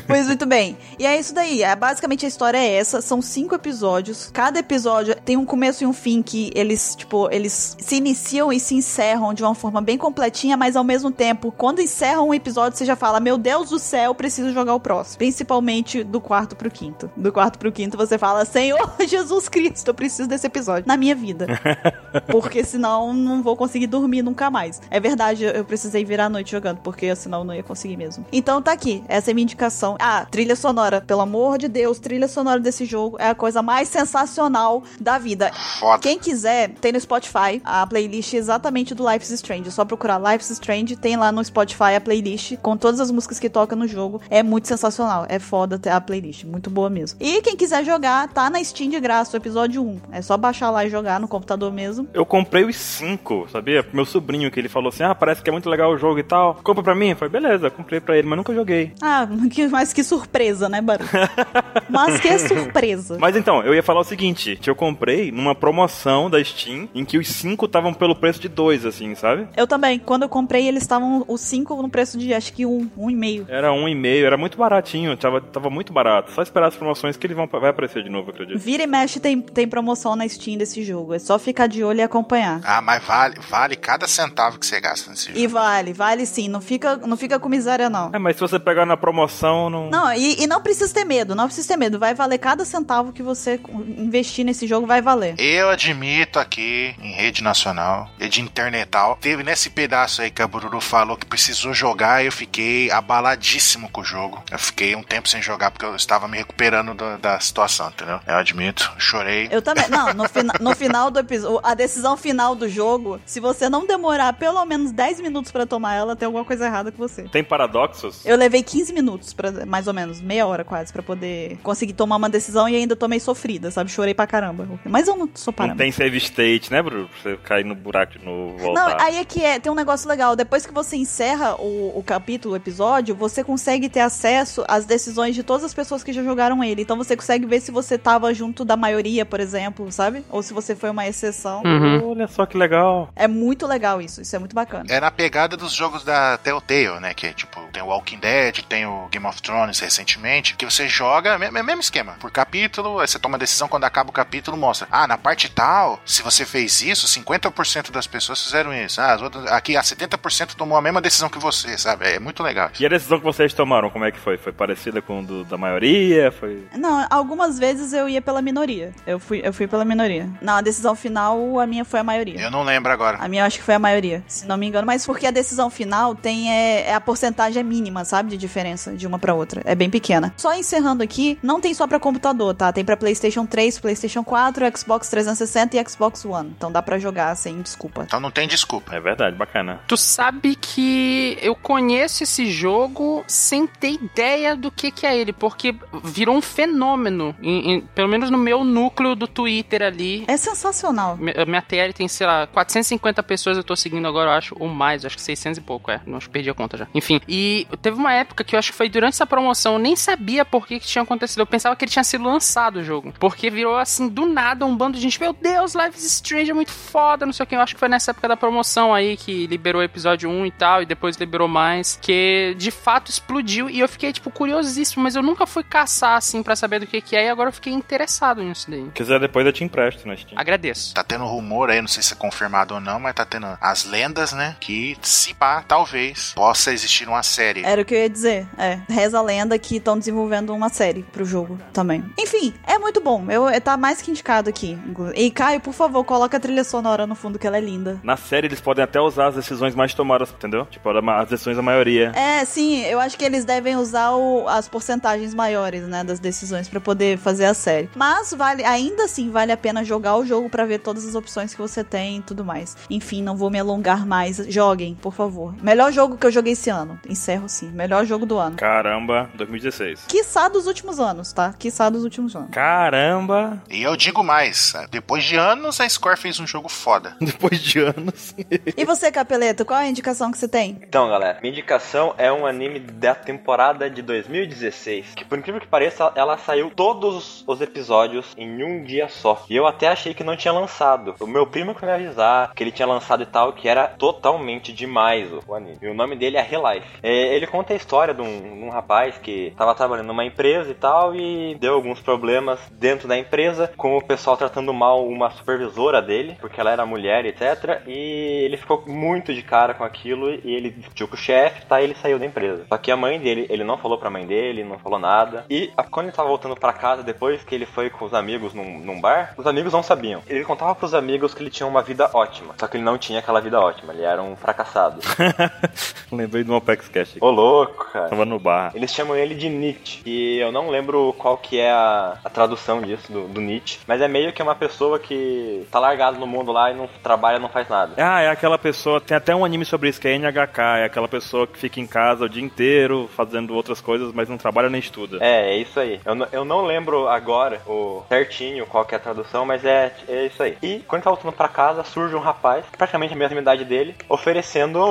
Speaker 2: pois muito bem. E é isso daí. É, basicamente a história é essa. São cinco episódios. Cada episódio tem um começo e um fim que eles, tipo, eles se iniciam e se encerram de uma forma bem completinha, mas ao mesmo tempo, quando encerram um episódio, você já fala: Meu Deus do céu, preciso jogar o próximo. Principalmente do quarto pro quinto. Do quarto pro quinto, você fala: Senhor [laughs] Jesus Cristo, eu preciso desse episódio. Na minha vida. Porque senão não vou conseguir dormir nunca mais. É verdade, eu- eu precisei virar a noite jogando, porque senão eu não ia conseguir mesmo. Então tá aqui, essa é minha indicação. Ah, trilha sonora. Pelo amor de Deus, trilha sonora desse jogo é a coisa mais sensacional da vida.
Speaker 1: Foda.
Speaker 2: Quem quiser, tem no Spotify a playlist exatamente do Life's Strange. É só procurar Life's Strange, tem lá no Spotify a playlist com todas as músicas que toca no jogo. É muito sensacional, é foda ter a playlist, muito boa mesmo. E quem quiser jogar, tá na Steam de graça, o episódio 1. É só baixar lá e jogar no computador mesmo.
Speaker 3: Eu comprei os cinco, sabia? Pro meu sobrinho, que ele falou assim: ah, parece que é muito legal o jogo e tal. Compra pra mim? Eu falei, beleza, comprei pra ele, mas nunca joguei.
Speaker 2: Ah, [laughs] que- mas que surpresa, né, Baru? Mas que surpresa.
Speaker 3: Mas então, eu ia falar o seguinte: que eu comprei numa promoção da Steam em que os cinco estavam pelo preço de dois, assim, sabe?
Speaker 2: Eu também, quando eu comprei, eles estavam os cinco no preço de acho que um, um e meio.
Speaker 3: Era um e meio, era muito baratinho, tava, tava
Speaker 2: [laughs]
Speaker 3: muito barato. Só esperar as promoções que ele vão, vai aparecer de novo, eu acredito.
Speaker 2: Vira e mexe tem, tem promoção na Steam desse jogo. É só só ficar de olho e acompanhar.
Speaker 1: Ah, mas vale, vale cada centavo que você gasta nesse jogo.
Speaker 2: E vale, vale sim. Não fica, não fica com miséria, não.
Speaker 3: É, mas se você pegar na promoção, não.
Speaker 2: Não, e, e não precisa ter medo, não precisa ter medo. Vai valer cada centavo que você investir nesse jogo, vai valer.
Speaker 1: Eu admito aqui, em rede nacional, rede internetal, teve nesse pedaço aí que a Bururu falou que precisou jogar, eu fiquei abaladíssimo com o jogo. Eu fiquei um tempo sem jogar porque eu estava me recuperando do- da situação, entendeu? Eu admito, chorei.
Speaker 2: Eu também. Não, no, fina- no final do episódio, a decisão final do jogo, se você não demorar pelo menos 10 minutos pra tomar ela, tem alguma coisa errada com você.
Speaker 3: Tem paradoxos?
Speaker 2: Eu levei 15 minutos, pra, mais ou menos, meia hora quase, pra poder conseguir tomar uma decisão e ainda tomei sofrida, sabe? Chorei pra caramba. Mas eu não sou
Speaker 3: Não
Speaker 2: parâmetro.
Speaker 3: tem save state, né, Bruno? Pra você cair no buraco de novo, voltar.
Speaker 2: Não, aí é que é, tem um negócio legal. Depois que você encerra o, o capítulo, o episódio, você consegue ter acesso às decisões de todas as pessoas que já jogaram ele. Então você consegue ver se você tava junto da maioria, por exemplo, sabe? Ou se você foi uma exceção.
Speaker 4: Uhum.
Speaker 3: Olha só que legal.
Speaker 2: É muito legal isso, isso é muito bacana.
Speaker 1: É na pegada dos jogos da Telltale, né? Que é tipo, tem o Walking Dead, tem o Game of Thrones recentemente, que você joga, é me- me- mesmo esquema, por capítulo, aí você toma a decisão quando acaba o capítulo, mostra. Ah, na parte tal, se você fez isso, 50% das pessoas fizeram isso. Ah, as outras, aqui, ah, 70% tomou a mesma decisão que você, sabe? É muito legal.
Speaker 3: E a decisão que vocês tomaram, como é que foi? Foi parecida com o do- da maioria? Foi.
Speaker 2: Não, algumas vezes eu ia pela minoria. Eu fui, eu fui pela minoria. Na decisão final, a minha foi a maioria.
Speaker 1: Eu não lembro agora.
Speaker 2: A minha eu acho que foi a maioria, se não me engano. Mas porque a decisão final tem é, é a porcentagem é mínima, sabe? De diferença de uma pra outra. É bem pequena. Só encerrando aqui, não tem só pra computador, tá? Tem pra PlayStation 3, PlayStation 4, Xbox 360 e Xbox One. Então dá pra jogar sem desculpa.
Speaker 1: Então não tem desculpa.
Speaker 3: É verdade, bacana.
Speaker 4: Tu sabe que eu conheço esse jogo sem ter ideia do que, que é ele, porque virou um fenômeno, em- em- pelo menos no meu núcleo do Twitter ali.
Speaker 2: É sensacional.
Speaker 4: Mi- Minha TL tem, sei lá, 450 pessoas eu tô seguindo agora, eu acho, ou mais, acho que 600 e pouco, é. Não, acho que perdi a conta já. Enfim, e teve uma época que eu acho que foi durante essa promoção, eu nem sabia por que, que tinha acontecido. Eu pensava que ele tinha sido lançado o jogo, porque virou assim, do nada, um bando de gente, meu Deus, Life is Strange é muito foda, não sei o que. Eu acho que foi nessa época da promoção aí que liberou o episódio 1 e tal, e depois liberou mais, que de fato explodiu e eu fiquei, tipo, curiosíssimo, mas eu nunca fui caçar, assim, pra saber do que que é, e agora eu fiquei interessado nisso daí.
Speaker 3: Se quiser, depois eu te empresto, né, Steam?
Speaker 4: Agradeço.
Speaker 1: Tá tendo rumor aí, não sei se é confirmado ou não, mas tá tendo as lendas, né? Que se pá, talvez possa existir uma série.
Speaker 2: Era o que eu ia dizer. É. Reza a lenda que estão desenvolvendo uma série pro jogo também. Enfim, é muito bom. Eu, é- tá mais que indicado aqui. E Caio, por favor, coloca a trilha sonora no fundo, que ela é linda.
Speaker 3: Na série, eles podem até usar as decisões mais tomadas, entendeu? Tipo, as decisões da maioria.
Speaker 2: É, sim, eu acho que eles devem usar o- as porcentagens maiores, né, das decisões pra poder fazer a série. Mas vale, ainda assim vale a pena jogar o jogo pra ver todas as opções que você tem e tudo mais. Enfim, não vou me alongar mais. Joguem, por favor. Melhor jogo que eu joguei esse ano. Encerro sim. Melhor jogo do ano.
Speaker 3: Caramba, 2016.
Speaker 2: Quiçá dos últimos anos, tá? Quiçá dos últimos anos.
Speaker 3: Caramba!
Speaker 1: E eu digo mais, é, depois de anos a Square fez um jogo foda.
Speaker 3: [laughs] Depois de anos.
Speaker 2: E você, Capeleto, qual é a indicação que você tem?
Speaker 5: Então, galera, minha indicação é um anime da temporada de 2016, que por incrível que pareça, ela saiu todos os episódios em um dia só. E eu até achei que não tinha lançado. O meu primo que foi me avisar que ele tinha lançado e tal, que era totalmente demais o, o anime. E o nome dele é Relife. É, ele conta a história de um, um rapaz que tava trabalhando numa empresa e tal e deu alguns problemas dentro da empresa, com o pessoal tratando mal uma supervisora dele, porque ela era mulher, etc. E ele ficou muito de cara com aquilo e ele discutiu com o chefe, tá? E ele saiu da empresa. Só que a mãe dele, ele não falou pra mãe dele, não falou nada. E a- quando ele tava voltando pra casa, depois que ele foi com os amigos num, num bar, os amigos não sabiam. Ele contava pros amigos que ele tinha uma vida ótima, só que ele não tinha aquela vida ótima, ele era um fracassado.
Speaker 3: [laughs] Lembrei de um Apex Cash.
Speaker 5: Ô louco, cara.
Speaker 3: Tava no bar.
Speaker 5: Eles chamam ele de Nietzsche. E eu não lembro qual que é a, a tradução disso, do, do Nietzsche. Mas é meio que uma pessoa que tá largada no mundo lá e não trabalha, não faz nada.
Speaker 3: Ah, é aquela pessoa. Tem até um anime sobre isso que é NHK. É aquela pessoa que fica em casa o dia inteiro fazendo outras coisas, mas não trabalha nem estuda.
Speaker 5: É, é isso aí. Eu, n- eu não lembro agora o certinho qual que é a tradução, mas é, é isso aí. E quando ele tá voltando pra casa, surge um rapaz, praticamente a mesma idade dele, oferecendo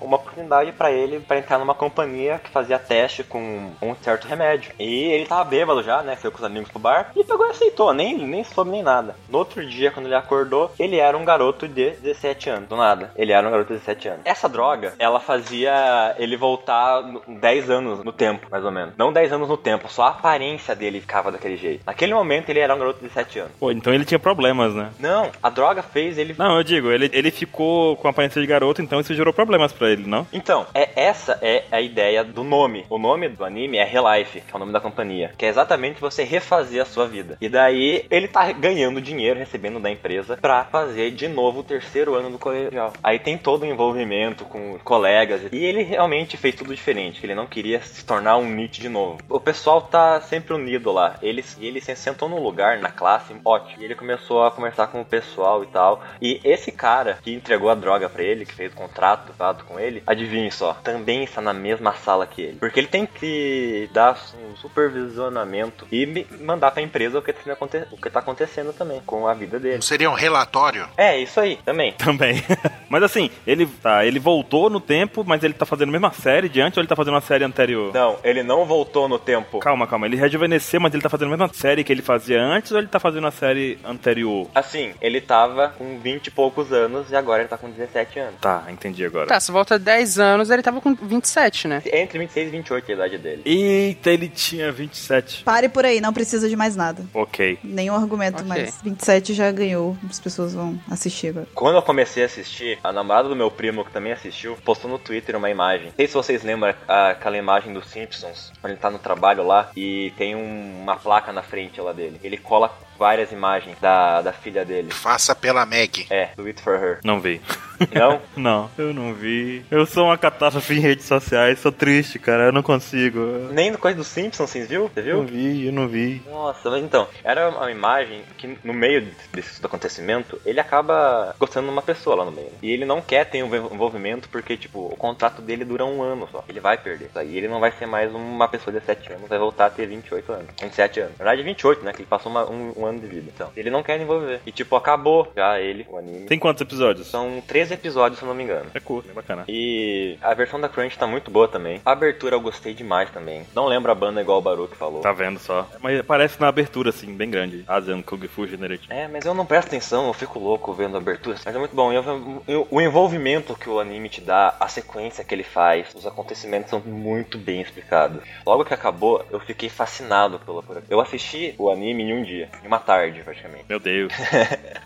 Speaker 5: uma oportunidade pra ele pra entrar numa companhia que fazia teste com um certo remédio. E ele tava bêbado já, né? Foi com os amigos pro bar. E pegou e aceitou, nem, nem soube nem nada. No outro dia, quando ele acordou, ele era um garoto de 17 anos. Do nada. Ele era um garoto de 17 anos. Essa droga, ela fazia ele voltar no- 10 anos no tempo, mais ou menos. Não 10 anos no tempo, só a aparência dele ficava daquele jeito. Naquele momento, ele era um garoto de 17 anos.
Speaker 3: Pô, então ele tinha problemas, né? né?
Speaker 5: Não, a droga fez ele.
Speaker 3: Não, eu digo, ele, ele ficou com a aparência de garoto, então isso gerou problemas pra ele, não? [laughs]
Speaker 5: Então, é, essa é a ideia do nome. O nome do anime é Relife, que é o nome da companhia. Que é exatamente você refazer a sua vida. E daí ele tá ganhando dinheiro, recebendo da empresa, pra fazer de novo o terceiro ano do colegial. Aí tem todo o envolvimento com colegas. E ele realmente fez tudo diferente, que ele não queria se tornar um Nietzsche de novo. O pessoal tá sempre unido lá. Ele, ele se sentou num lugar, na classe, ótimo. E ele começou a conversar com o pessoal e tal. E esse cara que entregou a droga pra ele, que fez o contrato dado com ele, adivinhe só, também está na mesma sala que ele. Porque ele tem que dar um supervisionamento e me- mandar pra empresa o que, tá aconte- o que tá acontecendo também com a vida dele.
Speaker 1: Seria um relatório?
Speaker 5: É, isso aí, também.
Speaker 3: Também. mas assim, ele tá, ele voltou no tempo, mas ele tá fazendo a mesma série de antes ou ele tá fazendo uma série anterior?
Speaker 5: Não, ele não voltou no tempo.
Speaker 3: Calma, calma. Ele rejuvenesceu, mas ele tá fazendo a mesma série que ele fazia antes ou ele tá fazendo a série anterior?
Speaker 5: Assim, ele tava com 20 e poucos anos e agora ele tá com 17 anos.
Speaker 3: Tá, entendi agora.
Speaker 4: Tá, se volta 10 anos, ele tava com 27, né?
Speaker 5: Entre 26 e 28 é a idade dele.
Speaker 3: Eita, ele tinha 27.
Speaker 2: Pare por aí, não precisa de mais nada.
Speaker 3: Ok.
Speaker 2: Nenhum argumento,
Speaker 4: Ok.
Speaker 2: mas 27 já ganhou. As pessoas vão assistir agora.
Speaker 5: Quando eu comecei a assistir, a namorada do meu primo, que também assistiu, postou no Twitter uma imagem. Não sei se vocês lembram a- aquela imagem dos Simpsons, quando ele tá no trabalho lá e tem um- uma placa na frente lá dele. Ele cola várias imagens da, da filha dele.
Speaker 1: Faça pela Meg.
Speaker 5: É, do It For Her.
Speaker 3: Não vi.
Speaker 5: [laughs] Não?
Speaker 3: Não, eu não vi. Eu sou uma catástrofe em redes sociais, sou triste, cara. Eu não consigo. Eu
Speaker 5: Nem coisa dos Simpsons, vocês viu? Você viu?
Speaker 3: não vi, eu não vi.
Speaker 5: Nossa, mas então, era uma imagem que no meio desse tudo acontecimento, ele acaba gostando de uma pessoa lá no meio. né? E ele não quer ter um envolvimento porque, tipo, o contrato dele dura um ano só. Ele vai perder. isso aí ele não vai ser mais uma pessoa de 17 anos, vai voltar a ter 28 anos. 27 anos. Na verdade, 28, né? Que ele passou uma- um, um ano de vida. Então, ele não quer envolver. E, tipo, acabou já ele, o anime.
Speaker 3: Tem quantos episódios?
Speaker 5: São 13 episódios, se eu não me engano.
Speaker 3: É curto, é bacana.
Speaker 5: E a versão da Crunch tá muito boa também. A abertura eu gostei demais também. Não lembro a banda igual o Baruch falou.
Speaker 3: Tá vendo só. Mas aparece na abertura, assim, bem grande. Asian Kung Fu Generation.
Speaker 5: É, mas eu não presto atenção, eu fico louco vendo a abertura. Mas é muito bom. E eu- eu- o envolvimento que o anime te dá, a sequência que ele faz, os acontecimentos são muito bem explicados. Logo que acabou, eu fiquei fascinado pela por Eu assisti o anime em um dia, em uma tarde praticamente. [laughs]
Speaker 3: Meu Deus.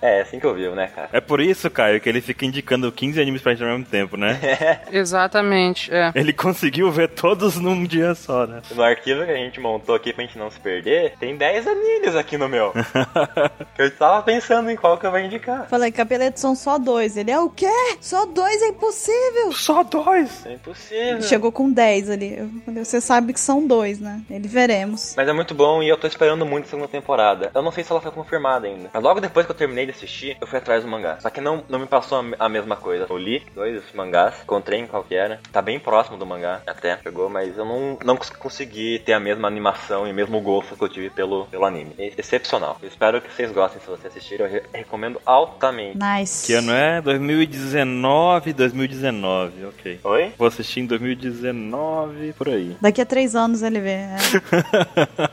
Speaker 5: é, assim que eu vi, né, cara?
Speaker 3: É por isso, Caio, que ele fica indicando 15 animes pra gente ao mesmo tempo, [laughs] né?
Speaker 4: Exatamente, é.
Speaker 3: Ele conseguiu ver todos num dia só, né?
Speaker 5: No arquivo que a gente montou aqui pra gente não se perder, tem 10 animes aqui no meu. eu tava pensando em qual que eu vou indicar.
Speaker 2: Falei, Capeleto, são só dois. Ele é o quê? Só dois é impossível.
Speaker 3: Só dois?
Speaker 5: É impossível.
Speaker 2: Ele chegou com 10 ali. Eu falei, Você sabe que são dois, né? Ele veremos.
Speaker 5: Mas é muito bom e eu tô esperando muito a segunda temporada. Eu não sei se ela foi confirmada ainda. Mas logo depois que eu terminei de assistir, eu fui atrás do mangá. Só que não, não me passou a, me- a mesma coisa. Eu li dois mangás, encontrei em qualquer. Tá bem próximo do mangá, até. Chegou, mas eu não, não cons- consegui ter a mesma animação e o mesmo gosto que eu tive pelo, pelo anime. É excepcional. Eu espero que vocês gostem se vocês assistirem. Eu re- recomendo altamente.
Speaker 2: Nice.
Speaker 3: Que ano é? 2019, 2019, ok.
Speaker 5: Oi?
Speaker 3: Vou assistir em 2019, por aí.
Speaker 2: Daqui a três anos ele vê.
Speaker 3: [laughs]
Speaker 2: é.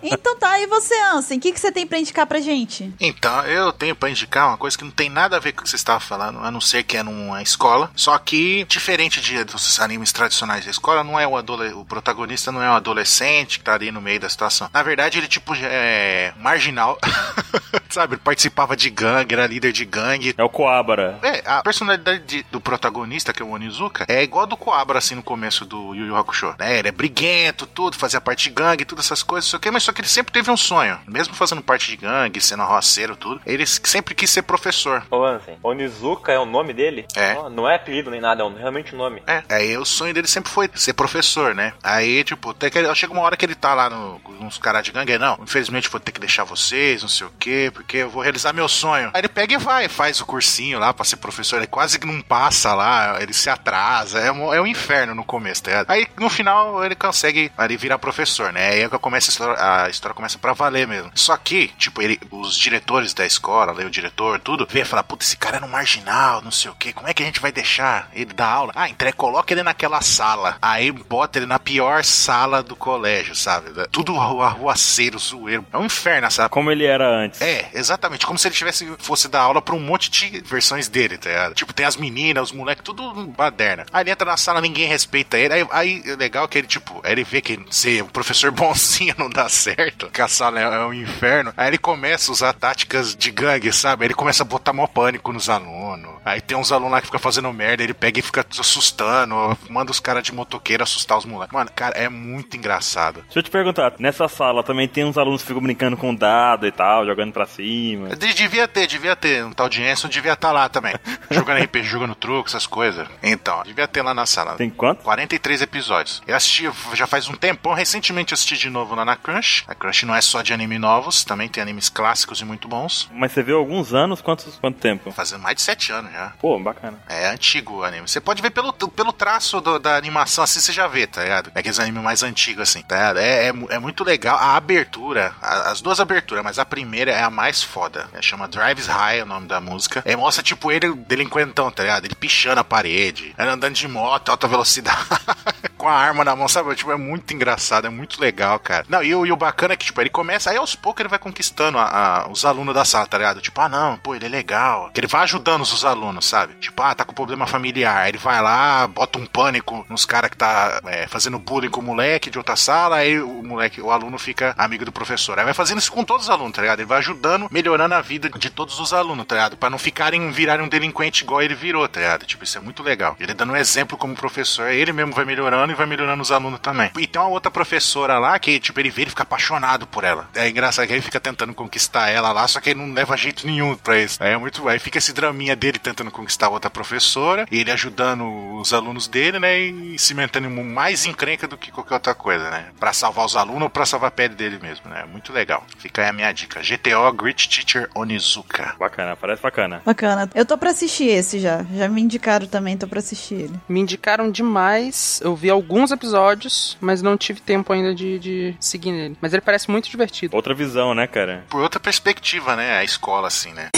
Speaker 2: então tá, e você, Ansem? O que, que você tem pra indicar pra gente?
Speaker 1: Então, eu tenho pra indicar uma coisa que não tem nada a ver com o que você estava falando, a não ser que é numa escola. Só que, diferente de, dos animes tradicionais da escola, não é o, adole- o protagonista não é um adolescente que tá ali no meio da situação. Na verdade, ele, tipo, é marginal. [laughs] Sabe, ele participava de gangue, era líder de gangue.
Speaker 3: É o Coabra.
Speaker 1: É, a personalidade de- do protagonista, que é o Onizuka, é igual a do Coabra, assim, no começo do Yu Yu Hakusho. Né? Ele é briguento, tudo, fazia parte de gangue, todas essas coisas, só que, mas só que ele sempre teve um sonho. Mesmo fazendo parte de gangue, sendo roceiro, tudo, ele s- sempre quis ser professor.
Speaker 5: Ô Ansem, Onizuka é o nome dele?
Speaker 1: É.
Speaker 5: Não, não é apelido nem nada, é um- realmente o nome.
Speaker 1: É, aí o sonho dele sempre foi ser professor, né? Aí, tipo, até que ele- chega uma hora que ele tá lá no, com uns caras de gangue, aí, não, infelizmente vou ter que deixar vocês, não sei o quê, porque eu vou realizar meu sonho. Aí ele pega e vai, faz o cursinho lá pra ser professor, ele quase que não passa lá, ele se atrasa, é um, é um inferno no começo, tá ligado? Aí no final ele consegue ali virar professor, né? Aí é que começa a história, a história começa pra valer mesmo. Só que, tipo, ele, os diretores da escola, ali, o diretor, tudo, vê e fala, puta, esse cara era um marginal, não sei o quê, aqui, como é que a gente vai deixar ele dar aula? Ah, entre coloca ele naquela sala. Aí bota ele na pior sala do colégio, sabe? Tudo arru- arruaceiro, zoeiro. É um inferno essa
Speaker 3: Como ele era antes.
Speaker 1: é, exatamente. Como se ele tivesse fosse dar aula pra um monte de versões dele, tá ligado? Tipo, tem as meninas, os moleques, tudo baderna. Aí ele entra na sala, ninguém respeita ele. Aí, aí é legal que ele, tipo, aí ele vê que ser um professor [laughs] bonzinho não dá certo, que a sala é, é um inferno. Aí ele começa a usar táticas de gangue, sabe? Aí ele começa a botar mó pânico nos alunos. Aí tem uns alunos lá que ficam fazendo merda, ele pega e fica assustando, manda os caras de motoqueiro assustar os moleques. Mano, cara, é muito engraçado.
Speaker 3: Deixa eu te perguntar, nessa sala também tem uns alunos que ficam brincando com dado e tal, jogando pra cima.
Speaker 1: De- Devia ter, devia ter. Um tal de Enson devia estar lá também. Jogando RPG, jogando truco, essas coisas. Então, devia ter lá na sala.
Speaker 3: Tem quanto?
Speaker 1: 43 episódios. Eu assisti já faz um tempão, recentemente eu assisti de novo lá na Crunch. A Crunch não é só de anime novos, também tem animes clássicos e muito bons.
Speaker 3: Mas você viu alguns anos, quantos, quanto tempo?
Speaker 1: Fazendo mais de 7 anos já.
Speaker 3: Pô, bacana.
Speaker 1: É antigo o anime. Você pode ver pelo, pelo traço do- da animação, assim você já vê, tá ligado? É aqueles animes mais antigos, assim, tá ligado? É, é, mu- é muito legal. A abertura, a- as duas aberturas, mas a primeira é a mais foda. É, chama Drives High, o nome da música. É, mostra, tipo, ele delinquentão, tá ligado? Ele pichando a parede, ele andando de moto, alta velocidade, [laughs] com a arma na mão, sabe? Tipo, é muito engraçado, é muito legal, cara. Não, e o, e o bacana é que, tipo, ele começa, aí aos poucos ele vai conquistando a- a- os alunos da sala, tá ligado? Tipo, ah, não, pô, ele é legal. Que ele vai ajudando os alunos, sabe? Tipo, ah, tá com problema familiar. Aí ele vai lá, bota um pânico nos caras que tá é, fazendo bullying com o moleque de outra sala, aí o moleque, o aluno fica amigo do professor. Aí vai fazendo isso com todos os alunos, tá ligado? Ele vai ajudando, melhorando a vida de todos os alunos, tá ligado? Pra não ficarem, virarem um delinquente igual ele virou, tá ligado? Tipo, isso é muito legal. Ele dando um exemplo como professor, aí ele mesmo vai melhorando e vai melhorando os alunos também. E tem uma outra professora lá que, tipo, ele vê, ele fica apaixonado por ela. É engraçado que aí ele fica tentando conquistar ela lá, só que ele não leva jeito nenhum pra isso. Aí é muito. Aí fica esse draminha dele tentando conquistar outra professora, e ele ajudando os alunos dele, né? E cimentando mais encrenca do que qualquer outra coisa, né? Pra salvar os alunos ou pra salvar a pele dele mesmo, né? Muito legal. Fica aí a minha dica. GTO Great Teacher Onizuka.
Speaker 3: Bacana, parece bacana.
Speaker 2: Bacana. Eu tô pra assistir esse já. Já me indicaram também, tô pra assistir ele.
Speaker 4: Me indicaram demais. Eu vi alguns episódios, mas não tive tempo ainda de, de seguir nele. Mas ele parece muito divertido.
Speaker 3: Outra visão, né, cara?
Speaker 1: Por outra perspectiva, né? A escola, assim, né?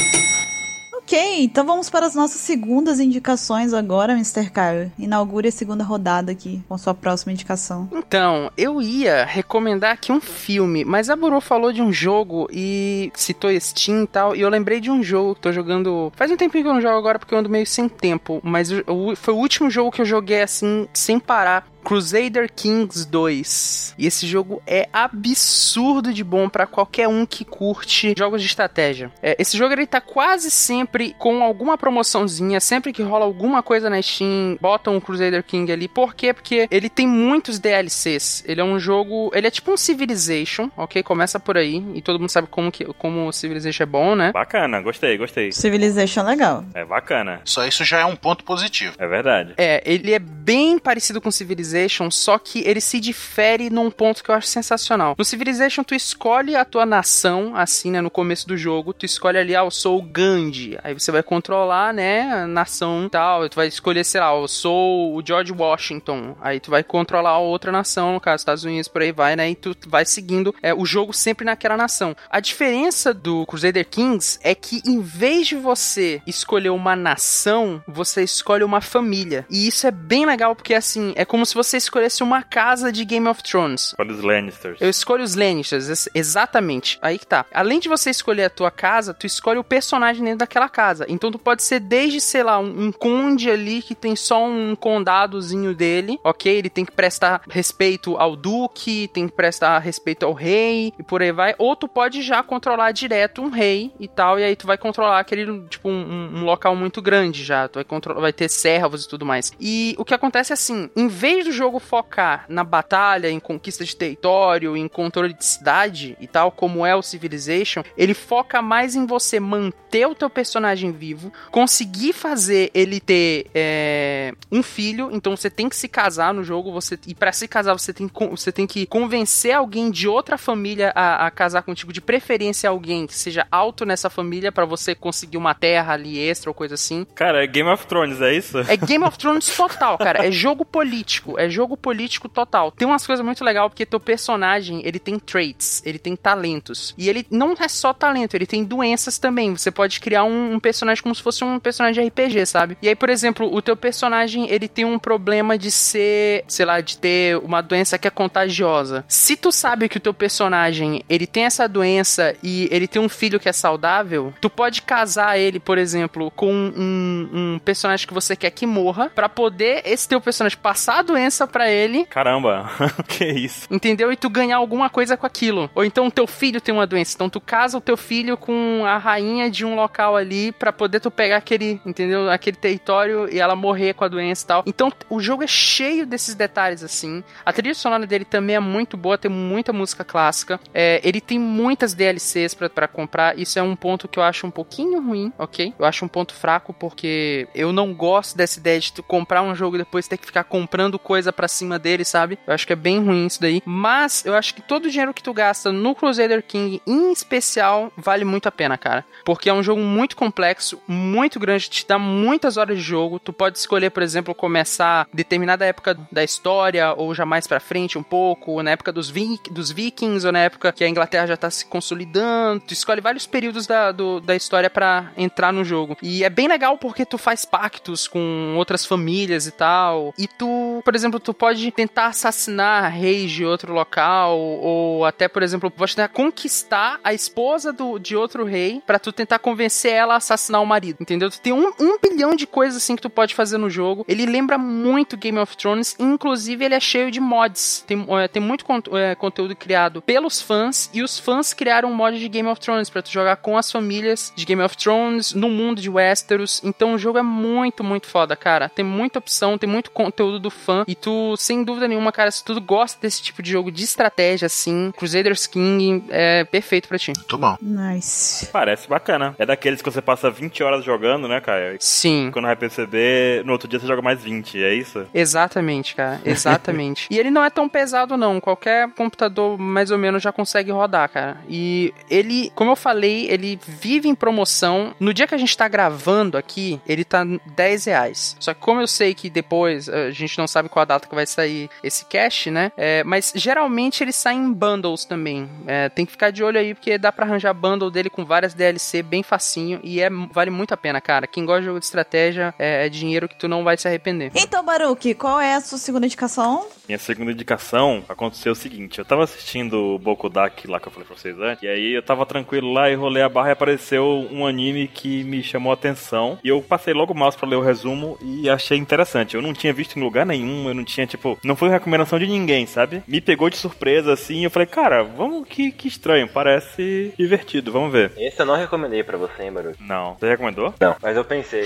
Speaker 2: Ok, então vamos para as nossas segundas indicações agora, Mr. Caio. Inaugure a segunda rodada aqui com sua próxima indicação.
Speaker 4: Então, eu ia recomendar aqui um filme, mas a Buru falou de um jogo e citou Steam e tal, e eu lembrei de um jogo que tô jogando. Faz um tempinho que eu não jogo agora porque eu ando meio sem tempo, mas o- o- foi o último jogo que eu joguei assim, sem parar. Crusader Kings 2. E esse jogo é absurdo de bom pra qualquer um que curte jogos de estratégia. É, esse jogo ele tá quase sempre com alguma promoçãozinha, sempre que rola alguma coisa na Steam, botam o Crusader King ali. Por quê? Porque ele tem muitos DLCs. Ele é um jogo, ele é tipo um Civilization, ok? Começa por aí e todo mundo sabe como que como o Civilization é bom, né?
Speaker 3: Bacana, gostei, gostei.
Speaker 2: Civilization é legal.
Speaker 3: É bacana.
Speaker 1: Só isso já é um ponto positivo.
Speaker 3: É verdade.
Speaker 4: É, ele é bem parecido com Civilization, só que ele se difere num ponto que eu acho sensacional. No Civilization, tu escolhe a tua nação, assim, né, no começo do jogo, tu escolhe ali, ah, eu sou o Gandhi. Aí você vai controlar, né, a nação e tal, tu vai escolher, sei lá, eu sou o George Washington. Aí tu vai controlar a outra nação, no caso, Estados Unidos, por aí vai, né, e tu vai seguindo é, o jogo sempre naquela nação. A diferença do Crusader Kings é que em vez de você escolher uma nação, você escolhe uma família. E isso é bem legal porque assim, é como se você escolhesse uma casa de Game of Thrones.
Speaker 3: Olha os Lannisters.
Speaker 4: Eu escolho os Lannisters, ex- exatamente. Aí que tá. Além de você escolher a tua casa, tu escolhe o personagem dentro daquela casa. Então tu pode ser desde, sei lá, um, um conde ali que tem só um condadozinho dele, ok? Ele tem que prestar respeito ao duque, tem que prestar respeito ao rei e por aí vai. Ou tu pode já controlar direto um rei e tal, e aí tu vai controlar aquele, tipo, um- um, um local muito grande já. Tu vai, contro- vai ter servos e tudo mais. E o que acontece é assim, em vez do jogo focar na batalha, em conquista de território, em controle de cidade e tal, como é o Civilization, ele foca mais em você manter o teu personagem vivo, conseguir fazer ele ter é, um filho, então você tem que se casar no jogo, você e pra se casar você tem, que con- você tem que convencer alguém de outra família a, a casar contigo, de preferência alguém que seja alto nessa família pra você conseguir uma terra ali extra ou coisa assim.
Speaker 3: Cara, é Game of Thrones, é isso? [laughs]
Speaker 4: É Game of Thrones total, cara. É jogo político. É é jogo político total. Tem umas coisas muito legais, porque teu personagem, ele tem traits, ele tem talentos. E ele não é só talento, ele tem doenças também. Você pode criar um, um personagem como se fosse um personagem de RPG, sabe? E aí, por exemplo, o teu personagem, ele tem um problema de ser, sei lá, de ter uma doença que é contagiosa. Se tu sabe que o teu personagem, ele tem essa doença e ele tem um filho que é saudável, tu pode casar ele, por exemplo, com um, um personagem que você quer que morra, pra poder esse teu personagem passar a doença pra ele,
Speaker 3: Caramba, [laughs] que isso.
Speaker 4: entendeu? E tu ganhar alguma coisa com aquilo. Ou então teu filho tem uma doença, então tu casa o teu filho com a rainha de um local ali pra poder tu pegar aquele, entendeu? Aquele território e ela morrer com a doença e tal. Então o jogo é cheio desses detalhes assim. A trilha sonora dele também é muito boa, tem muita música clássica. É, ele tem muitas DLCs pra, pra comprar. Isso é um ponto que eu acho um pouquinho ruim, ok? Eu acho um ponto fraco porque eu não gosto dessa ideia de tu comprar um jogo e depois ter que ficar comprando coisa pra cima dele, sabe? Eu acho que é bem ruim isso daí. Mas eu acho que todo o dinheiro que tu gasta no Crusader King, em especial, vale muito a pena, cara. Porque é um jogo muito complexo, muito grande, te dá muitas horas de jogo. Tu pode escolher, por exemplo, começar determinada época da história, ou já mais pra frente um pouco, ou na época dos, vi- dos vikings, ou na época que a Inglaterra já tá se consolidando. Tu escolhe vários períodos da, do- da história pra entrar no jogo. E é bem legal porque tu faz pactos com outras famílias e tal. E tu, por exemplo, tu pode tentar assassinar reis de outro local, ou até, por exemplo, pode tentar conquistar a esposa do, de outro rei pra tu tentar convencer ela a assassinar o marido, entendeu? Tu tem um, um bilhão de coisas assim que tu pode fazer no jogo. Ele lembra muito Game of Thrones, inclusive ele é cheio de mods. Tem, eh, tem muito cont- eh, conteúdo criado pelos fãs, e os fãs criaram um mod de Game of Thrones pra tu jogar com as famílias de Game of Thrones no mundo de Westeros. Então o jogo é muito, muito foda, cara. Tem muita opção, tem muito conteúdo do fã. E tu, sem dúvida nenhuma, cara, se tu gosta desse tipo de jogo de estratégia assim, Crusaders King é perfeito pra ti.
Speaker 1: Muito bom.
Speaker 2: Nice.
Speaker 3: Parece bacana. É daqueles que você passa 20 horas jogando, né, Caio?
Speaker 4: Sim.
Speaker 3: E quando vai perceber, no outro dia você joga mais 20, é isso?
Speaker 4: Exatamente, cara. Exatamente. e ele não é tão pesado, não. Qualquer computador, mais ou menos, já consegue rodar, cara. E ele, como eu falei, ele vive em promoção. No dia que a gente tá gravando aqui, ele tá R$ 10 reais. Só que como eu sei que depois eh, a gente não sabe qual a data que vai sair esse cash, né? É, mas geralmente ele sai em bundles também. É, tem que ficar de olho aí, porque dá pra arranjar bundle dele com várias DLC bem facinho. E é, vale muito a pena, cara. Quem gosta de jogo de estratégia, é- é dinheiro que tu não vai se arrepender.
Speaker 2: Então, Baruque, qual é a sua segunda indicação?
Speaker 3: Minha segunda indicação aconteceu o seguinte: eu tava assistindo o Bokudak lá que eu falei pra vocês antes, e aí eu tava tranquilo lá e rolei a barra e apareceu um anime que me chamou a atenção. E eu passei logo o mouse pra ler o resumo e achei interessante. Eu não tinha visto em lugar nenhum, eu não tinha, tipo, não foi recomendação de ninguém, sabe? Me pegou de surpresa assim, e eu falei, cara, vamos que, que estranho, parece divertido, vamos ver.
Speaker 5: Esse eu não recomendei pra você, hein, Baruch?
Speaker 3: Não, você recomendou?
Speaker 5: Não. Mas eu pensei.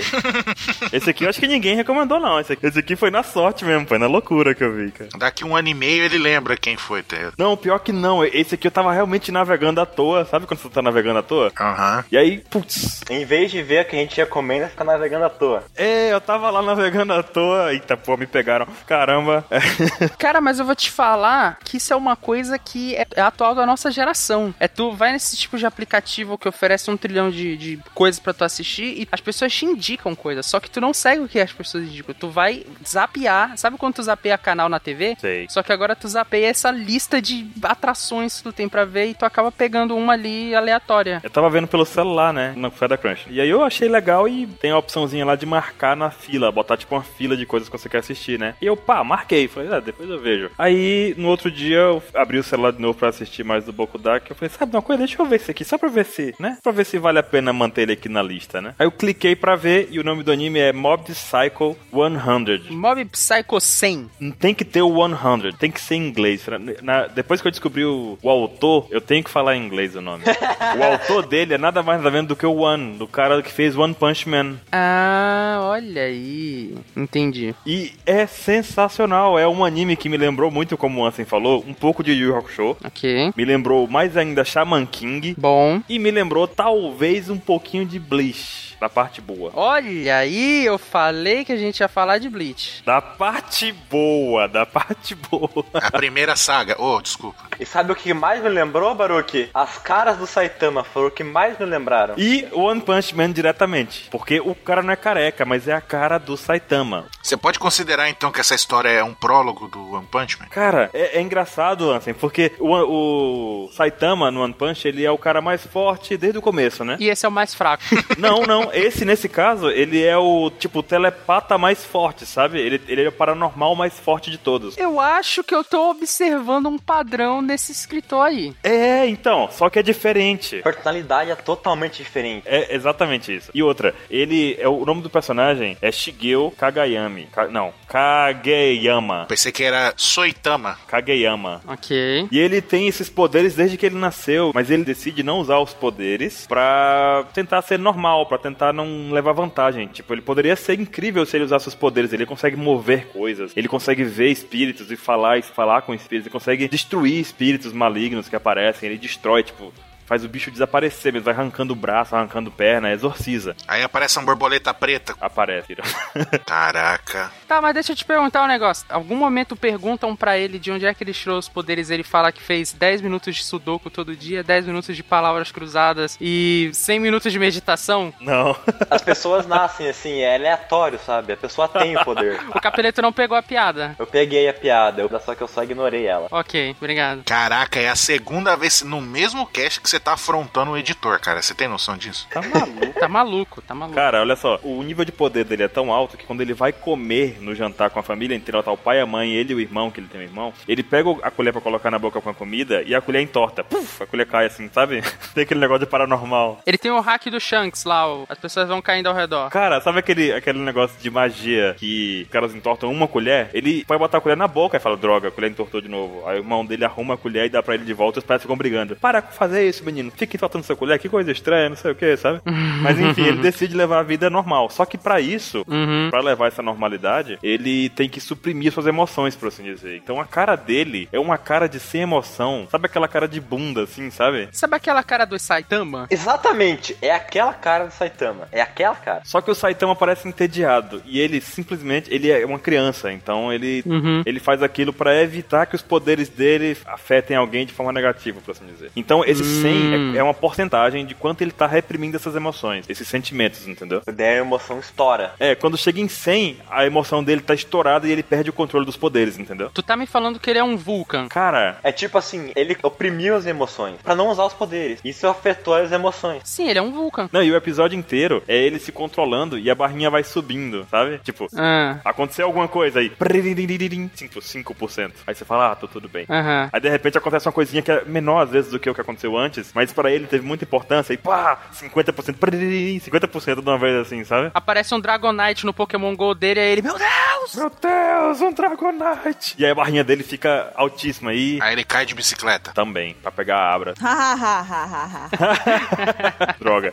Speaker 3: Esse aqui eu acho que ninguém recomendou, não. Esse aqui, esse aqui foi na sorte mesmo, foi na loucura que eu vi, cara.
Speaker 1: Daqui um ano e meio ele lembra quem foi, tá? Theo.
Speaker 3: Não, pior que não. Esse aqui eu tava realmente navegando à toa. Sabe quando você tá navegando à toa?
Speaker 1: Aham.
Speaker 3: E aí, putz,
Speaker 5: em vez de ver o que a gente recomenda, fica navegando à toa.
Speaker 3: é, eu tava lá navegando à toa. Eita, pô, me pegaram. Caramba. [laughs]
Speaker 4: Cara, mas eu vou te falar que isso é uma coisa que é é atual da nossa geração. É tu vai nesse tipo de aplicativo que oferece um trilhão de, de coisas pra tu assistir e as pessoas te indicam coisas, só que tu não segue o que as pessoas indicam. Tu vai zapear, sabe quando tu zapeia canal na TV?
Speaker 3: Sei.
Speaker 4: Só que agora tu zapeia essa lista de atrações que tu tem pra ver e tu acaba pegando uma ali aleatória.
Speaker 3: Eu tava vendo pelo celular, né? Na fé da Crunch. E aí eu achei legal e tem a opçãozinha lá de marcar na fila, botar tipo uma fila de coisas que você quer assistir, né? E eu, pá, marquei. Falei, ah, depois eu vejo. Aí no outro dia eu abri o celular de novo pra assistir mais do Bokudak. Eu falei, sabe de uma coisa? Deixa eu ver isso aqui, só pra ver se, né? Pra ver se vale a pena manter ele aqui na lista, né? Aí eu cliquei pra ver e o nome do anime é Mob Psycho 100.
Speaker 4: Mob Psycho 100.
Speaker 3: Não Tem que ter o 100, tem que ser em inglês. Na- depois que eu descobri o, o autor, eu tenho que falar em inglês o nome. o autor dele é nada mais nada menos do que o One, do cara que fez One Punch Man.
Speaker 4: Ah, olha aí. Entendi.
Speaker 3: E é sensacional, é um anime que me lembrou muito, como o Ansem falou, um pouco de Yu Yu Hakusho.
Speaker 4: Ok.
Speaker 3: Me lembrou mais ainda Shaman King.
Speaker 4: Bom.
Speaker 3: E me lembrou talvez um pouquinho de Bleach, da parte boa.
Speaker 4: Olha aí, eu falei que a gente ia falar de Bleach.
Speaker 3: Da parte boa, da parte boa.
Speaker 1: A primeira saga. Oh, desculpa.
Speaker 5: E sabe o que mais me lembrou, Baruch? As caras do Saitama foram o que mais me lembraram.
Speaker 3: E One Punch Man diretamente. Porque o cara não é careca, mas é a cara do Saitama.
Speaker 1: Você pode considerar então que essa história é um prólogo do One Punch Man?
Speaker 3: Cara, é, é engraçado, Ansem, porque o, o Saitama no One Punch, ele é o cara mais forte desde o começo, né?
Speaker 4: E esse é o mais [laughs] fraco.
Speaker 3: Não, não. Esse, nesse caso, ele é o, tipo, telepata mais forte, sabe? Ele, ele é o paranormal mais forte de todos.
Speaker 4: eu acho que eu tô observando um padrão nesse escritor aí.
Speaker 3: É, então. Só que é diferente.
Speaker 5: Personalidade é totalmente diferente.
Speaker 3: É exatamente isso. E outra, ele é o nome do personagem é Shigeo Kagayami. Ka- não, Kageyama.
Speaker 1: Pensei que era Soitama.
Speaker 3: Kageyama.
Speaker 4: Ok.
Speaker 3: E ele tem esses poderes desde que ele nasceu, mas ele decide não usar os poderes pra tentar ser normal, pra tentar não levar vantagem. Tipo, ele poderia ser incrível se ele usasse os poderes. Ele consegue mover coisas, ele consegue ver espíritos e falar, falar com espíritos, ele consegue destruir espíritos malignos que aparecem, ele destrói, tipo, faz o bicho desaparecer mesmo, vai arrancando o braço, arrancando perna, exorciza.
Speaker 1: Aí aparece uma borboleta preta.
Speaker 3: Aparece. [laughs]
Speaker 1: Caraca.
Speaker 4: Tá, mas deixa eu te perguntar um negócio. Algum momento perguntam pra ele de onde é que ele tirou os poderes. Ele fala que fez 10 minutos de sudoku todo dia, 10 minutos de palavras cruzadas e 100 minutos de meditação.
Speaker 3: Não.
Speaker 5: As pessoas [laughs] nascem assim, é aleatório, sabe? A pessoa tem o poder.
Speaker 4: O capeleto não pegou a piada.
Speaker 5: Eu peguei a piada, eu- só que eu só ignorei ela.
Speaker 4: Ok, obrigado.
Speaker 1: Caraca, é a segunda vez no mesmo cast que você tá afrontando o editor, cara. Você tem noção disso?
Speaker 3: Tá maluco.
Speaker 4: Tá maluco, tá maluco.
Speaker 3: Cara, olha só, o nível de poder dele é tão alto que quando ele vai comer no jantar com a família inteira, tá o pai, a mãe, ele e o irmão, que ele tem um irmão, ele pega a colher pra colocar na boca com a comida e a colher entorta. Puf, a colher cai assim, sabe? [laughs] Tem aquele negócio de paranormal.
Speaker 4: Ele tem o hack do Shanks lá, o- as pessoas vão caindo ao redor.
Speaker 3: Cara, sabe aquele, aquele negócio de magia que os caras entortam uma colher? Ele vai botar a colher na boca e fala, droga, a colher entortou de novo. Aí o irmão dele arruma a colher e dá pra ele de volta e os pais ficam brigando. Para com fazer isso, menino. Fica entortando sua colher, que coisa estranha, não sei o que, sabe? Mas enfim, ele decide levar a vida normal. Só que pra isso, pra levar essa normalidade, ele tem que suprimir suas emoções, por assim dizer. Então a cara dele é uma cara de sem emoção. Sabe aquela cara de bunda, assim, sabe?
Speaker 4: Sabe aquela cara do Saitama?
Speaker 5: Exatamente, é aquela cara do Saitama. É aquela cara.
Speaker 3: Só que o Saitama parece entediado e ele simplesmente ele é uma criança, então ele
Speaker 4: Uhum.
Speaker 3: ele faz aquilo pra evitar que os poderes dele afetem alguém de forma negativa, por assim dizer. Então esse
Speaker 4: Hum.
Speaker 3: 100 é, é uma porcentagem de quanto ele tá reprimindo essas emoções, esses sentimentos, entendeu?
Speaker 5: Daí a emoção estoura.
Speaker 3: É, quando chega em 100, a emoção dele tá estourada e ele perde o controle dos poderes, entendeu?
Speaker 4: Tu tá me falando que ele é um Vulcan.
Speaker 3: Cara,
Speaker 5: É tipo assim, ele oprimiu as emoções pra não usar os poderes. Isso afetou as emoções.
Speaker 4: Sim, ele é um Vulcan.
Speaker 3: não, e o episódio inteiro é ele se controlando e a barrinha vai subindo, sabe? Tipo,
Speaker 4: Ah,
Speaker 3: aconteceu alguma coisa aí, 5%, 5%. Aí você fala, ah, tô tudo bem.
Speaker 4: aham.
Speaker 3: Aí de repente acontece uma coisinha que é menor às vezes do que o que aconteceu antes, mas pra ele teve muita importância e pá, 50%, prrrrim, 50% de uma vez assim, sabe?
Speaker 4: Aparece um Dragonite no Pokémon GO dele, aí ele, meu Deus!
Speaker 3: Meu Deus, um Dragonite! E aí a barrinha dele fica altíssima e
Speaker 1: Aí ele cai de bicicleta.
Speaker 3: também, pra pegar a [laughs] Abra.
Speaker 2: Ha, ha, ha, ha, ha, ha.
Speaker 3: Droga.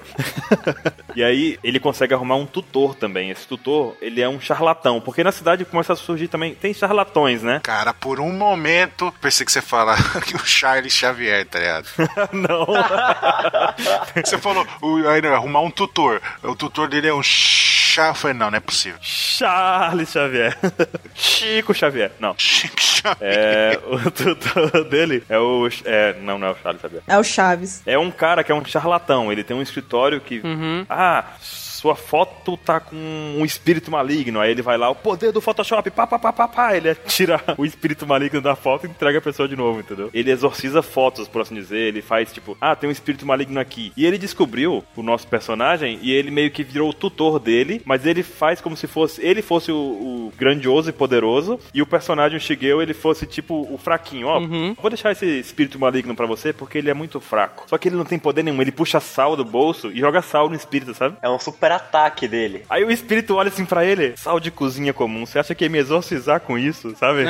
Speaker 3: e aí ele consegue arrumar um tutor também. Esse tutor, ele é um charlatão, porque na cidade começa a surgir também, tem charlatões, né?
Speaker 1: Cara, por um momento, pensei que você fala [laughs] que o Charles Xavier, tá ligado?
Speaker 3: Não.
Speaker 1: [laughs] Você falou, o, aí, não, arrumar um tutor. O tutor dele é um chá. Eu falei, não, não é possível. [laughs]
Speaker 3: Charles Xavier. [laughs] Chico Xavier. Não. É, o [laughs] tutor dele é o. É, não, não é o Charles Xavier.
Speaker 2: É o Chaves.
Speaker 3: É um cara que é um charlatão. Ele tem um escritório que. Ah, sua foto tá com um espírito maligno. Aí ele vai lá, o poder do Photoshop, pá, pá, pá, pá, pá. Ele tira [laughs] o espírito maligno da foto e entrega a pessoa de novo, entendeu? Ele exorciza fotos, por assim dizer. Ele faz tipo, ah, tem um espírito maligno aqui. E ele descobriu o nosso personagem e ele meio que virou o tutor dele, mas ele faz como se fosse ele fosse o, o grandioso e poderoso e o personagem o Shigeo ele fosse tipo o fraquinho. Ó, vou deixar esse espírito maligno pra você porque ele é muito fraco. Só que ele não tem poder nenhum. Ele puxa sal do bolso e joga sal no espírito, sabe?
Speaker 5: É um super ataque dele.
Speaker 3: Aí o espírito olha assim pra ele, sal de cozinha comum. Você acha que ia me exorcizar com isso, sabe?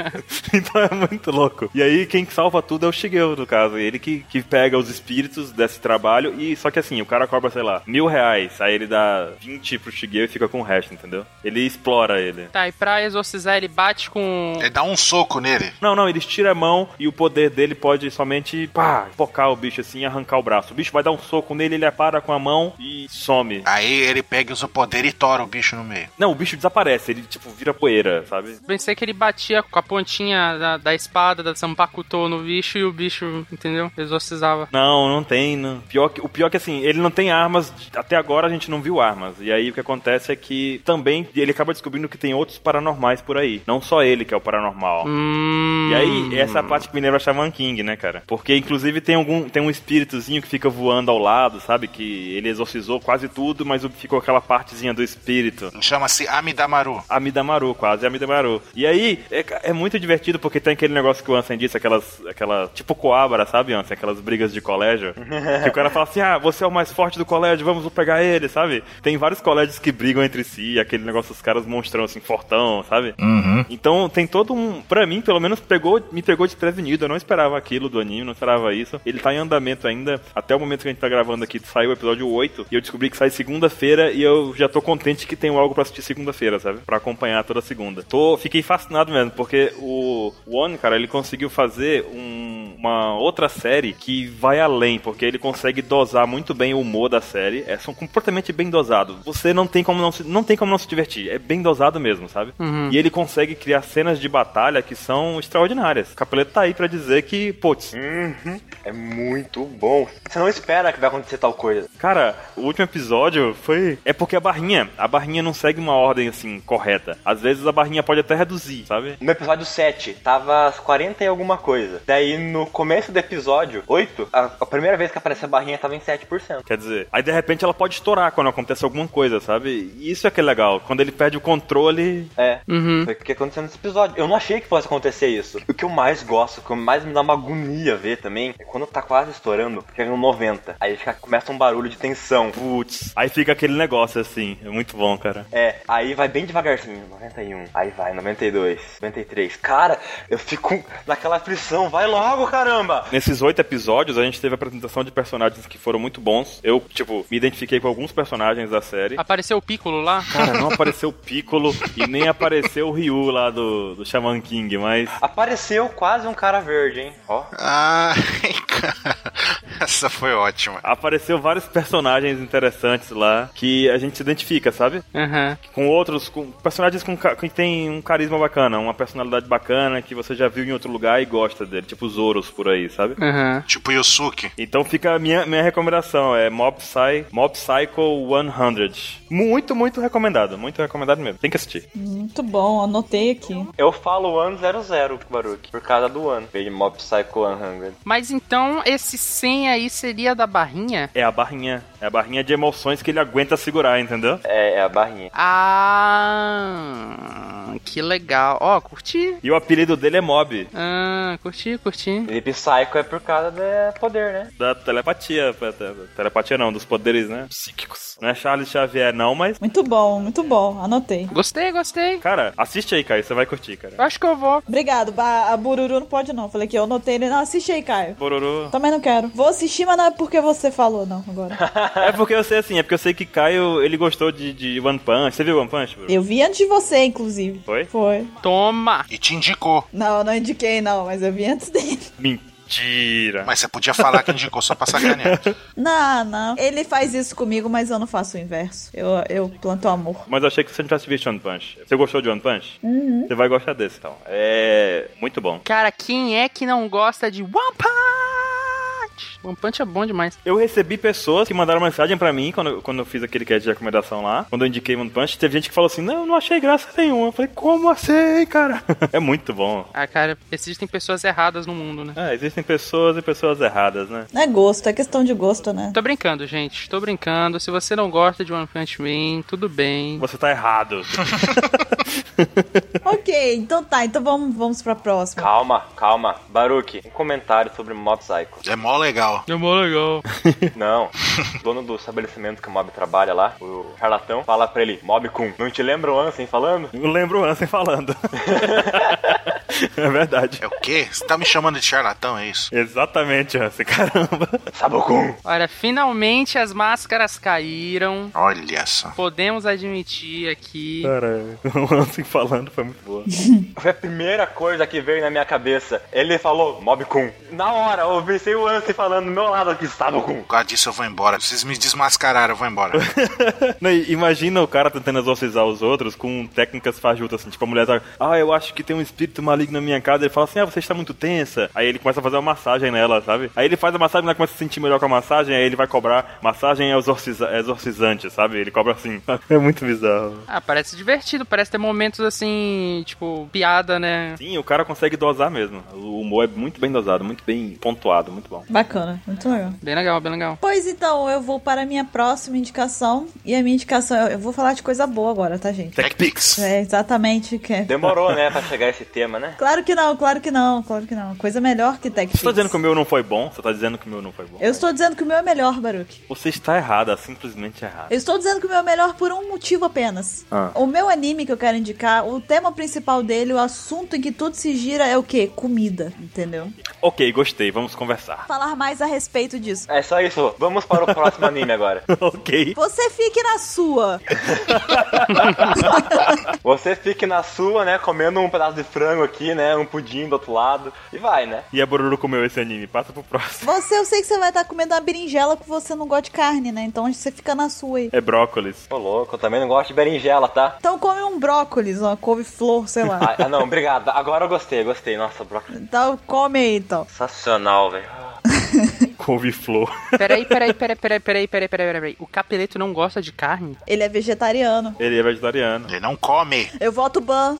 Speaker 3: [laughs] então é muito louco. E aí quem salva tudo é o Shigeo, no caso. Ele que, que pega os espíritos desse trabalho e só que assim, o cara cobra, sei lá, mil reais. Aí ele dá 20 pro Shigeo e fica com o resto, entendeu? Ele explora ele.
Speaker 4: [laughs] Tá, e pra exorcizar ele bate com.
Speaker 1: Ele dá um soco nele.
Speaker 3: Não, não, eles tiram a mão e o poder dele pode somente, pá, focar o bicho assim e arrancar o braço. O bicho vai dar um soco nele, ele para com a mão e some. sobe.
Speaker 1: Aí ele pega e usa o poder e tora o bicho no meio.
Speaker 3: Não, o bicho desaparece, ele tipo vira poeira, sabe?
Speaker 4: Pensei que ele batia com a pontinha da, da espada, da Sampakutô no bicho e o bicho, entendeu? Exorcizava.
Speaker 3: Não, não tem. Não. Pior que- o pior que assim, ele não tem armas. Até agora a gente não viu armas. E aí o que acontece é que também ele acaba descobrindo que tem outros paranormais por aí. Não só ele que é o paranormal.
Speaker 4: Hum.
Speaker 3: E aí, essa é a parte que me lembra Shaman King, né, cara? Porque, inclusive, tem algum tem um espíritozinho que fica voando ao lado, sabe? Que ele exorcizou quase tudo, mas ficou aquela partezinha do espírito.
Speaker 1: Chama-se Amidamaru.
Speaker 3: Amidamaru, quase Amidamaru. E aí, é, ca- é muito divertido porque tem aquele negócio que o Ansem disse, aquelas, aquela, tipo coabra, sabe, Ansem? Aquelas brigas de colégio. que o cara fala assim, ah, você é o mais forte do colégio, vamos pegar ele, sabe? Tem vários colégios que brigam entre si, aquele negócio dos caras monstrão, assim, fortão, sabe? Então tem todo um. Pra mim, pelo menos, pegou, me pegou desprevenido. Eu não esperava aquilo do anime, não esperava isso. Ele tá em andamento ainda. Até o momento que a gente tá gravando aqui, saiu o episódio 8. E eu descobri que sai segunda-feira. E eu já tô contente que tenho algo pra assistir segunda-feira, sabe? Pra acompanhar toda segunda. Tô, fiquei fascinado mesmo, porque o One, cara, ele conseguiu fazer um- uma outra série que vai além, porque ele consegue dosar muito bem o humor da série. É, são completamente bem dosado. Você não tem como não se, não tem como não se divertir. É bem dosado mesmo, sabe? E ele consegue criar cenas de batalha que são extraordinárias. O Capeleto tá aí pra dizer que, putz,
Speaker 5: É muito bom. Você não espera que vai acontecer tal coisa.
Speaker 3: Cara, o último episódio foi. É porque a barrinha. A barrinha não segue uma ordem assim correta. Às vezes a barrinha pode até reduzir, sabe?
Speaker 5: No episódio 7, tava às 40 e alguma coisa. Daí no começo do episódio 8, a, a primeira vez que apareceu a barrinha tava em 7%.
Speaker 3: Quer dizer, aí de repente ela pode estourar quando acontece alguma coisa, sabe? E isso é que é legal. Quando ele perde o controle.
Speaker 5: É, foi o que aconteceu nesse episódio. Eu não achei que fosse acontecer isso. O que eu mais gosto, o que mais me dá uma agonia ver também, é quando tá quase estourando, chega no 90. Aí fica, começa um barulho de tensão.
Speaker 3: Putz. Aí fica aquele negócio assim. É muito bom, cara.
Speaker 5: É, aí vai bem devagarzinho, 91, aí vai, 92, 93. Cara, eu fico naquela aflição, vai logo, caramba!
Speaker 3: Nesses oito episódios, a gente teve a apresentação de personagens que foram muito bons. Eu, tipo, me identifiquei com alguns personagens da série.
Speaker 4: Apareceu o Piccolo lá?
Speaker 3: Cara, não apareceu o Piccolo e nem apareceu o Ryu lá do, do Shaman King, mas.
Speaker 5: Apareceu quase um cara verde, hein? Ó.
Speaker 1: Ai, [laughs] cara. Essa foi ótima.
Speaker 3: Apareceu vários personagens interessantes lá que a gente se identifica, sabe?
Speaker 4: Aham.
Speaker 3: Com outros, com personagens com, ca- que tem um carisma bacana, uma personalidade bacana que você já viu em outro lugar e gosta dele, tipo os Zoros por aí, sabe?
Speaker 4: Aham.
Speaker 1: Tipo Yusuke.
Speaker 3: Então fica a minha, minha recomendação, é Mob, Psy, Mob Psycho 100. Muito, muito recomendado, muito recomendado mesmo. Tem que assistir.
Speaker 2: Muito bom, anotei aqui.
Speaker 5: Eu falo ano 00, Baruque, por causa do ano. Veio Mob Psycho 100.
Speaker 4: Mas então esse 100 aí seria da barrinha?
Speaker 3: É a barrinha, é a barrinha de emoções que ele aguenta segurar, entendeu?
Speaker 5: É, é a barrinha.
Speaker 4: Ah, que legal. Ó, curti.
Speaker 3: E o apelido dele é Mob,
Speaker 4: Ah, curti, curti.
Speaker 5: E Psycho é por causa do poder, né?
Speaker 3: da telepatia, pe- te- telepatia não, dos poderes, né? Psíquicos. Não é Charles Xavier não, mas
Speaker 2: Muito bom, muito bom, anotei.
Speaker 4: Gostei, gostei.
Speaker 3: Cara, assiste aí, Caio, você vai curtir,
Speaker 4: Eu
Speaker 3: cara.
Speaker 4: acho que eu vou.
Speaker 2: Obrigado, ba- a Bururu não pode não. Falei que eu anotei ele. Não, assiste aí, Caio.
Speaker 3: Bororô.
Speaker 2: Também não quero. Vou assistir, mas não é porque você falou, não, agora.
Speaker 3: É porque eu sei assim, é porque eu sei que Caio, ele gostou de, de One Punch. Você viu One Punch, Bruno?
Speaker 2: Eu vi antes de você, inclusive.
Speaker 3: Foi?
Speaker 2: Foi.
Speaker 4: Toma.
Speaker 1: E te indicou.
Speaker 2: Não, não indiquei, não, mas eu vi antes dele. [laughs]
Speaker 3: Mentira.
Speaker 1: Mas você podia falar que indicou só pra sacanear.
Speaker 2: Não, não. Ele faz isso comigo, mas eu não faço o inverso. Eu, eu planto amor.
Speaker 3: Mas eu achei que você não tivesse visto One Punch. Você gostou de One Punch? Você vai gostar desse, então. É. Muito bom.
Speaker 4: Cara, quem é que não gosta de One Punch? One Punch é bom demais.
Speaker 3: Eu recebi pessoas que mandaram mensagem pra mim quando, eu- quando eu fiz aquele cast de recomendação lá. Quando eu indiquei One Punch, teve gente que falou assim: Não, não achei graça nenhuma. Eu falei: Como assim, cara? [laughs] é muito bom.
Speaker 4: Ah, cara, existem pessoas erradas no mundo, né?
Speaker 3: Ah, existem pessoas e pessoas erradas, né?
Speaker 2: Não é gosto, é questão de gosto, né?
Speaker 4: Tô brincando, gente. Tô brincando. Se você não gosta de One Punch Man, tudo bem.
Speaker 3: Você tá errado.
Speaker 2: ok, então tá. Então vamos, vamos pra próxima.
Speaker 5: Calma, calma. Baruque, um comentário sobre Mob
Speaker 1: [laughs]
Speaker 5: Psycho.
Speaker 1: É mó legal.
Speaker 4: É mó legal.
Speaker 5: Não, o dono do estabelecimento que o Mob trabalha lá, o charlatão, fala pra ele, Mob Kun, não te lembra o Ansem falando?
Speaker 3: Eu lembro o Ansem falando. [laughs] é verdade.
Speaker 1: É o quê? Você tá me chamando de charlatão, é isso?
Speaker 3: Exatamente, Ansem, [laughs] caramba.
Speaker 5: Sabokun!
Speaker 4: Olha, finalmente as máscaras caíram.
Speaker 1: Olha só.
Speaker 4: Podemos admitir aqui.
Speaker 3: Cara, o Ansem falando foi muito boa.
Speaker 5: Foi a primeira coisa que veio na minha cabeça. Ele falou, Mob Kun. Na hora, eu pensei o Ansem falando, do meu lado aqui, estava com.
Speaker 1: Por causa disso eu vou embora. Vocês me desmascararam, eu vou [laughs] embora. É
Speaker 3: Não, e Imagina o cara tentando exorcizar os outros com técnicas fajutas, assim, tipo a mulher tá, ah, eu acho que tem um espírito maligno na minha casa, ele fala assim, ah, você está muito tensa, aí ele começa a fazer uma massagem nela, sabe? Aí ele faz a massagem, ela começa a se sentir melhor com a massagem, aí ele vai cobrar massagem exorciza exorcizante, sabe? Ele cobra assim, [laughs] é muito bizarro.
Speaker 4: Ah, parece divertido, parece ter momentos assim, tipo, piada, né?
Speaker 3: Sim, o cara consegue dosar mesmo, o humor é muito bem dosado, muito bem pontuado, muito bom.
Speaker 2: Bacana, muito legal.
Speaker 4: Bem legal, bem legal.
Speaker 2: Pois então, eu vou para a minha próxima indicação. E a minha indicação, eu eu vou falar de coisa boa agora, tá, gente?
Speaker 1: TechPix.
Speaker 2: É exatamente o que é.
Speaker 5: Demorou, né, pra chegar esse tema, né?
Speaker 2: Claro que não, claro que não, claro que não. Coisa melhor que Tech
Speaker 3: Você tá dizendo que o meu não foi bom? Você tá dizendo que o meu não foi bom?
Speaker 2: Eu estou dizendo que o meu é melhor, Baruch.
Speaker 3: Você está errada, simplesmente errada.
Speaker 2: Eu estou dizendo que o meu é melhor por um motivo apenas.
Speaker 3: Ah.
Speaker 2: O meu anime que eu quero indicar, o tema principal dele, o assunto em que tudo se gira é o quê? Comida, entendeu?
Speaker 3: Ok, gostei, vamos conversar. [laughs]
Speaker 2: Falar mais a respeito disso.
Speaker 5: É só isso. Vamos para o próximo anime agora.
Speaker 3: ok.
Speaker 2: Você fique na sua.
Speaker 5: Você fique na sua, né, comendo um pedaço de frango aqui, né, um pudim do outro lado e vai, né?
Speaker 3: E a Bururu comeu esse anime, passa pro próximo.
Speaker 2: Você, eu sei que você vai estar comendo uma berinjela que você não gosta de carne, né? Então você fica na sua aí.
Speaker 3: É brócolis.
Speaker 5: Ô louco, eu também não gosto de berinjela, tá?
Speaker 2: Então come um brócolis, uma couve-flor, sei lá.
Speaker 5: Ah, ah, não, [laughs] obrigado. Agora eu gostei, gostei. Nossa, brócolis.
Speaker 2: Então come aí, então.
Speaker 5: Sensacional, velho.
Speaker 3: Couve-flor.
Speaker 4: Peraí, peraí, peraí, peraí, peraí, peraí, peraí, peraí. O capeleto não gosta de carne?
Speaker 2: Ele é vegetariano.
Speaker 3: [laughs] Ele é vegetariano.
Speaker 1: Ele não come.
Speaker 2: Eu voto ban.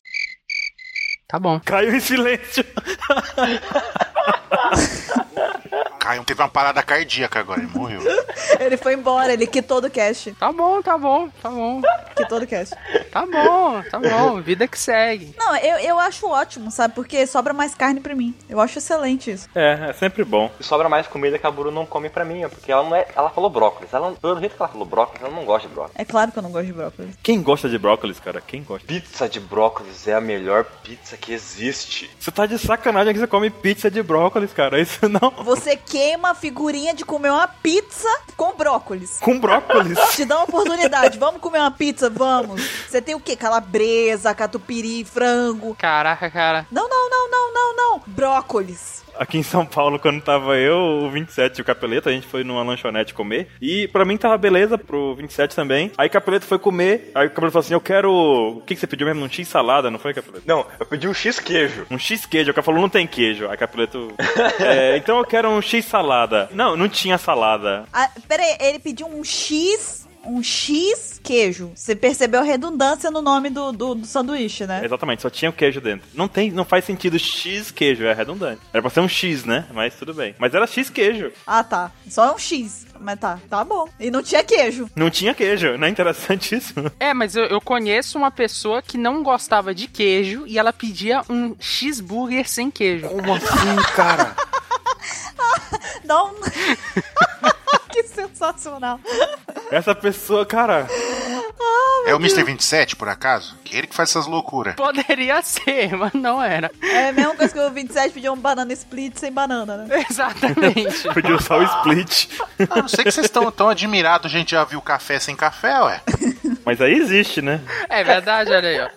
Speaker 4: Tá bom.
Speaker 3: Caiu em silêncio. [laughs]
Speaker 1: Caiu, teve uma parada cardíaca agora, ele morreu.
Speaker 2: Ele foi embora, ele quitou do cast.
Speaker 4: Tá bom, tá bom, tá bom.
Speaker 2: Quitou do cast.
Speaker 4: Tá bom, tá bom. Vida que segue.
Speaker 2: Não, eu, eu acho ótimo, sabe? Porque sobra mais carne pra mim. Eu acho excelente isso.
Speaker 3: É, é sempre bom.
Speaker 5: E sobra mais comida que a Buru não come pra mim, ó, porque ela não é. Ela falou brócolis. Ela, pelo jeito que ela falou brócolis, ela não gosta de brócolis.
Speaker 2: É claro que eu não gosto de brócolis.
Speaker 3: Quem gosta de brócolis, cara? Quem gosta?
Speaker 5: Pizza de brócolis é a melhor pizza que existe.
Speaker 3: Você tá de sacanagem que você come pizza de brócolis, cara. Isso não.
Speaker 2: Você queima a figurinha de comer uma pizza com brócolis.
Speaker 3: Com brócolis.
Speaker 2: Te dá uma oportunidade. Vamos comer uma pizza? Vamos. Você tem o quê? Calabresa, catupiry, frango.
Speaker 4: Caraca, cara.
Speaker 2: Não, não, não, não, não, não. Brócolis.
Speaker 3: Aqui em São Paulo, quando tava eu, o 27 e o Capeleto, a gente foi numa lanchonete comer. E pra mim tava beleza, pro 27 também. Aí o Capeleto foi comer. Aí o Capeleto falou assim: Eu quero. O que, que você pediu mesmo? Um X salada, não foi, Capeleto?
Speaker 5: Não, eu pedi um X queijo.
Speaker 3: Um X queijo. O cara falou: Não tem queijo. Aí o Capeleto. "É, então eu quero um X salada. Não, não tinha salada.
Speaker 2: Ah, peraí, ele pediu um X. Um X queijo. Você percebeu a redundância no nome do, do, do sanduíche, né?
Speaker 3: Exatamente, só tinha o queijo dentro. Não tem, não faz sentido X queijo, é redundante. Era pra ser um X, né? Mas tudo bem. Mas era X queijo.
Speaker 2: Ah, tá. Só é um X. Mas tá, tá bom. E não tinha queijo.
Speaker 3: Não tinha queijo, não é interessantíssimo?
Speaker 4: É, mas eu, eu conheço uma pessoa que não gostava de queijo e ela pedia um cheeseburger sem queijo.
Speaker 3: Como assim, cara?
Speaker 2: Não. [laughs] que sensacional.
Speaker 3: Essa pessoa, cara.
Speaker 1: É o Mr. 27, por acaso? Ele que faz essas loucuras.
Speaker 4: Poderia ser, mas não era. [laughs]
Speaker 2: É a mesma coisa que o 27 pediu um banana split sem banana, né?
Speaker 3: [laughs]
Speaker 4: Exatamente.
Speaker 3: Pediu só o split.
Speaker 1: Eu não sei que vocês estão tão admirados, gente já viu café sem café, ué.
Speaker 3: Mas aí existe, né?
Speaker 4: É verdade, olha aí, ó.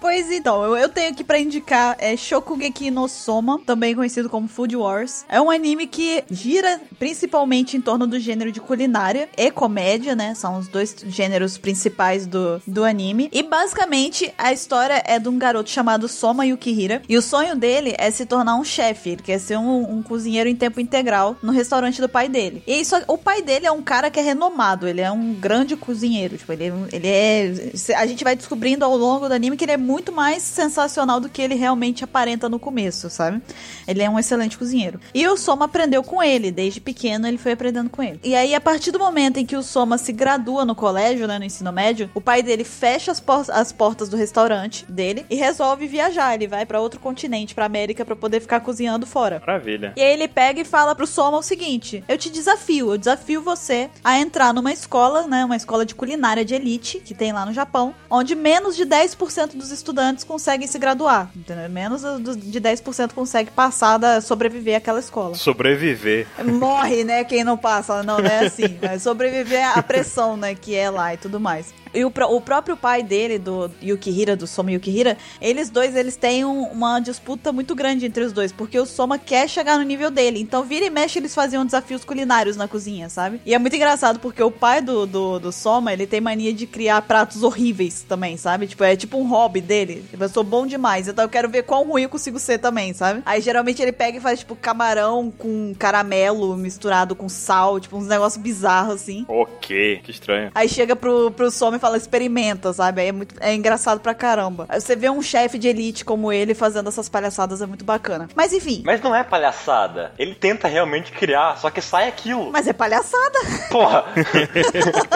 Speaker 2: Pois então, eu, eu tenho aqui pra indicar é Shokugeki no Soma, também conhecido como Food Wars. É um anime que gira principalmente em torno do gênero de culinária e comédia, né? São os dois gêneros principais do, do anime. E basicamente a história é de um garoto chamado Soma Yukihira. E o sonho dele é se tornar um chefe. Ele quer ser um, um cozinheiro em tempo integral no restaurante do pai dele. E isso, o pai dele é um cara que é renomado. Ele é um grande cozinheiro. Tipo, ele, ele é. A gente vai descobrindo ao longo do anime que ele é muito mais sensacional do que ele realmente aparenta no começo, sabe? Ele é um excelente cozinheiro. E o Soma aprendeu com ele, desde pequeno ele foi aprendendo com ele. E aí, a partir do momento em que o Soma se gradua no colégio, né, no ensino médio, o pai dele fecha as, por- as portas do restaurante dele e resolve viajar. Ele vai pra outro continente, pra América, pra poder ficar cozinhando fora.
Speaker 3: Maravilha.
Speaker 2: E aí ele pega e fala pro Soma o seguinte: Eu te desafio, eu desafio você a entrar numa escola, né? Uma escola de culinária de elite que tem lá no Japão, onde menos menos de 10% dos estudantes conseguem se graduar. entendeu? Menos do- de 10% consegue passar, da, sobreviver àquela escola.
Speaker 3: Sobreviver.
Speaker 2: Morre, né? Quem não passa, não, não é assim. É sobreviver à pressão, né? Que é lá e tudo mais. E o, pró- o próprio pai dele, do Yukihira, do Soma Yukihira, eles dois, eles têm um- uma disputa muito grande entre os dois, porque o Soma quer chegar no nível dele. Então, vira e mexe, eles faziam desafios culinários né, na cozinha, sabe? E é muito engraçado, porque o pai do, do, do Soma, ele tem mania de criar pratos horríveis também, sabe? Tipo, é tipo um hobby dele. Tipo, eu sou bom demais, então eu quero ver quão ruim eu consigo ser também, sabe? Aí, geralmente, ele pega e faz, tipo, camarão com caramelo misturado com sal, tipo, uns negócios bizarros, assim.
Speaker 3: Ok, que estranho. [laughs]
Speaker 2: Aí chega pro, pro Soma e fala, experimenta, sabe? Aí é, muito, é engraçado pra caramba. Aí Você vê um chefe de elite como ele fazendo essas palhaçadas, é muito bacana. Mas enfim.
Speaker 5: Mas não é palhaçada. Ele tenta realmente criar, só que sai aquilo.
Speaker 2: Mas é palhaçada.
Speaker 5: Porra! [laughs]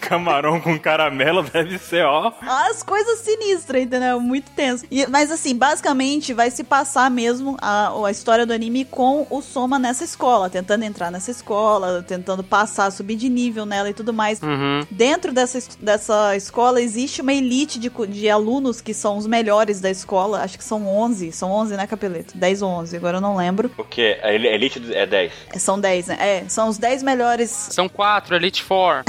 Speaker 3: Camarão com caramelo deve ser, ó.
Speaker 2: As coisas sinistras, entendeu? Muito tenso. E- mas assim, basicamente vai se passar mesmo a, a história do anime com o Soma nessa escola. Tentando entrar nessa escola, tentando passar, subir de nível nela e tudo mais.
Speaker 4: Uhum.
Speaker 2: Dentro dessa, es- dessa escola existe uma elite de, cu- de alunos que são os melhores da escola. Acho que são 11. São 11, né, Capeleto? 10 ou 11, agora eu não lembro.
Speaker 5: O que? A el- Elite é 10.
Speaker 2: É, São 10, né? É, são os 10 melhores.
Speaker 4: São quatro, Elite Four.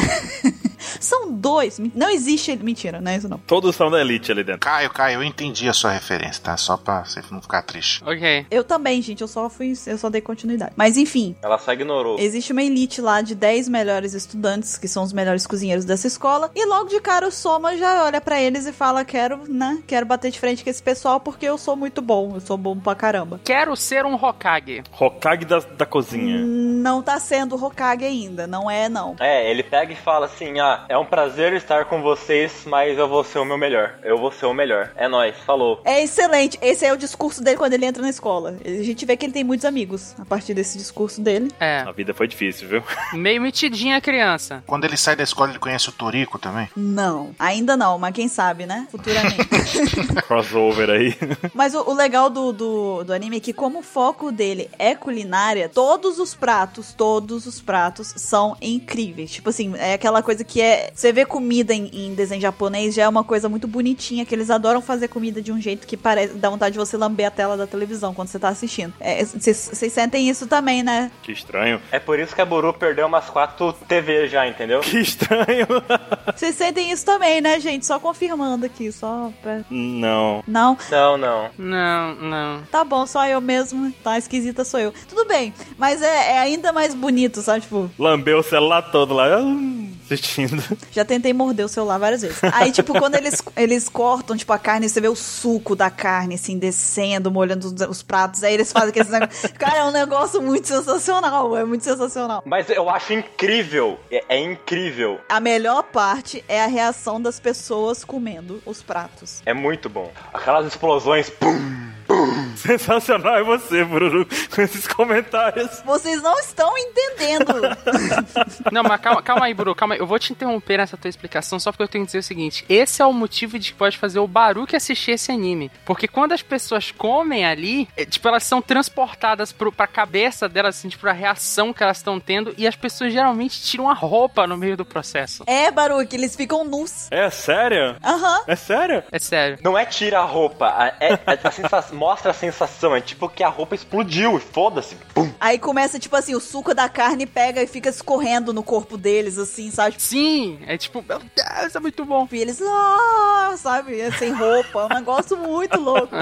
Speaker 2: São dois. men- Não existe. Mentira, não é isso não.
Speaker 3: Todos são da elite ali dentro.
Speaker 1: Caio, Caio, eu entendi a sua referência, tá? Só pra você não ficar triste.
Speaker 4: ok.
Speaker 2: Eu também, gente. Eu só fui. Eu só dei continuidade. Mas enfim.
Speaker 5: Ela só ignorou.
Speaker 2: Existe uma elite lá de 10 melhores estudantes, que são os melhores cozinheiros dessa escola, e logo de cara o Soma já olha pra eles e fala: "Quero, né? Quero bater de frente com esse pessoal porque eu sou muito bom, eu sou bom pra caramba".
Speaker 4: Quero ser um Hokage.
Speaker 3: Hokage da, da cozinha.
Speaker 2: Não tá sendo Hokage ainda, não é não.
Speaker 5: É, ele pega e fala assim: ah, é um prazer estar com vocês, mas eu vou ser o meu melhor. Eu vou ser o melhor. É nóis, falou.
Speaker 2: É excelente. Esse é o discurso dele quando ele entra na escola. A gente vê que ele tem muitos amigos a partir desse discurso dele.
Speaker 4: É.
Speaker 3: A vida foi difícil, viu? [laughs]
Speaker 4: Meio metidinha a criança.
Speaker 1: Quando ele sai da escola, ele conhece o Torico também?
Speaker 2: Não, ainda não, mas quem sabe, né? Futuramente.
Speaker 3: Crossover aí.
Speaker 2: mas o, o legal do, do, do anime é que, como o foco dele é culinária, todos os pratos, todos os pratos são incríveis. Tipo assim, é aquela coisa que é. Você vê comida em, em desenho japonês já é uma coisa muito bonitinha, que eles adoram fazer comida de um jeito que parece. dá vontade de você lamber a tela da televisão quando você tá assistindo. É, Vocês vocês sentem isso também, né?
Speaker 3: Que estranho.
Speaker 5: É por isso que a Buru perdeu umas quatro TV já, entendeu?
Speaker 3: Que estranho. [laughs]
Speaker 2: Vocês sentem isso também, né, gente? Só confirmando aqui, só pra.
Speaker 3: Não.
Speaker 2: Não,
Speaker 5: Não, não.
Speaker 4: Não, não.
Speaker 2: tá bom, só eu mesmo, tá esquisita, sou eu. Tudo bem, mas é, é ainda mais bonito, sabe? Tipo,
Speaker 3: Lambeu o celular todo lá. hum, Assistindo. [laughs]
Speaker 2: já tentei morder o celular várias vezes. Aí, tipo, quando eles, eles cortam, tipo, a carne, você vê o suco da carne, assim, descendo, molhando os, os pratos, aí eles fazem aqueles negócios. Cara, é um negócio muito sensacional, é muito sensacional.
Speaker 5: Mas eu acho incrível. É, é incrível.
Speaker 2: A melhor parte é a reação das pessoas comendo os pratos.
Speaker 5: É muito bom. Aquelas explosões, pum!
Speaker 3: Sensacional é você, Bruno, com esses comentários.
Speaker 2: Vocês não estão entendendo.
Speaker 4: Não, mas calma, calma aí, Bru, calma aí. Eu vou te interromper nessa tua explicação só porque eu tenho que dizer o seguinte: esse é o motivo de que pode fazer o Baruque assistir esse anime. Porque quando as pessoas comem ali, é, tipo, elas são transportadas pro, pra cabeça delas, assim, tipo, pra reação que elas estão tendo, e as pessoas geralmente tiram a roupa no meio do processo.
Speaker 2: É, Baruque, eles ficam nus.
Speaker 3: É sério?
Speaker 2: Aham.
Speaker 3: É sério?
Speaker 4: É sério.
Speaker 5: Não é tira a roupa, a- é, é a sensa- [laughs] mostra a sensação, é tipo que a roupa explodiu e foda-se. Pum!
Speaker 2: Aí começa, tipo assim, o suco da carne pega e fica escorrendo no corpo deles, assim, sabe?
Speaker 4: Sim, é tipo, meu Deus, é muito bom.
Speaker 2: E eles, ah, sabe, sem roupa, é um negócio muito louco.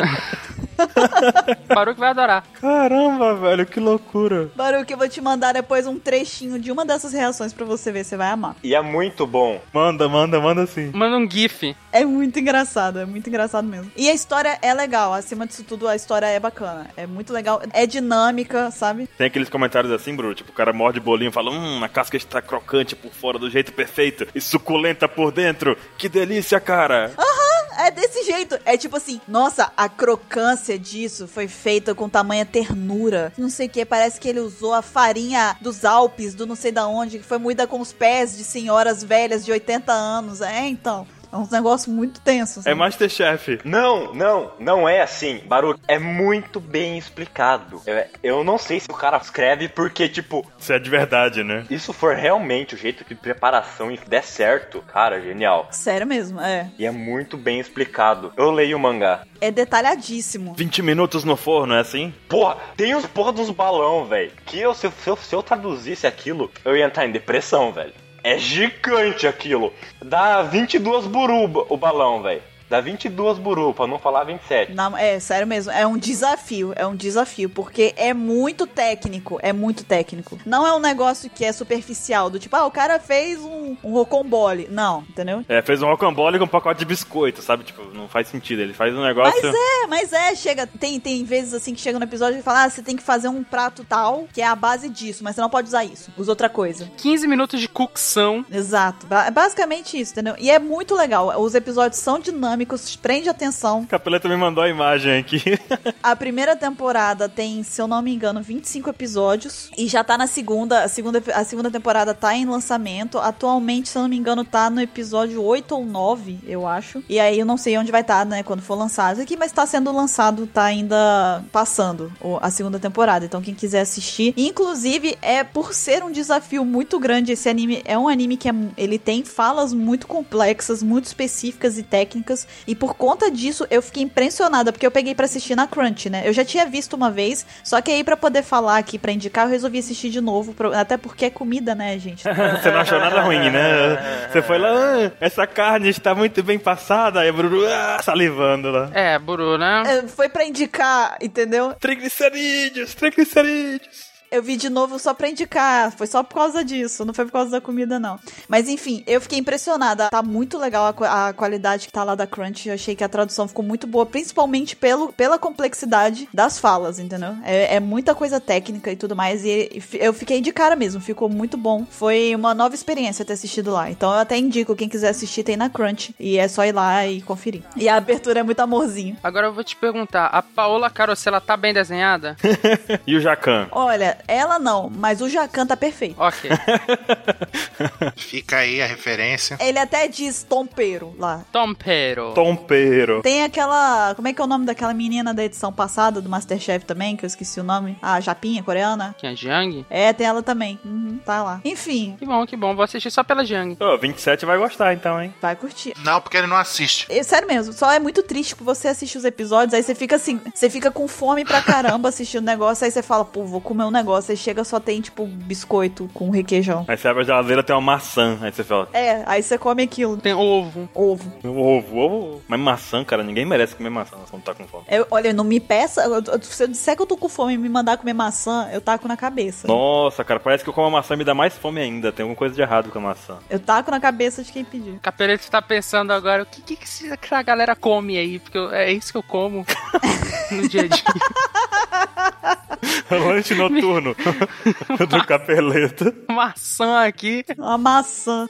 Speaker 4: Baruque vai adorar.
Speaker 3: Caramba, velho, que loucura.
Speaker 2: Baruque, eu vou te mandar depois um trechinho de uma dessas reações pra você ver, você vai amar.
Speaker 5: E é muito bom.
Speaker 3: Manda, manda, manda sim.
Speaker 4: Manda um GIF.
Speaker 2: É muito engraçado, é muito engraçado mesmo. E a história é legal, acima disso tudo, a história é bacana. É muito legal, é dinâmica, sabe?
Speaker 3: Tem aqueles comentários assim, Bruno, tipo, o cara morde bolinho e fala, hum, a casca está crocante por fora do jeito perfeito e suculenta por dentro. Que delícia, cara.
Speaker 2: É desse jeito. É tipo assim, nossa, a crocância disso foi feita com tamanha ternura. Não sei o que, parece que ele usou a farinha dos Alpes, do não sei da onde, que foi moída com os pés de senhoras velhas de 80 anos. É, então. É um negócio muito tenso. assim.
Speaker 3: É Masterchef.
Speaker 5: Não, não, não é assim, Baruque. É muito bem explicado. É, eu não sei se o cara escreve porque, tipo,
Speaker 3: Isso é de verdade, né?
Speaker 5: isso for realmente o jeito de preparação e der certo, cara, genial.
Speaker 2: Sério mesmo, é.
Speaker 5: E é muito bem explicado. Eu leio o mangá.
Speaker 2: É detalhadíssimo.
Speaker 3: 20 minutos no forno, é assim?
Speaker 5: Porra, tem os porra dos balão, velho. Que eu, se, eu- se eu, se eu traduzisse aquilo, eu ia entrar em depressão, velho. É gigante aquilo. Dá 22 buruba o balão, velho. Dá 22 buru, pra não falar 27.
Speaker 2: Na- é, sério mesmo. É um desafio. É um desafio. Porque é muito técnico. É muito técnico. Não é um negócio que é superficial. Do tipo, ah, o cara fez um, um rocambole. Não, entendeu?
Speaker 3: É, fez um rocambole com um pacote de biscoito, sabe? Tipo, não faz sentido. Ele faz um
Speaker 2: Mas
Speaker 3: negócio.
Speaker 2: é, mas é, chega. Tem, tem vezes assim que chega no episódio e fala: Ah, você tem que fazer um prato tal, que é a base disso, mas você não pode usar isso. Usa outra coisa.
Speaker 4: 15 minutos de cocção.
Speaker 2: Exato. Ba- É basicamente isso, entendeu? E é muito legal. Os episódios são dinâmicos, prende atenção.
Speaker 3: O Capeleto me mandou a imagem aqui. [laughs]
Speaker 2: A primeira temporada tem, se eu não me engano, 25 episódios. E já tá na segunda. A segunda, a segunda temporada tá em lançamento. Atualmente, se eu não me engano, tá no episódio 8 ou 9, eu acho. E aí eu não sei onde vai estar, né, quando for lançado isso aqui, mas tá sendo lançado, tá ainda passando o- a segunda temporada. Então, quem quiser assistir. Inclusive, é por ser um desafio muito grande esse anime. É um anime que é mu- ele tem falas muito complexas, muito específicas e técnicas. E por conta disso, eu fiquei impressionada, porque eu peguei pra assistir na Crunch, né? Eu já tinha visto uma vez, só que aí pra poder falar aqui, pra indicar, eu resolvi assistir de novo. pra- Até porque é comida, né, gente?
Speaker 3: Você não achou nada ruim, né? Você foi lá, "Ah, essa carne está muito bem passada. Aí, Bruno, ah, salivando lá.
Speaker 4: É, Buru, né?
Speaker 2: É, Foi pra indicar, entendeu?
Speaker 3: Triglicerídeos, triglicerídeos.
Speaker 2: Eu vi de novo só pra indicar. Foi só por causa disso, não foi por causa da comida, não. Mas enfim, eu fiquei impressionada. Tá muito legal a, qua- a qualidade que tá lá da Crunch. Eu achei que a tradução ficou muito boa, principalmente pelo, pela complexidade das falas, entendeu? É, é muita coisa técnica e tudo mais. E, e fi- eu fiquei de cara mesmo, ficou muito bom. Foi uma nova experiência ter assistido lá. Então eu até indico, quem quiser assistir, tem na Crunch. E é só ir lá e conferir. E a abertura é muito amorzinho.
Speaker 4: Agora eu vou te perguntar, a Paola Carosella tá bem desenhada? [laughs]
Speaker 3: E o Jacan?
Speaker 2: Olha, ela não, mas o Jacan tá perfeito.
Speaker 4: ok.
Speaker 1: Fica aí a referência.
Speaker 2: Ele até diz tompeiro lá.
Speaker 3: [laughs]
Speaker 4: Tompero.
Speaker 3: Tompeiro.
Speaker 2: Tem aquela. Como é que é o nome daquela menina da edição passada do Masterchef também, que eu esqueci o nome? A Japinha coreana?
Speaker 4: Quem é Jiang?
Speaker 2: É, tem ela também. Uhum, tá lá. Enfim,
Speaker 4: Que bom, que bom. Vou assistir só pela Jiang.
Speaker 3: Ô, 27 vai gostar então, hein?
Speaker 2: vai curtir.
Speaker 1: Não, porque ele não assiste.
Speaker 2: É sério mesmo, só é muito triste que você assiste os episódios, aí você fica assim, você fica com fome pra caramba [laughs] assistindo o negócio, aí você fala, pô, vou comer um negócio, aí chega só tem, tipo, biscoito com requeijão.
Speaker 3: Aí você abre a geladeira tem uma maçã. Aí você fala,
Speaker 2: É, aí você come aquilo,
Speaker 4: Tem ovo.
Speaker 2: ovo.
Speaker 3: ovo, ovo. Mas maçã, cara, ninguém merece comer maçã quando tá com fome.
Speaker 2: Eu, olha, não me peça, eu- eu- se eu disser que eu tô com fome e me mandar comer maçã, eu taco na cabeça.
Speaker 3: Nossa, cara, parece que eu como a maçã e me dá mais fome ainda. Tem alguma coisa de errado com a maçã.
Speaker 2: Eu taco na cabeça de quem pedir.
Speaker 4: Capeleto tá pensando agora, o que que, que esse- que essa galera come aí? Porque eu- é isso que eu como [laughs] no dia a dia.
Speaker 3: [laughs] Lanche noturno [laughs] do capeleto.
Speaker 4: Maçã aqui.
Speaker 2: Uma maçã.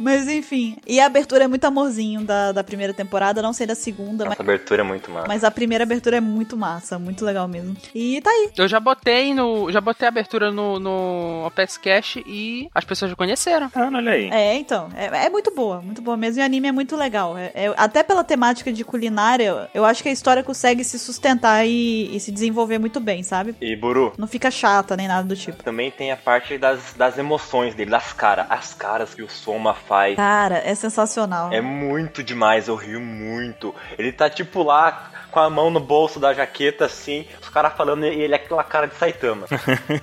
Speaker 2: Mas enfim. E a abertura é muito amorzinho da, da primeira temporada, não sei da segunda, mas,
Speaker 5: Essa abertura é muito massa.
Speaker 2: mas a primeira abertura é muito massa, muito legal mesmo. E tá aí.
Speaker 4: Eu já botei no. Já botei a abertura no, no Opex Cash e as pessoas já conheceram.
Speaker 3: Ah, olha aí.
Speaker 2: É, então. É, é muito boa, muito boa mesmo. E o anime é muito legal. É- é- até pela temática de culinária, eu, eu acho que a história consegue se sustentar e, e se desenvolver muito bem, sabe?
Speaker 5: E Buru,
Speaker 2: Não fica chata nem nada do tipo.
Speaker 5: também tem a parte das, das emoções dele, das caras. As caras que o Soma faz.
Speaker 2: Cara, é sensacional.
Speaker 5: É muito demais, eu rio muito. Ele tá tipo lá com a mão no bolso da jaqueta, assim, os caras falando e ele é aquela cara de Saitama.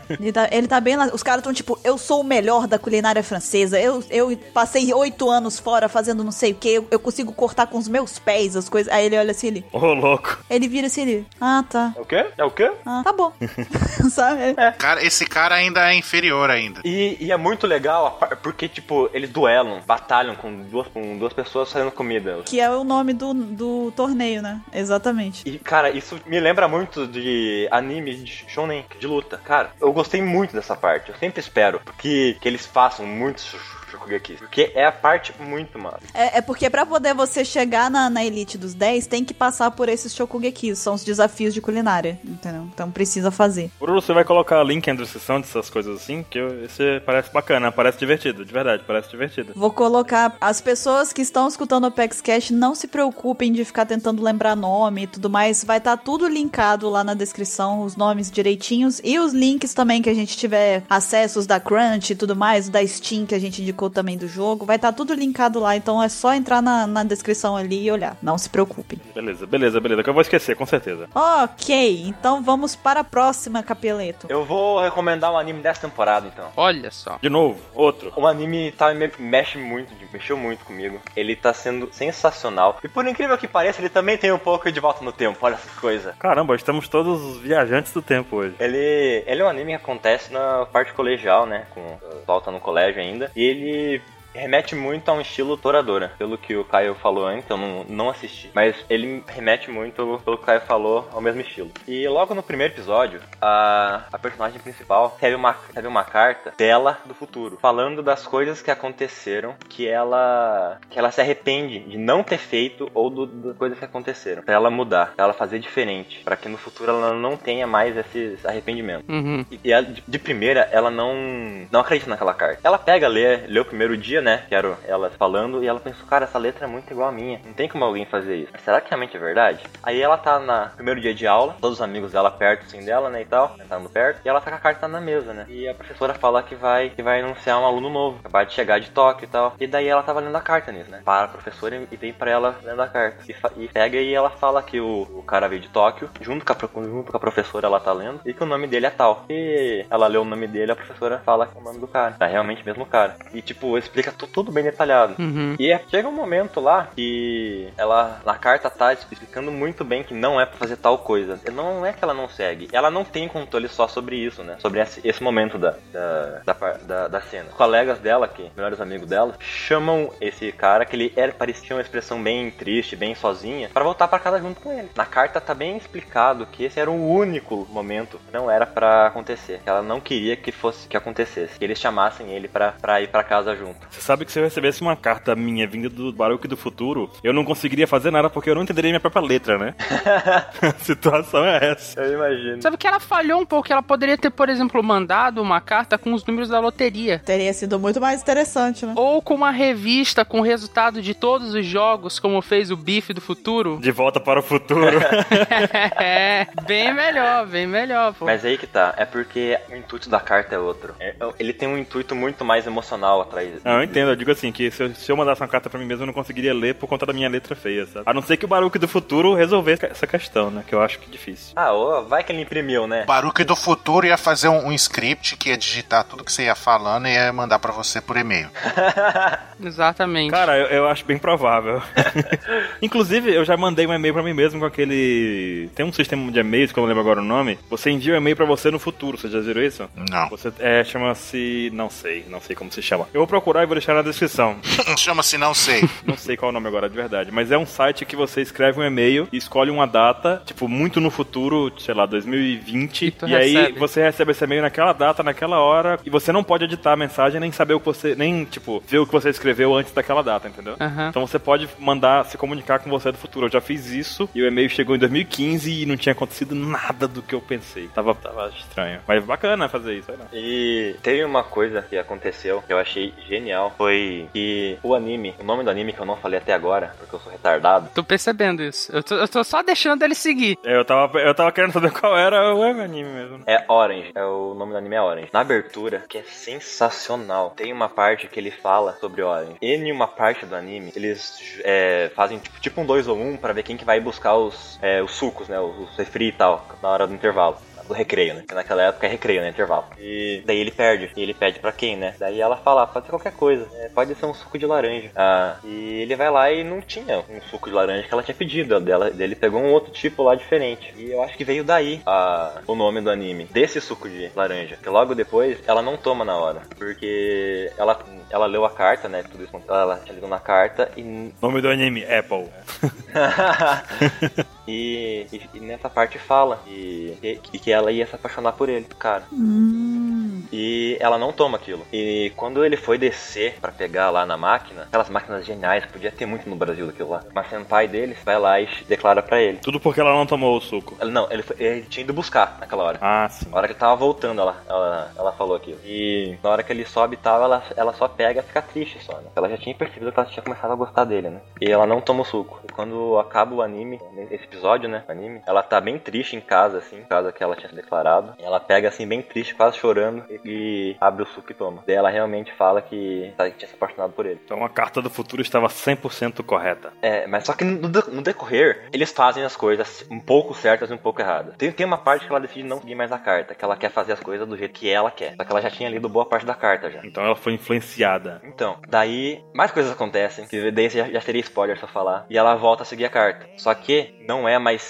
Speaker 2: Ele tá, ele tá bem lá. Os caras tão tipo, eu sou o melhor da culinária francesa. Eu, eu passei oito anos fora fazendo não sei o que. Eu, eu consigo cortar com os meus pés as coisas. Aí ele olha assim, ele,
Speaker 3: Ô, louco.
Speaker 2: ele vira assim, ele, ah tá,
Speaker 5: É o quê? É o quê?
Speaker 2: ah, tá bom. [laughs] Sabe?
Speaker 1: Cara, esse cara ainda é inferior ainda.
Speaker 5: E, e é muito legal a par- porque, tipo, eles duelam, batalham com duas, com duas pessoas fazendo comida.
Speaker 2: Que é o nome do, do torneio, né? Exatamente.
Speaker 5: E, cara, isso me lembra muito de anime de shonen, de luta. Cara, eu gostei muito dessa parte. Eu sempre espero que, que eles façam muitos sh- sh- aqui. Porque é a parte muito massa.
Speaker 2: É, é porque pra poder você chegar na, na elite dos 10, tem que passar por esses Shokugeki, são os desafios de culinária, entendeu? Então precisa fazer.
Speaker 3: Bruno, você vai colocar link na descrição dessas coisas assim? Que eu- esse parece bacana, parece divertido, de verdade, parece divertido.
Speaker 2: Vou colocar as pessoas que estão escutando o Pex Cash, não se preocupem de ficar tentando lembrar nome e tudo mais, vai estar tudo linkado lá na descrição, os nomes direitinhos e os links também que a gente tiver acessos da Crunch e tudo mais, da Steam que a gente indicou também do jogo, vai estar tudo linkado lá, então é só entrar na, na descrição ali e olhar. Não se preocupem.
Speaker 3: Beleza, beleza, beleza, que eu vou esquecer, com certeza.
Speaker 2: Ok, então vamos para a próxima, Capeleto.
Speaker 5: Eu vou recomendar um anime dessa temporada, então.
Speaker 4: Olha só.
Speaker 3: De novo, outro.
Speaker 5: O anime tá, me- mexe muito, mexeu muito comigo. Ele tá sendo sensacional. E por incrível que pareça, ele também tem um pouco de volta no tempo, olha essa coisa.
Speaker 3: Caramba, estamos todos os viajantes do tempo hoje.
Speaker 5: Ele, ele é um anime que acontece na parte colegial, né? Com o pessoal tá no colégio ainda. E ele remete muito a um estilo Toradora. Pelo que o Caio falou antes, eu não, não assisti. Mas ele remete muito, pelo que o Caio falou, ao mesmo estilo. E logo no primeiro episódio, a, a personagem principal recebe uma, recebe uma carta dela do futuro. Falando das coisas que aconteceram, que ela, que ela se arrepende de não ter feito ou do, das coisas que aconteceram. Pra ela mudar, pra ela fazer diferente. pra que no futuro ela não tenha mais esses arrependimentos.
Speaker 4: Uhum.
Speaker 5: E- E ela, de, de primeira, ela não não acredita naquela carta. Ela pega, lê, lê o primeiro dia, né? Que era ela falando, e ela pensou, cara, essa letra é muito igual à minha. Não tem como alguém fazer isso. Mas será que realmente é verdade? Aí ela tá na primeiro dia de aula, todos os amigos dela perto, assim, dela, né, e tal, sentando perto, e ela tá com a carta na mesa, né? E a professora fala que vai, que vai anunciar um aluno novo, acabar de chegar de toque e tal. E daí ela tava lendo a carta nisso, né? Para a professora e- e vem pra ela né, lendo a carta. E, fa- e pega e ela fala que o, o cara veio de Tóquio, junto com, a, pro- junto com a professora ela tá lendo, e que o nome dele é tal. E ela lê o nome dele, a professora fala que é o nome do cara. É realmente o mesmo cara. E tipo, explica tu- tudo bem detalhado.
Speaker 4: Uhum.
Speaker 5: E é- chega um momento lá que ela, na carta, tá explicando muito bem que não é pra fazer tal coisa. Não é que ela não segue, ela não tem controle só sobre isso, né? Sobre esse, esse momento da, da, da, par- da, da cena. Os colegas dela, que melhores amigos dela, chamam esse cara, que ele era, parecia uma expressão bem triste, bem sozinha, pra voltar pra casa junto com ele. Na carta tá bem explicado que esse era o único momento que não era pra acontecer. Que ela não queria que fosse que acontecesse, que eles chamassem ele pra, pra ir pra casa junto.
Speaker 3: Você sabe que se eu recebesse uma carta minha vinda do Baruque do futuro, eu não conseguiria fazer nada porque eu não entenderia minha própria letra, né? [laughs] a situação é essa.
Speaker 5: Eu imagino.
Speaker 4: Sabe que ela falhou um pouco, ela poderia ter, por exemplo, mandado uma carta com os números da loteria.
Speaker 2: Teria sido muito mais interessante, né?
Speaker 4: Ou com uma revista com o resultado de todos os jogos, como fez o Bife do Futuro.
Speaker 3: De volta para o futuro.
Speaker 4: [laughs] é, bem melhor, bem melhor, pô.
Speaker 5: Mas aí que tá, é porque o intuito da carta é outro. É- ele tem um intuito muito mais emocional atrás.
Speaker 3: Não, eu entendo. Eu digo assim, que se eu, se eu mandasse uma carta pra mim mesmo, eu não conseguiria ler por conta da minha letra feia, sabe? A não ser que o Baruque do futuro resolvesse essa questão, né? Que eu acho que é difícil.
Speaker 5: Ah, ô, vai que ele imprimiu, né?
Speaker 1: O Baruque do futuro ia fazer um, um script que ia digitar tudo que você ia falando e ia mandar pra você por e-mail. [laughs]
Speaker 4: Exatamente.
Speaker 3: Cara, eu, eu acho bem provável. Inclusive, eu já mandei um e-mail pra mim mesmo com aquele... Tem um sistema de e-mails, que eu não lembro agora o nome. Você envia um e-mail pra você no futuro. Vocês já viram isso?
Speaker 1: Não.
Speaker 3: Você é, chama-se. Não sei, não sei como se chama. Eu vou procurar e vou deixar na descrição.
Speaker 1: Chama-se Não Sei.
Speaker 3: Não sei qual é o nome agora de verdade, mas é um site que você escreve um e-mail e escolhe uma data, tipo, muito no futuro, sei lá, 2020.
Speaker 4: E
Speaker 3: E,
Speaker 4: tu
Speaker 3: aí
Speaker 4: recebe.
Speaker 3: você recebe esse e-mail naquela data, naquela hora, e você não pode editar a mensagem nem saber o que você. nem, tipo, ver o que você escreveu antes daquela data, entendeu?
Speaker 4: Aham.
Speaker 3: Então você pode mandar se comunicar com você do futuro. Eu já fiz isso e o e-mail chegou em 2015 e não tinha acontecido nada do que eu pensei. Tava, tava estranho. Mas bacana fazer isso, sei lá.
Speaker 5: E teve uma coisa que aconteceu que eu achei genial. Foi que o anime, o nome do anime que eu não falei até agora, porque eu sou retardado.
Speaker 4: Tô percebendo isso. Eu tô, eu tô só deixando ele seguir.
Speaker 3: É, Eu tava, eu tava querendo saber qual era o anime mesmo. né?
Speaker 5: É Orange, é o nome do anime é Orange. Na abertura, que é sensacional, tem uma parte que ele fala sobre Orange. E em uma parte do anime, eles é, fazem tipo, tipo um 2 ou 1 um pra ver quem que vai buscar os, é, os sucos, né? Os, os refri e tal, na hora do intervalo. do recreio, né? Porque naquela época é recreio, né? Intervalo. E daí ele perde. E ele pede pra quem, né? Daí ela fala, "Ah, pode ser qualquer coisa. né? pode ser um suco de laranja. Ah, e ele vai lá e não tinha um suco de laranja que ela tinha pedido. a Dela, ele pegou um outro tipo lá diferente. E eu acho que veio daí a- o nome do anime. Desse suco de laranja. Que logo depois ela não toma na hora. Porque ela, ela leu a carta, né? Tudo isso. Ela tinha lido na carta e
Speaker 3: O nome do anime, Apple.
Speaker 5: [laughs] e, e- e nessa parte fala que, que, que ela ia se apaixonar por ele, cara.
Speaker 2: Hum,
Speaker 5: E ela não toma aquilo. E quando ele foi descer pra pegar lá na máquina, aquelas máquinas geniais, podia ter muito no Brasil daquilo lá. Mas o pai dele vai lá e declara pra ele.
Speaker 3: Tudo porque ela não tomou o suco.
Speaker 5: Ele- Não, ele, foi- ele tinha ido buscar naquela hora.
Speaker 3: Ah, sim.
Speaker 5: Na hora que ele tava voltando, ela, ela, ela falou aquilo. E na hora que ele sobe e tal, ela, ela só pega e fica triste só, né? Ela já tinha percebido que ela tinha começado a gostar dele, né? E ela não toma o suco. E quando acaba o anime, esse episódio, né? O anime, ela tá bem triste em casa, assim, em casa que ela tinha se declarado. E ela pega, assim, bem triste, quase chorando, e, e abre o suco e toma. Daí ela realmente fala que tá- tinha se apaixonado por ele.
Speaker 3: Então a carta do futuro estava 100% correta.
Speaker 5: É, mas só que no, de- no decorrer, eles fazem as coisas um pouco certas e um pouco erradas. Tem, tem uma parte que ela decide não seguir mais a carta, que ela quer fazer as coisas do jeito que ela quer. Só que ela já tinha lido boa parte da carta já.
Speaker 3: Então ela foi influenciada.
Speaker 5: Então, daí mais coisas acontecem, que daí já, já seria spoiler se eu falar. E ela volta a seguir a carta. Só que não é mais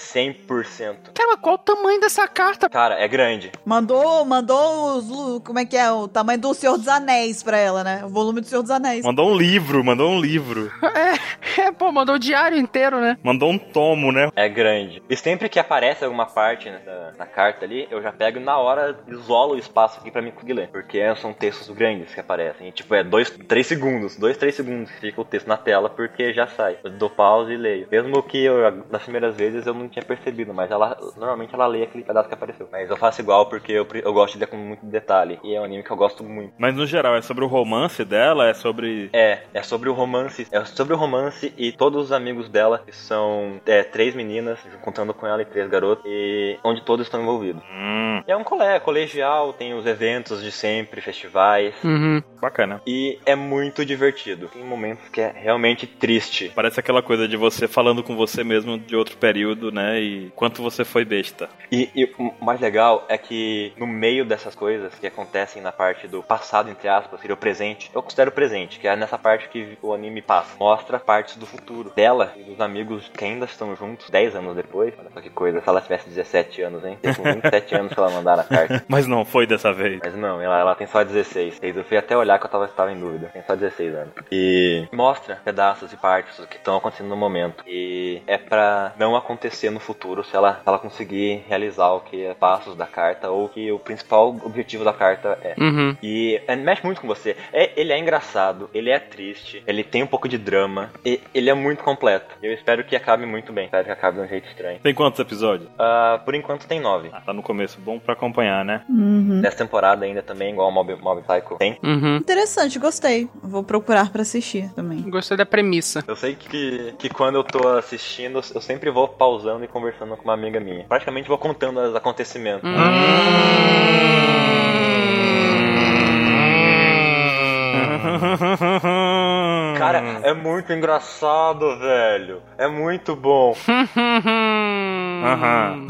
Speaker 5: 100%.
Speaker 4: Cara, mas qual o tamanho dessa carta? [laughs]
Speaker 5: Cara, é grande.
Speaker 2: Mandou, mandou os, lu- como é que é, o tamanho do Senhor dos Anéis pra ela, né? O volume do Senhor dos Anéis.
Speaker 3: Mandou um livro, mandou um livro.
Speaker 4: É, é, pô, mandou o diário inteiro, né?
Speaker 3: Mandou um tomo, né?
Speaker 5: É grande. E sempre que aparece alguma parte né, da- na carta ali, eu já pego e na hora, isolo o espaço aqui pra mim conseguir ler. Porque são textos grandes que aparecem. E, tipo, é dois, três segundos, dois, três segundos que fica o texto na tela, porque já sai. Eu dou pausa e leio. Mesmo que eu, nas primeiras vezes eu não tinha percebido, mas ela normalmente ela lê aquele pedaço que apareceu. Mas eu faço igual porque eu, pre- eu gosto de ler com muito detalhe. E é um anime que eu gosto muito.
Speaker 3: Mas no geral, é sobre o romance dela, é sobre.
Speaker 5: É, é sobre o romance. É sobre o romance e todos os amigos dela, que são é, três meninas, contando com ela e três garotas, e onde todos estão envolvidos.
Speaker 3: Hum,
Speaker 5: E é um colé, colegial, tem os eventos de sempre, festivais.
Speaker 4: Uhum.
Speaker 3: bacana.
Speaker 5: E é muito divertido. Tem momentos que é realmente triste.
Speaker 3: Parece aquela coisa de você falando com você mesmo de outro período, né? E quanto você foi besta.
Speaker 5: E, e o mais legal é que no meio dessas coisas que acontecem na parte do passado, entre aspas, seria o presente. Eu considero o presente, que é nessa parte que o anime passa. Mostra partes do futuro dela e dos amigos que ainda estão juntos 10 anos depois. Olha só que coisa, se ela tivesse 17 anos, hein? Tem com 27 anos que ela mandaram a carta.
Speaker 3: Mas não foi dessa vez.
Speaker 5: Mas não, ela, ela tem só 16. Eu fui até olhar que eu tava, tava em dúvida. Tem só 16 anos. E mostra pedaços e partes do que estão acontecendo no momento. E é pra não acontecer no futuro se ela, se ela conseguir realizar o que é passos da carta ou que o principal objetivo da carta é.
Speaker 4: Uhum.
Speaker 5: E é, mexe muito com você. É- ele é engraçado, ele é triste, ele tem um pouco de drama, e ele é muito completo. Eu espero que acabe muito bem. Espero que acabe de um jeito estranho.
Speaker 3: Tem quantos episódios?
Speaker 5: Ah, por enquanto tem nove.
Speaker 3: Ah, tá no começo, bom pra acompanhar, né?
Speaker 2: Uhum.
Speaker 5: Nessa temporada ainda também, é igual o Mob, Mob Psycho tem.
Speaker 4: Uhum.
Speaker 2: Interessante, gostei. Vou procurar pra assistir também.
Speaker 4: Gostei da premissa. [laughs]
Speaker 5: Eu sei que, que quando eu tô assistindo, eu sempre vou pausando e conversando com uma amiga minha. Praticamente vou contando os acontecimentos.
Speaker 3: [laughs]
Speaker 5: Cara, é muito engraçado, velho. É muito [laughs] bom.
Speaker 3: Aham.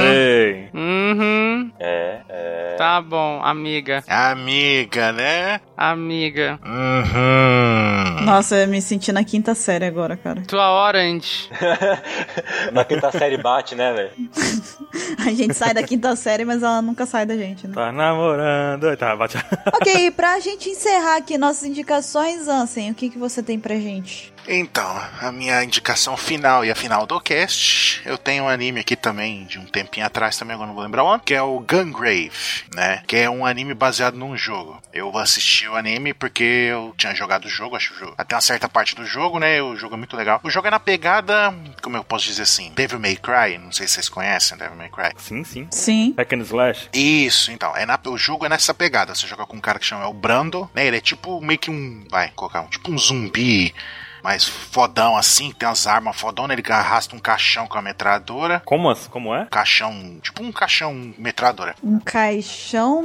Speaker 3: Sei.
Speaker 4: Uhum.
Speaker 5: É, é.
Speaker 4: Tá bom, amiga.
Speaker 1: Amiga, né?
Speaker 4: Amiga.
Speaker 1: Uhum.
Speaker 2: Nossa, eu me senti na quinta série agora, cara. [laughs]
Speaker 4: Tua hora
Speaker 5: [laughs]
Speaker 4: antes.
Speaker 5: Na quinta série bate, né, velho?
Speaker 2: A gente sai da quinta série, mas ela nunca sai da gente,
Speaker 3: [laughs]
Speaker 2: né?
Speaker 3: Tá namorando. Tá, bate. [laughs]
Speaker 2: ok, pra gente encerrar aqui nossas indicações, Ansem, o que, que você tem pra gente?
Speaker 1: Então, a minha indicação final e a final do cast, eu tenho um anime aqui também, de um tempinho atrás também, agora não vou lembrar o ano, que é o Gungrave, né? Que é um anime baseado num jogo. Eu assisti o anime porque eu tinha jogado o jogo, acho que o jogo- até uma certa parte do jogo, né? O jogo é muito legal. O jogo é na pegada, como eu posso dizer assim, Devil May Cry, não sei se vocês conhecem Devil May Cry.
Speaker 3: Sim, sim.
Speaker 2: Sim.
Speaker 3: Hack and Slash.
Speaker 1: Isso, então. É na- o jogo é nessa pegada. Você joga com um cara que chama o Brando, né? Ele é tipo meio que um. Vai, colocar um. Tipo um zumbi. Mas fodão assim, que tem umas armas fodonas, ele arrasta um caixão com a metralhadora.
Speaker 3: Como, as- como é?
Speaker 1: Caixão. Tipo um caixão metralhadora.
Speaker 2: Um caixão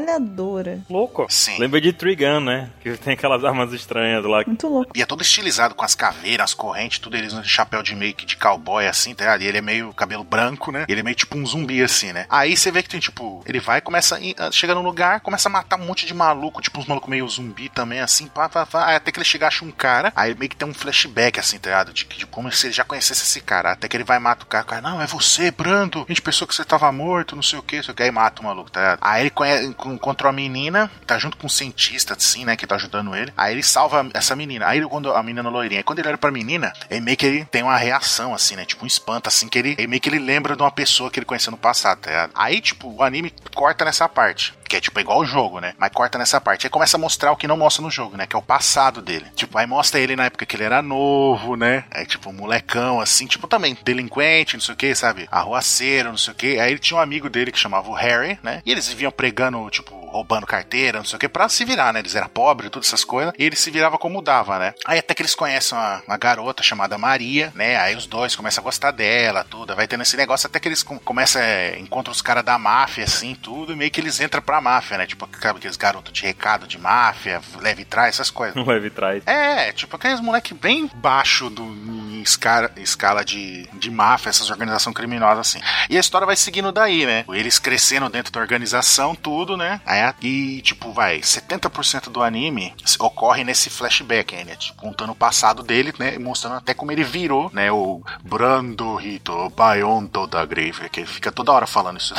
Speaker 2: metralhadora.
Speaker 3: Louco.
Speaker 1: Sim.
Speaker 3: Lembra de Trigun, né? Que tem aquelas armas estranhas lá. [laughs]
Speaker 2: Muito louco.
Speaker 1: E é todo estilizado com as caveiras, as correntes, tudo eles no chapéu de meio que de cowboy, assim, tá ligado? E ele é meio cabelo branco, né? E ele é meio tipo um zumbi, assim, né? Aí você vê que tem, tipo, ele vai, começa, a ir- ah, chega num lugar, começa a matar um monte de maluco, tipo uns malucos meio zumbi também, assim, pá, pá, pá. Aí até que ele chega, acha um cara, aí meio que tem um flashback, assim, tá ligado? De, que- de como se ele já conhecesse esse cara. Até que ele vai matar o cara, o cara, não, é você, Brando, a gente pensou que você tava morto, não sei o que, não sei o que, aí mata o maluco, tá ligado? Aí ele conhece, encontrou a menina, tá junto com um cientista, assim, né, que tá ajudando ele. Aí ele salva essa menina. Aí ele- quando a menina é loirinha, aí quando ele olha pra menina, ele meio que ele tem uma reação, assim, né, tipo um espanto, assim, que ele, ele meio que ele lembra de uma pessoa que ele conheceu no passado, tá ligado? Aí, tipo, o anime corta nessa parte. que é tipo igual o jogo, né? Mas corta nessa parte. Aí começa a mostrar o que não mostra no jogo, né? Que é o passado dele. Tipo, aí mostra ele na época que ele era novo, né? É tipo, um molecão, assim, tipo, também delinquente, não sei o que, sabe? Arruaceiro, não sei o que. Aí ele tinha um amigo dele que chamava o Harry, né? E eles vinham pregando, tipo, roubando carteira, não sei o que, pra se virar, né? Eles eram pobres, todas essas coisas, e ele se virava como dava, né? Aí até que eles conhecem uma, uma garota chamada Maria, né? Aí os dois começam a gostar dela, tudo, vai tendo esse negócio, até que eles com, começam, é, encontram os caras da máfia, assim, tudo, e meio que eles entram pra máfia, né? Tipo, aqueles garotos de recado de máfia, leve trás, essas coisas.
Speaker 3: Um leve trás.
Speaker 1: É, tipo, aqueles moleque bem baixo do, em escala, escala de, de máfia, essas organizações criminosas, assim. E a história vai seguindo daí, né? Eles crescendo dentro da organização, tudo, né? Aí, a- e, tipo, vai, 70% do anime s- ocorre nesse flashback, né? Tipo, contando o passado dele, né? E mostrando até como ele virou, né? O Brando Hito, Bayon da Grave, que ele fica toda hora falando isso.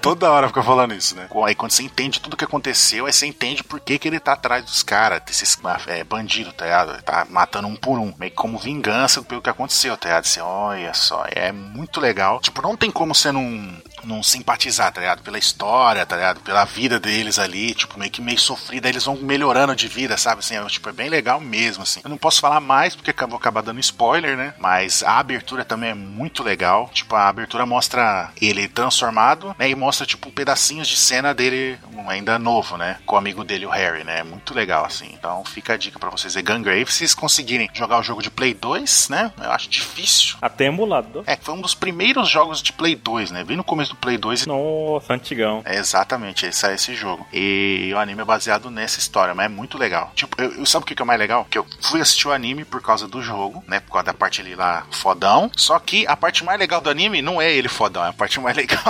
Speaker 1: toda hora fica falando isso, né? Aí quando você entende tudo que aconteceu, aí você entende por que, que ele tá atrás dos caras, desses maf- é, bandidos, tá ligado? Ele Tá matando um por um, meio que como vingança pelo que aconteceu, tá ligado? Você, olha só, é muito legal. Tipo, não tem como você não, não simpatizar, tá ligado? Pela história, tá ligado? Pela vida deles ali, tipo, meio que meio sofrida, aí eles vão melhorando de vida, sabe? Assim, é, tipo, é bem legal mesmo, assim. Eu não posso falar mais porque eu vou acabar dando spoiler, né? Mas a abertura também é muito legal. Tipo, a abertura mostra ele transformado, né? E mostra, tipo, pedacinhos de cena dele um, ainda novo, né? Com o amigo dele, o Harry, né? É Muito legal, assim. Então fica a dica pra vocês. É Gungrave. Se vocês conseguirem jogar o jogo de Play 2, né? Eu acho difícil.
Speaker 3: Até emulador.
Speaker 1: É, foi um dos primeiros jogos de Play 2, né? Bem no começo do Play 2 e
Speaker 3: Nossa, antigão.
Speaker 1: é exatamente, esse é esse jogo. E o anime é baseado nessa história, mas é muito legal. Tipo, eu, eu- sabe o que que é mais legal? Que eu fui assistir o anime por causa do jogo, né? Por causa da parte ali lá fodão. Só que a parte mais legal do anime não é ele fodão, a parte mais [laughs] legal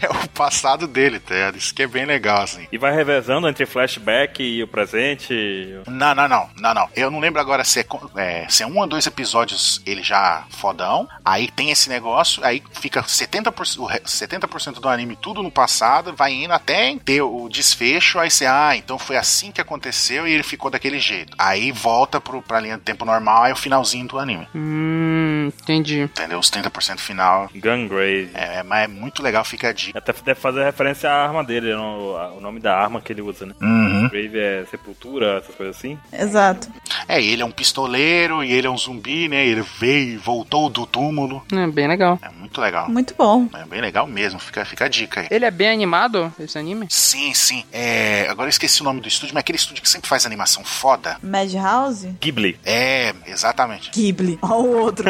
Speaker 1: é o passado dele, tá? ligado? Isso que é bem legal, assim.
Speaker 3: E vai revezando entre flashback e o presente.
Speaker 1: Não, não, não, não, não. Eu não lembro agora se é, co- é, se é um ou dois episódios ele já fodão. Aí tem esse negócio, aí fica 70%, o re- 70% do anime tudo no passado, vai indo até ter o desfecho. Aí você, ah, então foi assim que aconteceu e ele ficou daquele jeito. Aí volta pro, pra linha do tempo normal, aí é o finalzinho do anime.
Speaker 4: Hum, entendi.
Speaker 1: Entendeu? Os 30% final.
Speaker 3: Gungrave.
Speaker 1: É, mas é muito legal, fica a dica.
Speaker 3: Até deve fazer referência à arma dele, no- a- o nome da arma que ele usa, né?
Speaker 1: Uhum.
Speaker 3: Grave é sepultura, essas coisas assim.
Speaker 2: Exato.
Speaker 1: É, ele é um pistoleiro e ele é um zumbi, né? Ele veio e voltou do túmulo.
Speaker 4: É bem legal.
Speaker 1: É muito legal.
Speaker 2: Muito bom.
Speaker 1: É bem legal mesmo, fica, fica a dica aí.
Speaker 4: Ele é bem animado, esse anime?
Speaker 1: Sim, sim. É, agora eu esqueci o nome do estúdio, mas é aquele estúdio que sempre faz animação foda.
Speaker 2: Madhouse?
Speaker 3: Ghibli.
Speaker 1: É, exatamente.
Speaker 2: Ghibli. Ó o outro.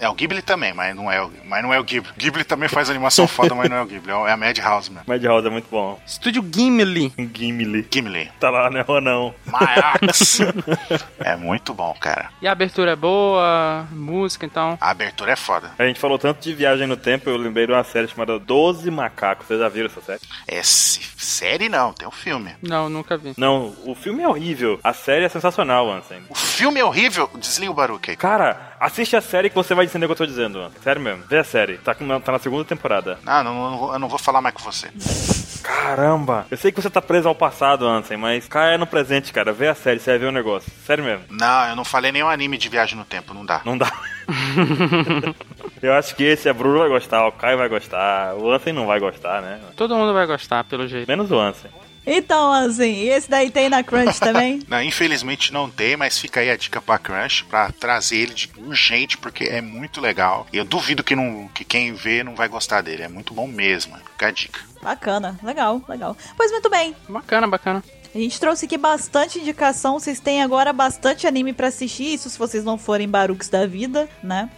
Speaker 1: É o Ghibli também, mas não é o, mas não é o Ghibli. Ghibli também faz animação foda, mas não é o Ghibli. É o- É a Madhouse mesmo.
Speaker 3: Madhouse é muito bom.
Speaker 4: Estúdio Gimli.
Speaker 3: Gimli.
Speaker 1: Ghibli.
Speaker 3: Tá lá, né? Ou não?
Speaker 1: Max. é muito bom, cara.
Speaker 4: E a abertura é boa, música então.
Speaker 1: A abertura é foda.
Speaker 3: A gente falou tanto de viagem no tempo, eu lembrei de uma série chamada Doze Macacos. Vocês já viram essa série?
Speaker 1: É se- série não, tem um filme.
Speaker 4: Não, nunca vi.
Speaker 3: Não, o filme é horrível. A série é sensacional, Ansem.
Speaker 1: O filme é horrível. Desliga o barulho aí.
Speaker 3: Cara, assiste a série que você vai entender o que eu tô dizendo, Ansem. Sério mesmo. Vê a série. Tá, aqui na- tá na segunda temporada.
Speaker 1: Ah, não, não vou- eu não vou falar mais com você.
Speaker 3: Caramba! Eu sei que você tá preso ao passado, Ansem, mas caia no presente, cara. Vê a série, você vai ver o negócio. Sério mesmo.
Speaker 1: Não, eu não falei nenhum anime de viagem no tempo, não dá.
Speaker 3: Não dá. eu acho que esse a Bruno vai gostar, o Caio vai gostar, o Ansem não vai gostar, né?
Speaker 4: Todo mundo vai gostar, pelo jeito.
Speaker 3: Menos o Ansem.
Speaker 2: Então, assim, e esse daí tem na Crunch também?
Speaker 1: Não, infelizmente não tem, mas fica aí a dica pra Crunch pra trazer ele de urgente, porque é muito legal. E eu duvido que, não, que quem vê não vai gostar dele. É muito bom mesmo. Fica a dica.
Speaker 2: Bacana, legal, legal. Pois muito bem,
Speaker 4: Bacana, bacana.
Speaker 2: a gente trouxe aqui bastante indicação, vocês têm agora bastante anime pra assistir, isso se vocês não forem baruques da vida, né?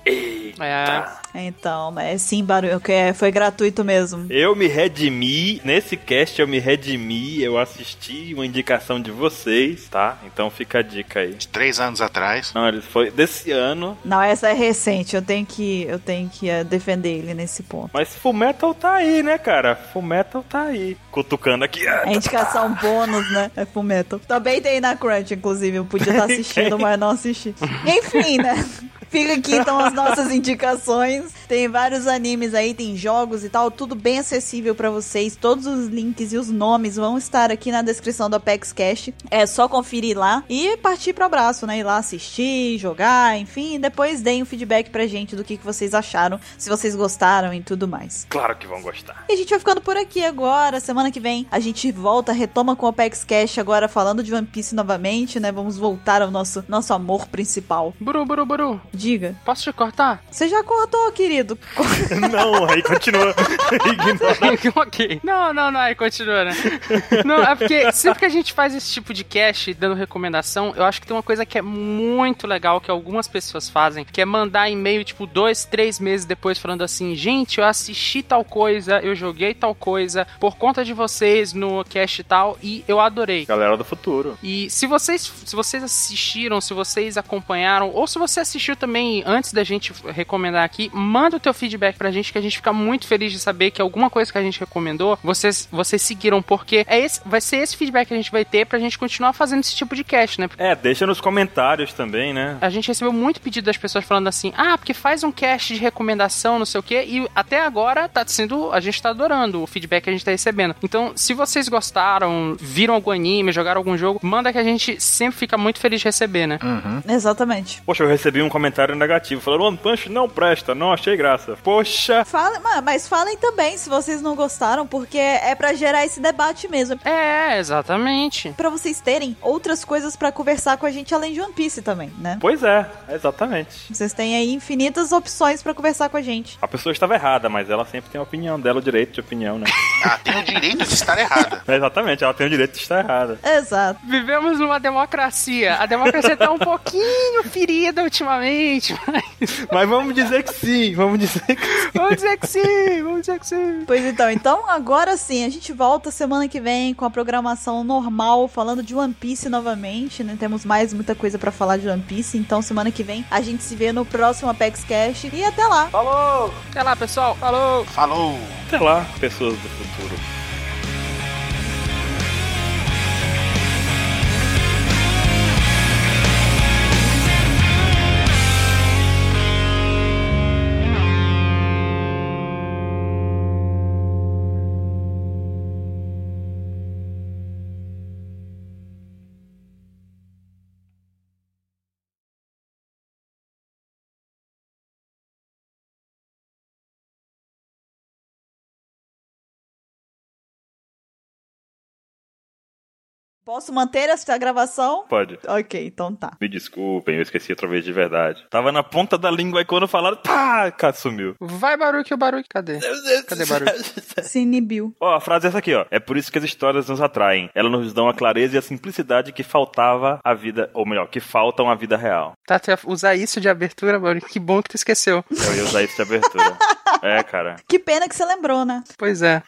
Speaker 4: É.
Speaker 2: Então, é sim, barulho, que é- foi gratuito mesmo.
Speaker 3: Eu me redimi, nesse cast eu me redimi, eu assisti uma indicação de vocês, tá? Então fica a dica aí.
Speaker 1: De três anos atrás.
Speaker 3: Não, ele foi desse ano,
Speaker 2: Não, essa é recente, eu tenho que, eu tenho que eh, defender ele nesse ponto.
Speaker 3: mas Fullmetal tá aí, né, cara? Fullmetal tá aí. Cutucando aqui. Ah,
Speaker 2: É indicação bônus, né? É full metal. Também tem na Crunch, inclusive. Eu podia tá estar assistindo, mas não assisti. Enfim, né? Fica aqui então as nossas indicações. Tem vários animes aí, tem jogos e tal, tudo bem acessível pra vocês. Todos os links e os nomes vão estar aqui na descrição do Apex Cash. É só conferir lá e partir pro abraço, né? Ir lá assistir, jogar, enfim, e depois deem o feedback pra gente do que, que vocês acharam, se vocês gostaram e tudo mais.
Speaker 3: Claro que vão gostar. [laughs]
Speaker 2: E a gente vai ficando por aqui agora. Semana que vem a gente volta, retoma com o Apex Cash agora falando de One Piece novamente, né? Vamos voltar ao nosso, nosso amor principal.
Speaker 4: Buru, buru, buru.
Speaker 2: Diga.
Speaker 4: Posso te cortar? [laughs]
Speaker 2: Você já cortou, querido?
Speaker 3: Não, aí continua. [laughs] Ignora.
Speaker 4: ok. Não, não, não. Aí continua, né? Não, é porque sempre que a gente faz esse tipo de cast dando recomendação, eu acho que tem uma coisa que é muito legal que algumas pessoas fazem, que é mandar e-mail, tipo, dois, três meses depois, falando assim: gente, eu assisti tal coisa, eu joguei tal coisa, por conta de vocês no cast tal, e eu adorei.
Speaker 3: Galera do futuro.
Speaker 4: E se vocês, se vocês assistiram, se vocês acompanharam, ou se você assistiu também antes da gente recomendar aqui, manda o teu feedback pra gente, que a gente fica muito feliz de saber que alguma coisa que a gente recomendou, vocês, vocês seguiram, porque é esse, vai ser esse feedback que a gente vai ter pra gente continuar fazendo esse tipo de cast, né?
Speaker 3: É, deixa nos comentários também, né?
Speaker 4: A gente recebeu muito pedido das pessoas falando assim: ah, porque faz um cast de recomendação, não sei o quê, e até agora tá sendo. A gente tá adorando o feedback que a gente tá recebendo. Então, se vocês gostaram, viram algum anime, jogaram algum jogo, manda que a gente sempre fica muito feliz de receber, né?
Speaker 2: [laughs] Exatamente.
Speaker 3: Poxa, eu recebi um comentário negativo. Falaram, One Punch não presta, não achei graça. Poxa,
Speaker 2: Fala, ma- mas falem também se vocês não gostaram, porque é pra gerar esse debate mesmo.
Speaker 4: É, exatamente.
Speaker 2: Pra vocês terem outras coisas pra conversar com a gente além de One Piece também, né?
Speaker 3: pois é, exatamente.
Speaker 2: Vocês têm aí infinitas opções pra conversar com a gente.
Speaker 3: A pessoa estava errada, mas ela sempre tem a opinião dela, o direito de opinião, né? [laughs] É,
Speaker 1: Ah, tem o direito de estar errada.
Speaker 3: exatamente, ela tem o direito de estar errada.
Speaker 2: Exato.
Speaker 4: Vivemos numa democracia. A democracia tá um pouquinho [laughs] ferida ultimamente, mas [laughs]
Speaker 3: Mas vamos dizer que sim, vamos dizer [laughs] que
Speaker 4: vamos dizer que sim, vamos dizer que sim.
Speaker 2: Pois então, então agora sim, a gente volta semana que vem com a programação normal, falando de One Piece novamente, né? Temos mais muita coisa pra falar de One Piece, então semana que vem a gente se vê no próximo Apex Cash e até lá.
Speaker 5: Falou!
Speaker 4: Até lá, pessoal. Falou!
Speaker 1: Falou!
Speaker 3: Até lá, pessoas do futuro.
Speaker 2: Posso manter essa gravação?
Speaker 3: Pode.
Speaker 2: Ok, então tá.
Speaker 3: Me desculpem, eu esqueci outra vez de verdade. Tava na ponta da língua aí quando falaram, pá, cara, sumiu.
Speaker 4: Vai, Baruque, o Baruque, cadê? Cadê Baruque?
Speaker 2: Se inibiu.
Speaker 3: Ó, a frase é essa aqui, ó. É por isso que as histórias nos atraem. Elas nos dão a clareza e a simplicidade que faltava à vida, ou melhor, que faltam à vida real.
Speaker 4: Tá, tu ia usar isso de abertura, Baruque, que bom que tu esqueceu.
Speaker 3: Eu ia usar isso de abertura. É, cara.
Speaker 2: Que pena que você lembrou, né?
Speaker 4: Pois é.